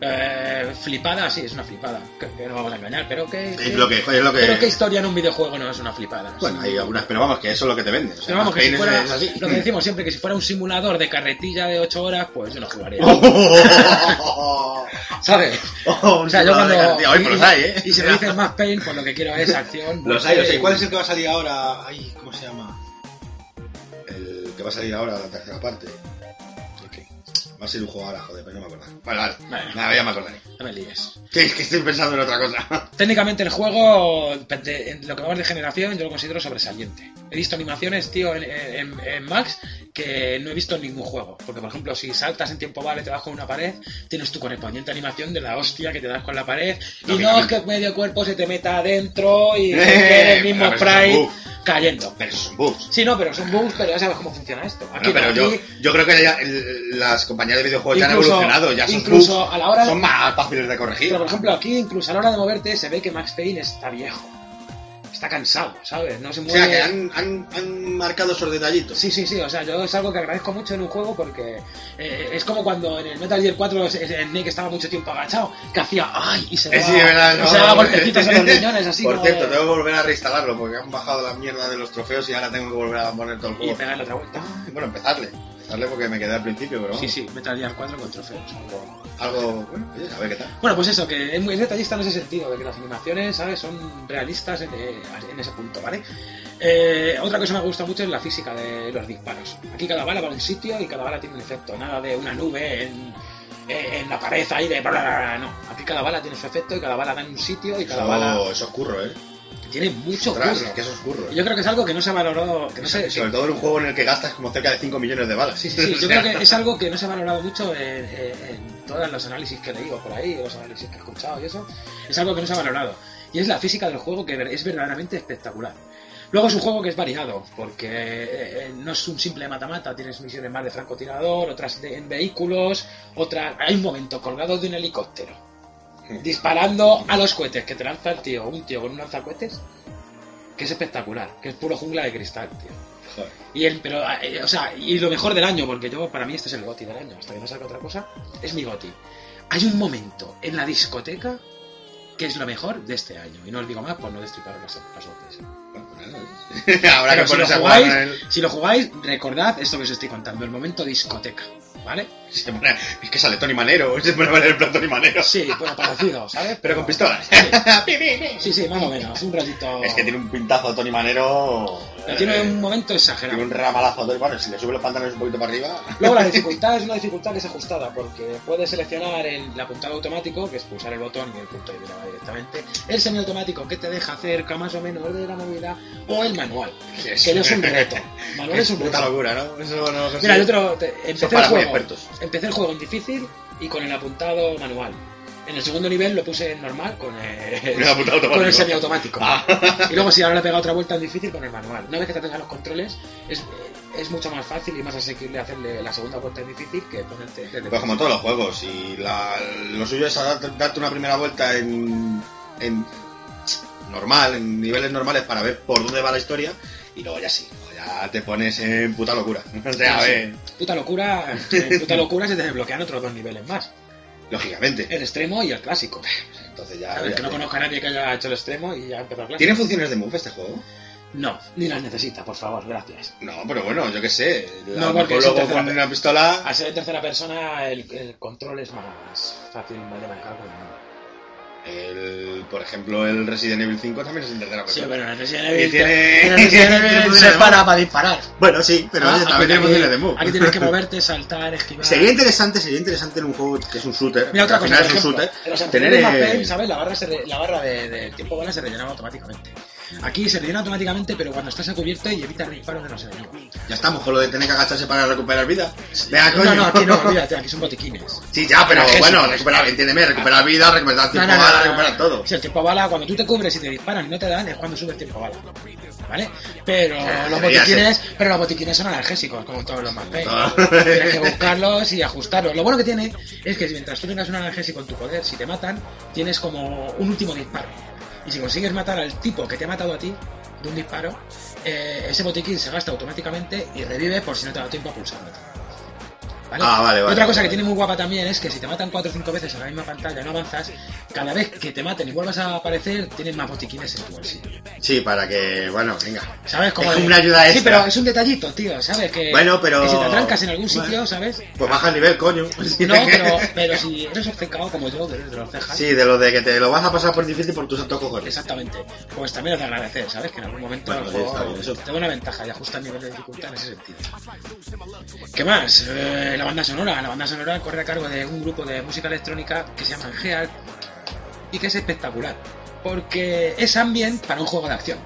Speaker 3: eh, flipada, sí, es una flipada. Que, que no vamos a engañar, pero que...
Speaker 2: Es lo que. Es lo
Speaker 3: Pero qué
Speaker 2: que
Speaker 3: historia en un videojuego no es una flipada.
Speaker 2: bueno, hay algunas, pero vamos, que eso es lo que te vende. O sea,
Speaker 3: Pero vamos, que si
Speaker 2: Pain es- Mm.
Speaker 3: fuera,
Speaker 2: es así.
Speaker 3: lo que decimos siempre, que si fuera un simulador de carretilla de 8 horas, pues yo no jugaría. ¿Sabes?
Speaker 2: Oh, un
Speaker 3: O sea,
Speaker 2: simulador
Speaker 3: yo cuando...
Speaker 2: de carretilla. Hoy
Speaker 3: y-
Speaker 2: pues los
Speaker 3: y-
Speaker 2: hay, ¿eh?
Speaker 3: Y si me dicen más pain, pues lo que quiero es acción.
Speaker 4: Los hay, los hay.
Speaker 3: muerte,
Speaker 4: ¿Cuál es el que va a
Speaker 2: Eh.
Speaker 4: salir ahora? Ay, ¿cómo se llama? El que va a salir ahora, la tercera parte. El que- Va a ser un juego ahora, joder, pero
Speaker 2: pues
Speaker 4: no me acuerdo. Vale, vale.
Speaker 3: Vale.
Speaker 4: Nada, ya me acordaré.
Speaker 3: No me líes.
Speaker 4: Que es que estoy pensando en otra cosa.
Speaker 3: Técnicamente el juego, de- en lo que vamos de generación, yo lo considero sobresaliente. He visto animaciones, tío, en, en- en Max que no he visto en ningún juego. Porque, por ejemplo, si saltas en tiempo vale, te das con una pared, tienes tu correspondiente animación de la hostia que te das con la pared. Y no es que medio cuerpo se te meta adentro y que el mismo
Speaker 4: Eh, Pero eso es un
Speaker 3: sprite
Speaker 4: bug.
Speaker 3: cayendo.
Speaker 4: Pero esos son bugs.
Speaker 3: Sí, no, pero son bugs, pero ya sabes cómo funciona esto. Aquí
Speaker 4: No, pero
Speaker 3: no,
Speaker 4: yo,
Speaker 3: aquí-
Speaker 4: yo creo que ya, el- las compañías de videojuegos ya han
Speaker 3: Incluso-
Speaker 4: evolucionado, ya son
Speaker 3: incluso
Speaker 4: bugs,
Speaker 3: a la hora de-
Speaker 4: son más fáciles de corregir.
Speaker 3: Pero por ejemplo, aquí, incluso a la hora de moverte, se ve que Max Payne está viejo. Está cansado, ¿sabes? No se
Speaker 4: O
Speaker 3: mueve.
Speaker 4: sea, que han, han, han marcado esos detallitos.
Speaker 3: eh, Sí, sí, sí, o sea, yo es algo que agradezco mucho en un juego porque eh, es como cuando en el Metal Gear 4 es- es- el Nick estaba mucho tiempo agachado, que hacía ¡ay! y se
Speaker 4: Eh,
Speaker 3: daba,
Speaker 4: sí, de verdad, no.
Speaker 3: se daba golpecitos en los riñones, así
Speaker 4: Por
Speaker 3: como
Speaker 4: cierto,
Speaker 3: de-
Speaker 4: tengo que volver a reinstalarlo porque han bajado la mierda de los trofeos y ahora tengo que volver a poner todo el
Speaker 3: y
Speaker 4: juego. Ah,
Speaker 3: pegarle otra vuelta.
Speaker 4: Bueno, empezarle. Empezarle porque me quedé al principio, pero
Speaker 3: Sí,
Speaker 4: vamos,
Speaker 3: sí, Metal Gear 4 con trofeos.
Speaker 4: algo. Bueno, oye, a ver qué tal.
Speaker 3: Bueno, pues eso, que es muy detallista en ese sentido, de que las animaciones, ¿sabes? Son realistas en, eh, en ese punto, ¿vale? Eh, otra cosa que me gusta mucho es la física de los disparos. Aquí cada bala va a un sitio y cada bala tiene un efecto, nada de una nube en, eh, en la pared ahí de bla, bla, bla, bla, no. Aquí cada bala tiene su efecto y cada bala da en un sitio y cada
Speaker 4: Eso,
Speaker 3: bala
Speaker 4: eso es curro, ¿eh?
Speaker 3: tiene mucho
Speaker 4: Ostras,
Speaker 3: curro.
Speaker 4: es que eso es curro. ¿eh?
Speaker 3: Yo creo que es algo que no se ha valorado, que no se, que-
Speaker 4: Sobre todo en un juego en el que gastas como cerca de 5 millones de balas.
Speaker 3: Sí, sí, sí. Yo creo que es algo que no se ha valorado mucho en, en- en todos los análisis que he leído por ahí, los análisis que he escuchado y eso. Es algo que no se ha valorado. Y es la física del juego que ver- es verdaderamente espectacular. Luego es un juego que es variado, porque eh, eh, no es un simple mata-mata, tienes misiones más de francotirador, otras de- en vehículos, otras... Hay un momento colgado de un helicóptero, disparando a los cohetes que te lanza el tío, un tío con un lanzacohetes, que es espectacular, que es puro jungla de cristal, tío.
Speaker 4: Joder.
Speaker 3: Y el, pero, eh, o sea, y lo mejor del año, porque yo, para mí, este es el goti del año, hasta que no salga otra cosa, es mi goti. Hay un momento en la discoteca que es lo mejor de este año, y no os digo más por no destripar las, las sorpresa.
Speaker 4: Bueno, pues nada, Habrá
Speaker 3: Pero
Speaker 4: que
Speaker 3: si lo,
Speaker 4: ponerse a jugar
Speaker 3: jugáis,
Speaker 4: con el-
Speaker 3: si lo jugáis, recordad esto que os estoy contando, el momento discoteca, ¿vale?
Speaker 4: se pone- Es que sale Tony Manero, se pone a ver el plan Tony Manero.
Speaker 3: Sí, bueno, parecido, ¿sabes? eh,
Speaker 4: Pero con pistolas. Ah,
Speaker 3: Sí, sí, más o menos, un ratito...
Speaker 4: Es que tiene un pintazo Tony Manero.
Speaker 3: pero tiene
Speaker 4: eh,
Speaker 3: un momento
Speaker 4: tiene
Speaker 3: exagerado.
Speaker 4: un ramalazo. de- Bueno, si le sube los pantalones un poquito para arriba.
Speaker 3: Luego la dificultad es una dificultad que es ajustada, porque puedes seleccionar el, el apuntado automático, que es pulsar el botón y el punto de mira va directamente, el semiautomático que te deja cerca más o menos de la movida, o el manual, que no es un reto. Manual es un
Speaker 4: puta
Speaker 3: reto.
Speaker 4: locura, ¿no? Eso no
Speaker 3: Mira, yo te lo- te-
Speaker 4: Eso es
Speaker 3: empecé el
Speaker 4: para muy
Speaker 3: juego.
Speaker 4: expertos.
Speaker 3: Empecé el juego en difícil y con el apuntado manual. En el segundo nivel lo puse en normal con el,
Speaker 4: Me ha apuntado automático.
Speaker 3: con el semiautomático.
Speaker 4: Ah,
Speaker 3: Y luego si ahora le pega otra vuelta en difícil con el manual. Una vez que te haces a los controles, es, eh, es mucho más fácil y más asequible hacerle la segunda vuelta difícil que ponerte desde
Speaker 2: Pues como todos los juegos, y la- lo suyo es dar- darte una primera vuelta en, en normal, en niveles normales para ver por dónde va la historia, y luego ya sí, luego ya te pones en puta locura. O sea, a
Speaker 3: Ah, Sí, sí.
Speaker 2: ver,
Speaker 3: puta locura, en puta locura se te desbloquean otros dos niveles más,
Speaker 2: lógicamente.
Speaker 3: el extremo y el clásico.
Speaker 2: Entonces ya.
Speaker 3: A ver,
Speaker 2: ya-
Speaker 3: que no conozca a nadie que haya hecho el extremo y ya empezó el clásico.
Speaker 2: ¿Tiene funciones de move este juego?
Speaker 3: No, ni las necesita, por favor, gracias.
Speaker 2: No, pero bueno, yo qué sé.
Speaker 3: No,
Speaker 2: No,
Speaker 3: porque
Speaker 2: porque
Speaker 3: eso
Speaker 2: luego
Speaker 3: te
Speaker 2: con
Speaker 3: hace-
Speaker 2: una pistola.
Speaker 3: Al ser en tercera persona, el, el control es más fácil de manejar. con-
Speaker 2: El, por ejemplo, el Resident Evil 5 también es en tercera
Speaker 3: Sí,
Speaker 2: persona.
Speaker 3: pero en Resident
Speaker 2: Y
Speaker 3: Evil,
Speaker 2: tiene-
Speaker 3: en Resident Evil se
Speaker 9: tiene-
Speaker 3: para para disparar.
Speaker 9: Bueno, sí, pero
Speaker 3: Ah,
Speaker 9: oye,
Speaker 3: aquí-
Speaker 9: también tiene funciones de move.
Speaker 3: Aquí tienes que moverte, saltar, esquivar.
Speaker 9: Sería interesante, sería interesante en un juego que es un shooter.
Speaker 3: Mira, otra
Speaker 9: porque
Speaker 3: cosa,
Speaker 9: al
Speaker 3: por
Speaker 9: final es un
Speaker 3: ejemplo,
Speaker 9: shooter.
Speaker 3: en los
Speaker 9: tener,
Speaker 3: anteriores
Speaker 9: eh,
Speaker 3: Mapel, ¿sabes? La barra, se re- la barra de, de tiempo bala se rellenaba automáticamente. Aquí se rellena automáticamente, pero cuando estás a cubierto y evitas disparos que no se rellenan.
Speaker 2: Ya estamos con lo de tener que agacharse para recuperar vida.
Speaker 9: Ah,
Speaker 2: Venga,
Speaker 3: No,
Speaker 2: coño.
Speaker 3: no, aquí no, olvídate, aquí son botiquines.
Speaker 2: Sí, ya, pero
Speaker 3: Para
Speaker 2: bueno,
Speaker 3: Jesús.
Speaker 2: recuperar, entiéndeme, recuperar vida, recuperar tiempo,
Speaker 3: No, no, no,
Speaker 2: bala,
Speaker 3: no, no,
Speaker 2: recuperar
Speaker 3: no.
Speaker 2: todo.
Speaker 3: Si el tiempo bala, cuando tú te cubres y te disparan y no te dan, es cuando sube el tiempo bala. ¿Vale? Pero
Speaker 9: Ah,
Speaker 3: los
Speaker 2: debería
Speaker 3: botiquines, pero los botiquines son analgésicos, como todos los más
Speaker 2: Ah.
Speaker 3: Tienes que buscarlos y ajustarlos. Lo bueno que tiene es que mientras tú tengas un analgésico en tu poder, si te matan, tienes como un último disparo. Y si consigues matar al tipo que te ha matado a ti de un disparo, eh, ese botiquín se gasta automáticamente y revive por si no te ha dado tiempo a pulsarlo. ¿Vale?
Speaker 2: Ah, vale,
Speaker 3: Y
Speaker 2: vale,
Speaker 3: Otra cosa
Speaker 2: vale.
Speaker 3: que tiene muy guapa también es que si te matan cuatro o cinco veces en la misma pantalla y no avanzas, cada vez que te maten y vuelvas a aparecer, tienes más botiquines en tu bolsillo.
Speaker 2: Sí, para que, bueno, venga.
Speaker 3: ¿Sabes?
Speaker 2: Es
Speaker 3: de-
Speaker 2: una ayuda
Speaker 3: Sí,
Speaker 2: extra.
Speaker 3: pero es un detallito, tío, ¿sabes? Que,
Speaker 2: Bueno, pero-
Speaker 3: que si te atrancas en algún sitio,
Speaker 2: Bueno.
Speaker 3: ¿sabes?
Speaker 2: Pues baja el nivel, coño.
Speaker 3: No, pero, pero si eres obcecado como yo, de, de los cejas,
Speaker 2: Sí, de lo de que te lo vas a pasar por difícil por tus santos cojones.
Speaker 3: exactamente, pues también es de agradecer, ¿sabes? Que en algún momento
Speaker 2: Bueno,
Speaker 3: el
Speaker 2: sí,
Speaker 3: juego
Speaker 2: está bien eso.
Speaker 3: te da una ventaja y ajusta el nivel de dificultad en ese sentido. ¿Qué más? Eh, la banda sonora. La banda sonora corre a cargo de un grupo de música electrónica que se llama Gear y que es espectacular, porque es ambient para un juego de acción.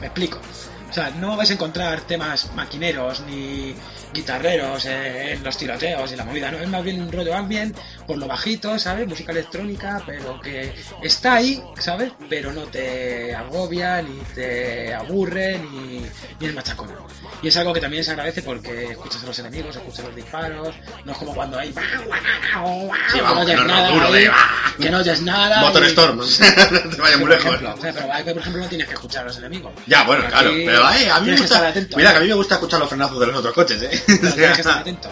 Speaker 3: Me explico. O sea, no vais a encontrar temas maquineros ni guitarreros eh, en los tiroteos y la movida, ¿no? Es más bien un rollo ambient, por lo bajito, ¿sabes? Música electrónica, pero que está ahí, ¿sabes? Pero no te agobia, ni te aburre, ni, ni es machacón. Y es algo que también se agradece porque escuchas a los enemigos, escuchas los disparos, no es como cuando hay... ¡guau, guau, guau, guau!
Speaker 2: Sí,
Speaker 3: que
Speaker 2: vamos,
Speaker 3: no oyes
Speaker 2: que no es
Speaker 3: nada
Speaker 2: duro de-
Speaker 3: ahí, que no oyes nada.
Speaker 2: Motor
Speaker 3: y-
Speaker 2: Storm. no te vayas muy
Speaker 3: por
Speaker 2: lejos.
Speaker 3: ejemplo, o sea, pero hay que, por ejemplo, no tienes que escuchar a los enemigos.
Speaker 2: Ya, bueno,
Speaker 3: Aquí
Speaker 2: claro. Pero eh, a mí me
Speaker 3: tienes que estar
Speaker 2: gusta.
Speaker 3: atento.
Speaker 2: Mira, que a mí me gusta escuchar los frenazos de los otros coches, eh.
Speaker 3: Claro, tienes que estar atento.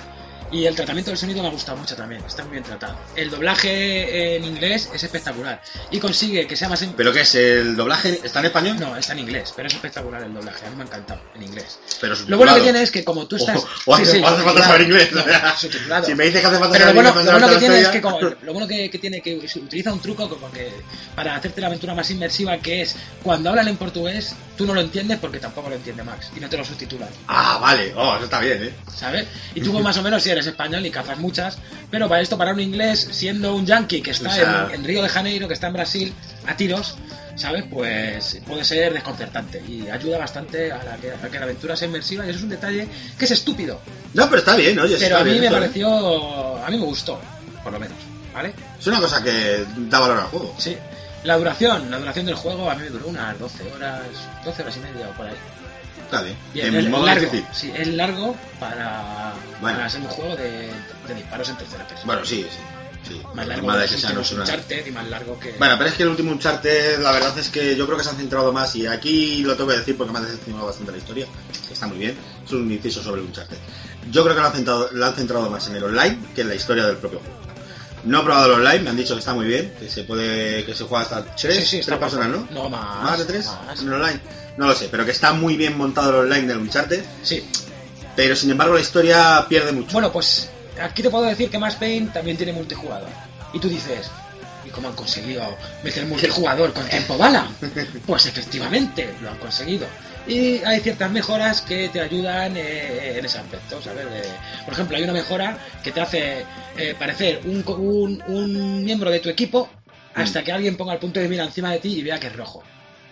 Speaker 3: Y el tratamiento del sonido me ha gustado mucho también, está muy bien tratado. El doblaje en inglés es espectacular y consigue que sea más... En...
Speaker 2: ¿Pero qué es? ¿El doblaje está en español?
Speaker 3: No, está en inglés, pero es espectacular el doblaje, a mí me ha encantado en inglés.
Speaker 2: Pero
Speaker 3: Lo bueno que
Speaker 2: subtitulado.
Speaker 3: tiene es que como tú estás...
Speaker 2: O, o hace, o hace falta
Speaker 3: subtitulado.
Speaker 2: saber inglés.
Speaker 3: No,
Speaker 2: o sea,
Speaker 3: subtitulado.
Speaker 2: Si me dices que hace falta
Speaker 3: Pero lo
Speaker 2: saber
Speaker 3: bueno,
Speaker 2: inglés.
Speaker 3: lo
Speaker 2: para
Speaker 3: bueno que
Speaker 2: saber
Speaker 3: tiene es
Speaker 2: la
Speaker 3: que, como-
Speaker 2: historia-
Speaker 3: lo bueno que, que tiene que us- utiliza un truco como que para hacerte la aventura más inmersiva que es cuando hablan en portugués tú no lo entiendes porque tampoco lo entiende Max y no te lo sustitulan,
Speaker 2: Ah, vale. Oh, eso está bien, eh.
Speaker 3: ¿sabes? Y tú pues más o menos si eres español y cazas muchas, pero para esto para un inglés siendo un yankee que está
Speaker 2: O sea-
Speaker 3: en, en Río de Janeiro, que está en Brasil a tiros, ¿sabes? Pues puede ser desconcertante y ayuda bastante a, la que, a que la aventura sea inmersiva y eso es un detalle que es estúpido,
Speaker 2: No, pero está bien, oye. sí
Speaker 3: pero
Speaker 2: está
Speaker 3: a mí
Speaker 2: bien
Speaker 3: me
Speaker 2: esto, eh.
Speaker 3: pareció, a mí me gustó, por lo menos, ¿vale?
Speaker 2: Es una cosa que da valor al juego.
Speaker 3: Sí. La duración, la duración del juego a mí me duró unas 12 horas, 12 horas y media o por ahí.
Speaker 2: Está bien.
Speaker 3: Bien,
Speaker 2: en
Speaker 3: es
Speaker 2: modo
Speaker 3: largo,
Speaker 2: difícil.
Speaker 3: sí, es largo para,
Speaker 2: Bueno.
Speaker 3: para ser un juego de, de disparos en tercera persona.
Speaker 2: Bueno, sí, sí. sí.
Speaker 3: más
Speaker 2: El
Speaker 3: largo
Speaker 2: tema de
Speaker 3: que
Speaker 2: que
Speaker 3: los
Speaker 2: sea no
Speaker 3: últimos
Speaker 2: es una-
Speaker 3: Uncharted y más largo que...
Speaker 2: Bueno, pero es que el último Uncharted, la verdad es que yo creo que se han centrado más, y aquí lo tengo que decir porque me ha decepcionado bastante la historia, que está muy bien, es un inciso sobre el Uncharted. Yo creo que lo han, centrado, lo han centrado más en el online que en la historia del propio juego. No he probado el online, me han dicho que está muy bien, que se puede, que se juega hasta tres,
Speaker 3: Sí, sí, está
Speaker 2: tres personas, ¿no?
Speaker 3: guapo. No, más.
Speaker 2: ¿Más de tres?
Speaker 3: más.
Speaker 2: En el online. No lo sé, pero que está muy bien montado el online del Uncharted,
Speaker 3: Sí.
Speaker 2: pero sin embargo la historia pierde mucho.
Speaker 3: Bueno, pues aquí te puedo decir que Max Payne también tiene multijugador. Y tú dices, ¿y cómo han conseguido meter multijugador con tiempo bala? Pues efectivamente, lo han conseguido. Y hay ciertas mejoras que te ayudan eh, en ese aspecto, ¿sabes? De- por ejemplo, hay una mejora que te hace eh, parecer un, co- un- un miembro de tu equipo hasta que alguien ponga el punto de mira encima de ti y vea que es rojo.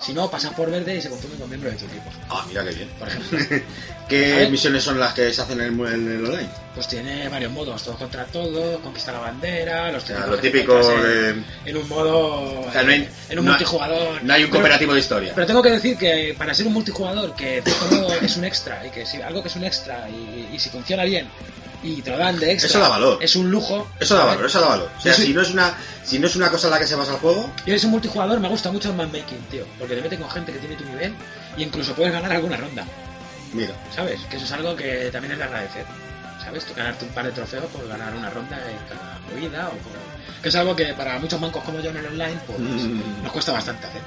Speaker 3: Si no, pasas por verde y se confunde con miembro de tu equipo.
Speaker 2: Ah, mira qué bien.
Speaker 3: Por ejemplo,
Speaker 2: ¿Qué
Speaker 3: ¿Sabes?
Speaker 2: misiones son las que se hacen en el, mu- en el online?
Speaker 3: pues tiene varios modos, todo contra todo, conquista la bandera, los
Speaker 2: O sea,
Speaker 3: típicos
Speaker 2: Ah, lo
Speaker 3: que te
Speaker 2: típico
Speaker 3: encuentras en-
Speaker 2: de...
Speaker 3: en un modo
Speaker 2: sea, no hay-
Speaker 3: pues, eh, en un
Speaker 2: no hay-
Speaker 3: multijugador
Speaker 2: No hay un
Speaker 3: Pero-
Speaker 2: cooperativo de historia.
Speaker 3: pero, tengo que decir que para ser un multijugador que de cierto modo es un extra y que si algo que es un extra y, y si funciona bien y te lo dan de extra
Speaker 2: Eso da valor.
Speaker 3: es un lujo
Speaker 2: Eso da
Speaker 3: ¿vale?
Speaker 2: valor, eso da valor. O sea,
Speaker 3: Sí, sí.
Speaker 2: si no es una, si no es una cosa en la que se basa el juego,
Speaker 3: y eres un multijugador me gusta mucho el manmaking tío porque te meten con gente que tiene tu nivel y incluso puedes ganar alguna ronda
Speaker 2: mira.
Speaker 3: sabes que eso es algo que también es de agradecer sabes Tú ganarte un par de trofeos por ganar una ronda en cada movida o por- que es algo que para muchos mancos como yo en el online pues
Speaker 2: Mm.
Speaker 3: nos cuesta bastante hacer.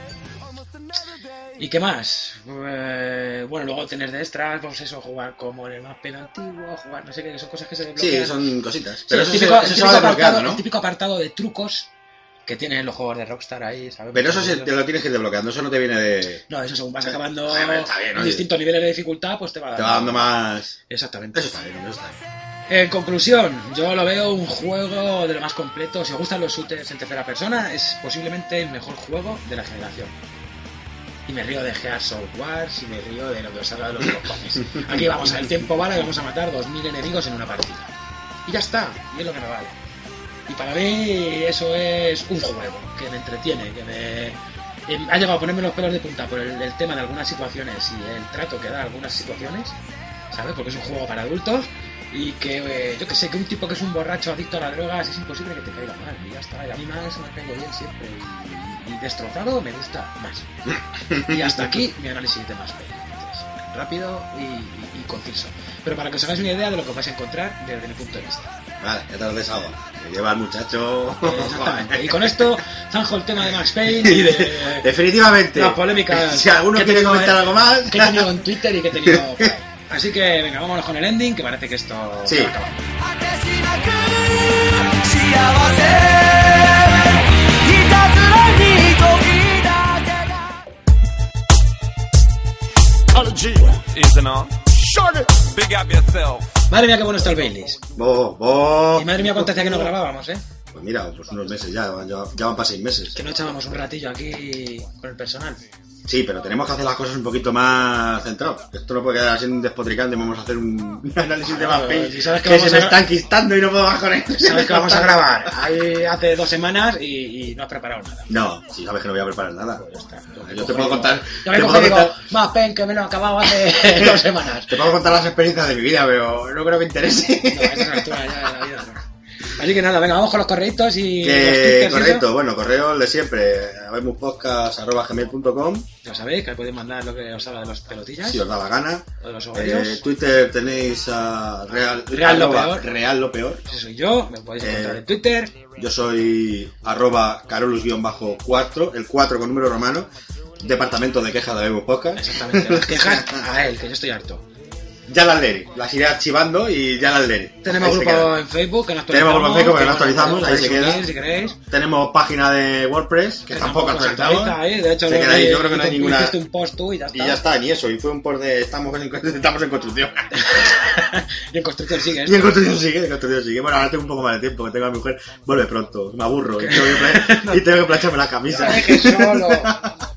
Speaker 3: ¿Y qué más? Eh, bueno, luego tener de extras, pues eso, jugar como en el mapa antiguo, jugar no sé qué, que son cosas que se desbloquean.
Speaker 2: Sí, son cositas.
Speaker 3: Sí,
Speaker 2: Pero
Speaker 3: el
Speaker 2: eso,
Speaker 3: típico-
Speaker 2: se,
Speaker 3: el
Speaker 2: eso se
Speaker 3: típico
Speaker 2: va
Speaker 3: apartado,
Speaker 2: desbloqueando, ¿no?
Speaker 3: el típico apartado de trucos que tienen los juegos de Rockstar ahí, ¿sabes?
Speaker 2: Pero eso se, te lo tienes que ir desbloqueando, eso no te viene de...
Speaker 3: No, eso según vas acabando
Speaker 2: Bueno, está bien, oye.
Speaker 3: distintos niveles de dificultad, pues te va
Speaker 2: Te va dando más...
Speaker 3: Exactamente.
Speaker 2: Eso está bien, eso está bien.
Speaker 3: En conclusión, yo lo veo un juego de lo más completo. Si os gustan los shooters en tercera persona, es posiblemente el mejor juego de la generación. Y me río de Gears of War, y me río de lo que os habla de los cojones. Aquí vamos al tiempo bala y vamos a matar 2.000 enemigos en una partida. Y ya está, y es lo que me vale. Y para mí eso es un juego que me entretiene, que me... em, Ha llegado a ponerme los pelos de punta por el, el tema de algunas situaciones y el trato que da a algunas situaciones, ¿sabes? Porque es un juego para adultos y que, eh, yo que sé, que un tipo que es un borracho adicto a las drogas es imposible que te caiga mal. Y ya está, y a mí más me caigo bien siempre. Y, y destrozado me gusta más. Y hasta aquí mi análisis de más películas. Rápido y, y- y conciso. Pero para que os hagáis una idea de lo que os vais a encontrar desde mi punto de vista.
Speaker 2: Vale, ya te lo has deshago. Te lleva el muchacho...
Speaker 3: Exactamente. Y con esto zanjo el tema de Max Payne y de
Speaker 2: Definitivamente.
Speaker 3: las polémicas
Speaker 2: Si alguno
Speaker 3: que he
Speaker 2: quiere
Speaker 3: tenido
Speaker 2: comentar
Speaker 3: en-
Speaker 2: algo más...
Speaker 3: eh? que he tenido en Twitter y que he tenido por ahí. Así que venga, vámonos con el ending, que parece que esto
Speaker 2: Sí.
Speaker 3: se va a acabar.
Speaker 10: 果てしなく幸せいたずらに時だけが
Speaker 11: Allergy isn't on. Short it. Big up yourself.
Speaker 3: Madre mía, qué bueno está el Baileys.
Speaker 2: Bo, bo.
Speaker 3: Y madre mía, cuánto hacía que no grabábamos, ¿eh?
Speaker 2: Pues mira, pues unos meses ya, ya, ya van para seis meses.
Speaker 3: Que no echábamos un ratillo aquí con el personal.
Speaker 2: Sí, pero tenemos que hacer las cosas un poquito más centrado. Esto no puede quedar así en un despotricante. Vamos a hacer un un análisis de
Speaker 3: Claro,
Speaker 2: más pelis
Speaker 3: si sabes que
Speaker 2: que
Speaker 3: vamos
Speaker 2: se
Speaker 3: a-
Speaker 2: me están quistando y no puedo más con él.
Speaker 3: Sabes que vamos a grabar ahí hace dos semanas y, y no has preparado nada.
Speaker 2: No, si sabes que no voy a preparar nada.
Speaker 3: Pues ya está.
Speaker 2: Yo te puedo contar-
Speaker 3: Yo me
Speaker 2: te
Speaker 3: cojo
Speaker 2: puedo
Speaker 3: y digo,
Speaker 2: contar-
Speaker 3: más pen que me lo he acabado hace dos semanas.
Speaker 2: Te puedo contar las experiencias de mi vida, pero no creo que
Speaker 3: No, a estas
Speaker 2: interese.
Speaker 3: alturas ya de la vida no. Así que nada, venga, vamos con los correitos y. los
Speaker 2: que,
Speaker 3: twitters y
Speaker 2: correcto,
Speaker 3: eso.
Speaker 2: bueno, correo el de siempre. habemuspodcast.com
Speaker 3: Ya sabéis que ahí podéis mandar lo que os habla de los pelotillas
Speaker 2: si os da la gana.
Speaker 3: o de los ovarios.
Speaker 2: Eh, Twitter tenéis a Real,
Speaker 3: Oh, Real lo
Speaker 2: arroba
Speaker 3: peor.
Speaker 2: Real lo peor.
Speaker 3: Ese soy yo, me podéis encontrar
Speaker 2: Eh,
Speaker 3: en Twitter.
Speaker 2: Yo soy arroba carolus-4, el 4 con número romano, departamento de quejas de Abemos Podcast.
Speaker 3: Exactamente, las quejas a él, que yo estoy harto.
Speaker 2: Ya las leeré, las iré archivando y ya las leeré.
Speaker 3: Tenemos
Speaker 2: Ahí se
Speaker 3: grupo
Speaker 2: queda.
Speaker 3: en Facebook que no actualizamos.
Speaker 2: Tenemos grupo en Facebook que no actualizamos, ahí
Speaker 3: podéis
Speaker 2: se queda.
Speaker 3: unir Si queréis.
Speaker 2: Tenemos página de WordPress, que, tampoco
Speaker 3: se
Speaker 2: actualizamos.
Speaker 3: actualiza Pues ah, ahí, ¿eh? De hecho,
Speaker 2: Se
Speaker 3: lo-
Speaker 2: queda ahí, yo creo que no hay
Speaker 3: tú
Speaker 2: ninguna...
Speaker 3: Hiciste un post tú y ya está.
Speaker 2: Y ya está, ni eso, y fue un post de estamos en, estamos en construcción.
Speaker 3: Y en construcción sigue
Speaker 2: y
Speaker 3: esto.
Speaker 2: en construcción sigue, en construcción sigue. Bueno, ahora tengo un poco más de tiempo, que tengo a mi mujer, vuelve pronto, me aburro, y tengo que, pla- y tengo que plancharme la
Speaker 3: No
Speaker 2: camisa.
Speaker 3: me dejes solo.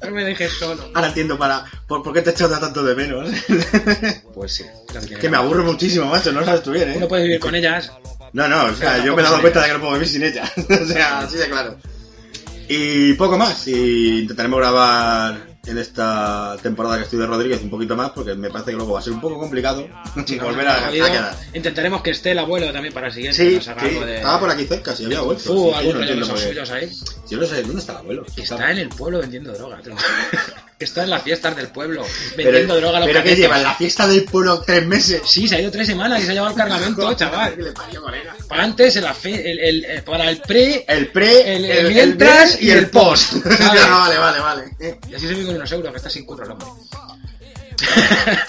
Speaker 3: No me dejes solo.
Speaker 2: Ahora entiendo para, por, por qué te echas tanto de menos.
Speaker 3: Pues sí.
Speaker 2: Que me aburro muchísimo, macho, no sabes tú bien,
Speaker 3: No
Speaker 2: ¿eh?
Speaker 3: puedes vivir con ellas.
Speaker 2: No, no, o sea, yo me he dado cuenta de que no puedo vivir sin ella. o sea, así de claro. Y poco más, y intentaremos grabar en esta temporada que estoy de Rodríguez un poquito más, porque me parece que luego va a ser un poco complicado volver a, a
Speaker 3: Jodido.
Speaker 2: quedar.
Speaker 3: Intentaremos que esté el abuelo también para el siguiente.
Speaker 2: Sí,
Speaker 3: que nos
Speaker 2: sí,
Speaker 3: haga algo de...
Speaker 2: estaba por aquí cerca, si había vuelto.
Speaker 3: Fu,
Speaker 2: Sí, sí, no
Speaker 3: algún rollo de
Speaker 2: entiendo
Speaker 3: esos
Speaker 2: por qué.
Speaker 3: suyos ahí.
Speaker 2: Yo no sé, ¿dónde está el abuelo?
Speaker 3: Que
Speaker 2: Está-
Speaker 3: está en el pueblo vendiendo droga. tío. Que está en las fiestas del pueblo.
Speaker 2: Pero,
Speaker 3: Vendiendo droga a los
Speaker 2: pero que
Speaker 3: catetos.
Speaker 2: lleva en la fiesta del pueblo tres meses.
Speaker 3: Sí, se ha ido tres semanas y se ha llevado el cargamento,
Speaker 2: ¿Qué
Speaker 3: chaval.
Speaker 2: le parió, colega?
Speaker 3: Para antes, el, afe- el- el- el- para el pre.
Speaker 2: El pre,
Speaker 3: El- el mientras
Speaker 2: bien
Speaker 3: y el post.
Speaker 2: Ya, vale, vale, vale.
Speaker 3: Y así se vive con unos euros, que está sin curro el hombre.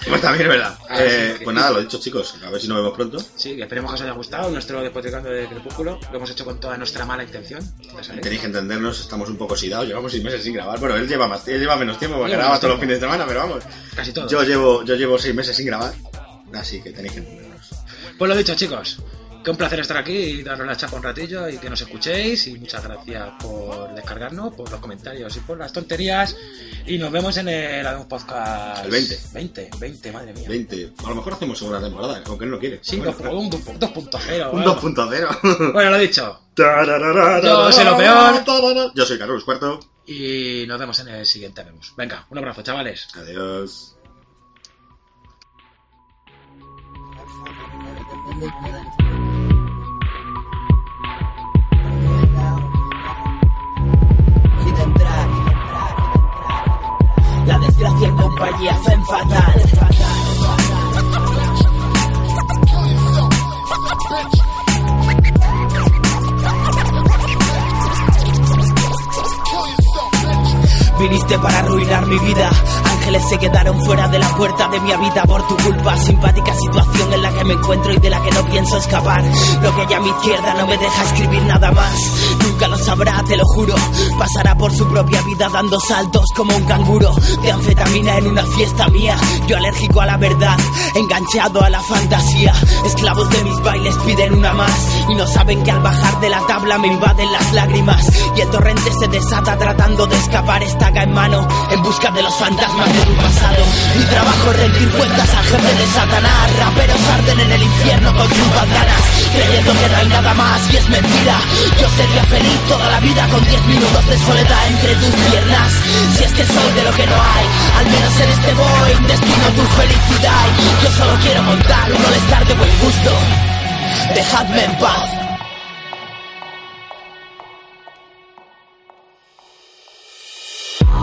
Speaker 2: Pues también es verdad.
Speaker 3: Ah,
Speaker 2: Eh,
Speaker 3: sí, sí.
Speaker 2: pues nada, lo dicho chicos, a ver si nos vemos pronto.
Speaker 3: Sí, que esperemos que os haya gustado nuestro despotricando de Crepúsculo. Lo hemos hecho con toda nuestra mala intención. ya sabéis.
Speaker 2: Tenéis que entendernos, estamos un poco sidados, llevamos seis meses sin grabar. Bueno, él lleva más, él lleva menos tiempo porque
Speaker 3: Lleva
Speaker 2: graba
Speaker 3: más
Speaker 2: todos los
Speaker 3: tiempo.
Speaker 2: fines de semana, pero vamos.
Speaker 3: Casi todo.
Speaker 2: Yo llevo, yo llevo seis meses sin grabar, así que tenéis que entendernos.
Speaker 3: Pues lo dicho, chicos. Que un placer estar aquí y daros la chapa un ratillo y que nos escuchéis. Y muchas gracias por descargarnos, por los comentarios y por las tonterías. Y nos vemos en el Adon Podcast.
Speaker 2: El 20.
Speaker 3: 20, 20, madre mía.
Speaker 2: 20 A lo mejor hacemos segunda temporada, aunque él no quiere.
Speaker 3: Sí,
Speaker 2: Bueno,
Speaker 3: dos- un 2.0.
Speaker 2: un
Speaker 3: vamos.
Speaker 2: 2.0.
Speaker 3: Bueno, lo dicho.
Speaker 2: Yo
Speaker 3: soy lo peor.
Speaker 2: Yo soy Carlos Cuarto.
Speaker 3: Y nos vemos en el siguiente. Vemos. Venga, un abrazo, chavales.
Speaker 2: Adiós.
Speaker 10: La desgracia en compañía Femme Fatal. Viniste para arruinar mi vida. Ángeles se quedaron fuera de la puerta de mi vida por tu culpa. Simpática situación en la que me encuentro y de la que no pienso escapar. Lo que hay a mi izquierda no me deja escribir nada más. Nunca lo sabrá, te lo juro. Pasará por su propia vida dando saltos como un canguro. De anfetamina en una fiesta mía. Yo alérgico a la verdad, enganchado a la fantasía. Esclavos de mis bailes piden una más. Y no saben que al bajar de la tabla me invaden las lágrimas. Y el torrente se desata tratando de escapar estaca en mano en busca de los fantasmas de tu pasado. Mi trabajo es rendir cuentas al jefe de Satanás. Raperos arden en el infierno con sus bandanas, creyendo que no hay nada más y es mentira. Yo sería feliz toda la vida con 10 minutos de soledad entre tus piernas. Si es que soy de lo que no hay, al menos en este voy destino tu felicidad. Y Yo solo quiero montar un molestar de buen gusto. Dejadme en paz.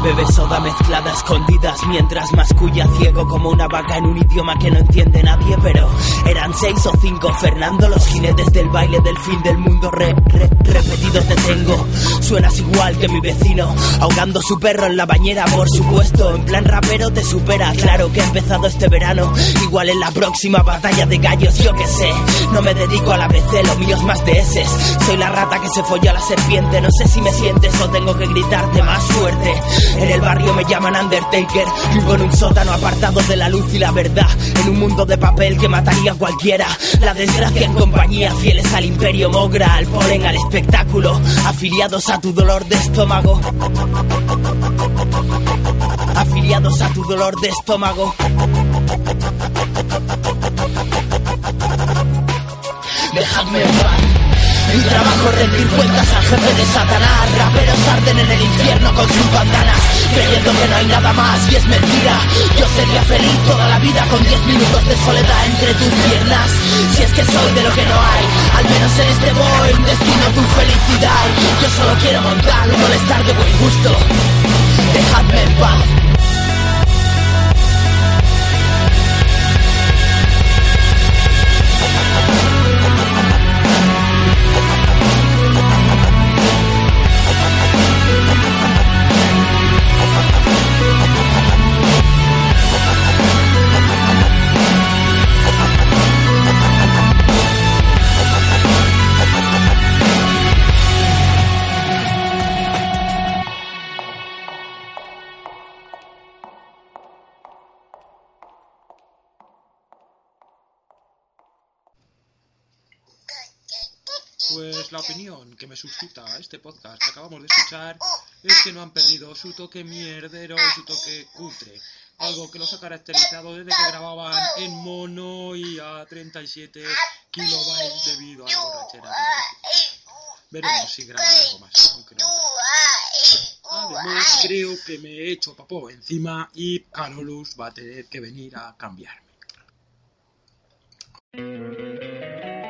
Speaker 10: Bebe soda mezclada a escondidas mientras masculla ciego como una vaca en un idioma que no entiende nadie, pero eran seis o cinco Fernando, los jinetes del baile del fin del mundo re, re- repetido te tengo. Suenas igual que mi vecino, ahogando su perro en la bañera, por supuesto, en plan rapero te supera, claro que he empezado este verano, igual en la próxima batalla de gallos, yo que sé, no me dedico a la BC, lo mío es más de S, soy la rata que se folló a la serpiente, no sé si me sientes o tengo que gritarte más fuerte. En el barrio me llaman Undertaker, vivo en un sótano apartado de la luz y la verdad, en un mundo de papel que mataría a cualquiera. La desgracia en compañía, fieles al imperio mogra, al polen, al espectáculo, afiliados a tu dolor de estómago. Afiliados a tu dolor de estómago. dejadme en paz. Mi trabajo es rendir cuentas al jefe de Satanás. Raperos arden en el infierno con sus bandanas, creyendo que no hay nada más y es mentira. Yo sería feliz toda la vida con 10 minutos de soledad entre tus piernas. Si es que soy de lo que no hay, al menos en este voy destino tu felicidad. Yo solo quiero montar un molestar de buen gusto. Dejadme en paz.
Speaker 3: Pues la opinión que me suscita este podcast que acabamos de escuchar es que no han perdido su toque mierdero y su toque cutre. Algo que los ha caracterizado desde que grababan en mono y a 37 kilobytes debido a la borrachera. de los- Veremos si graban algo más. no creo. Además, creo que me he hecho papó encima y Carolus va a tener que venir a cambiarme.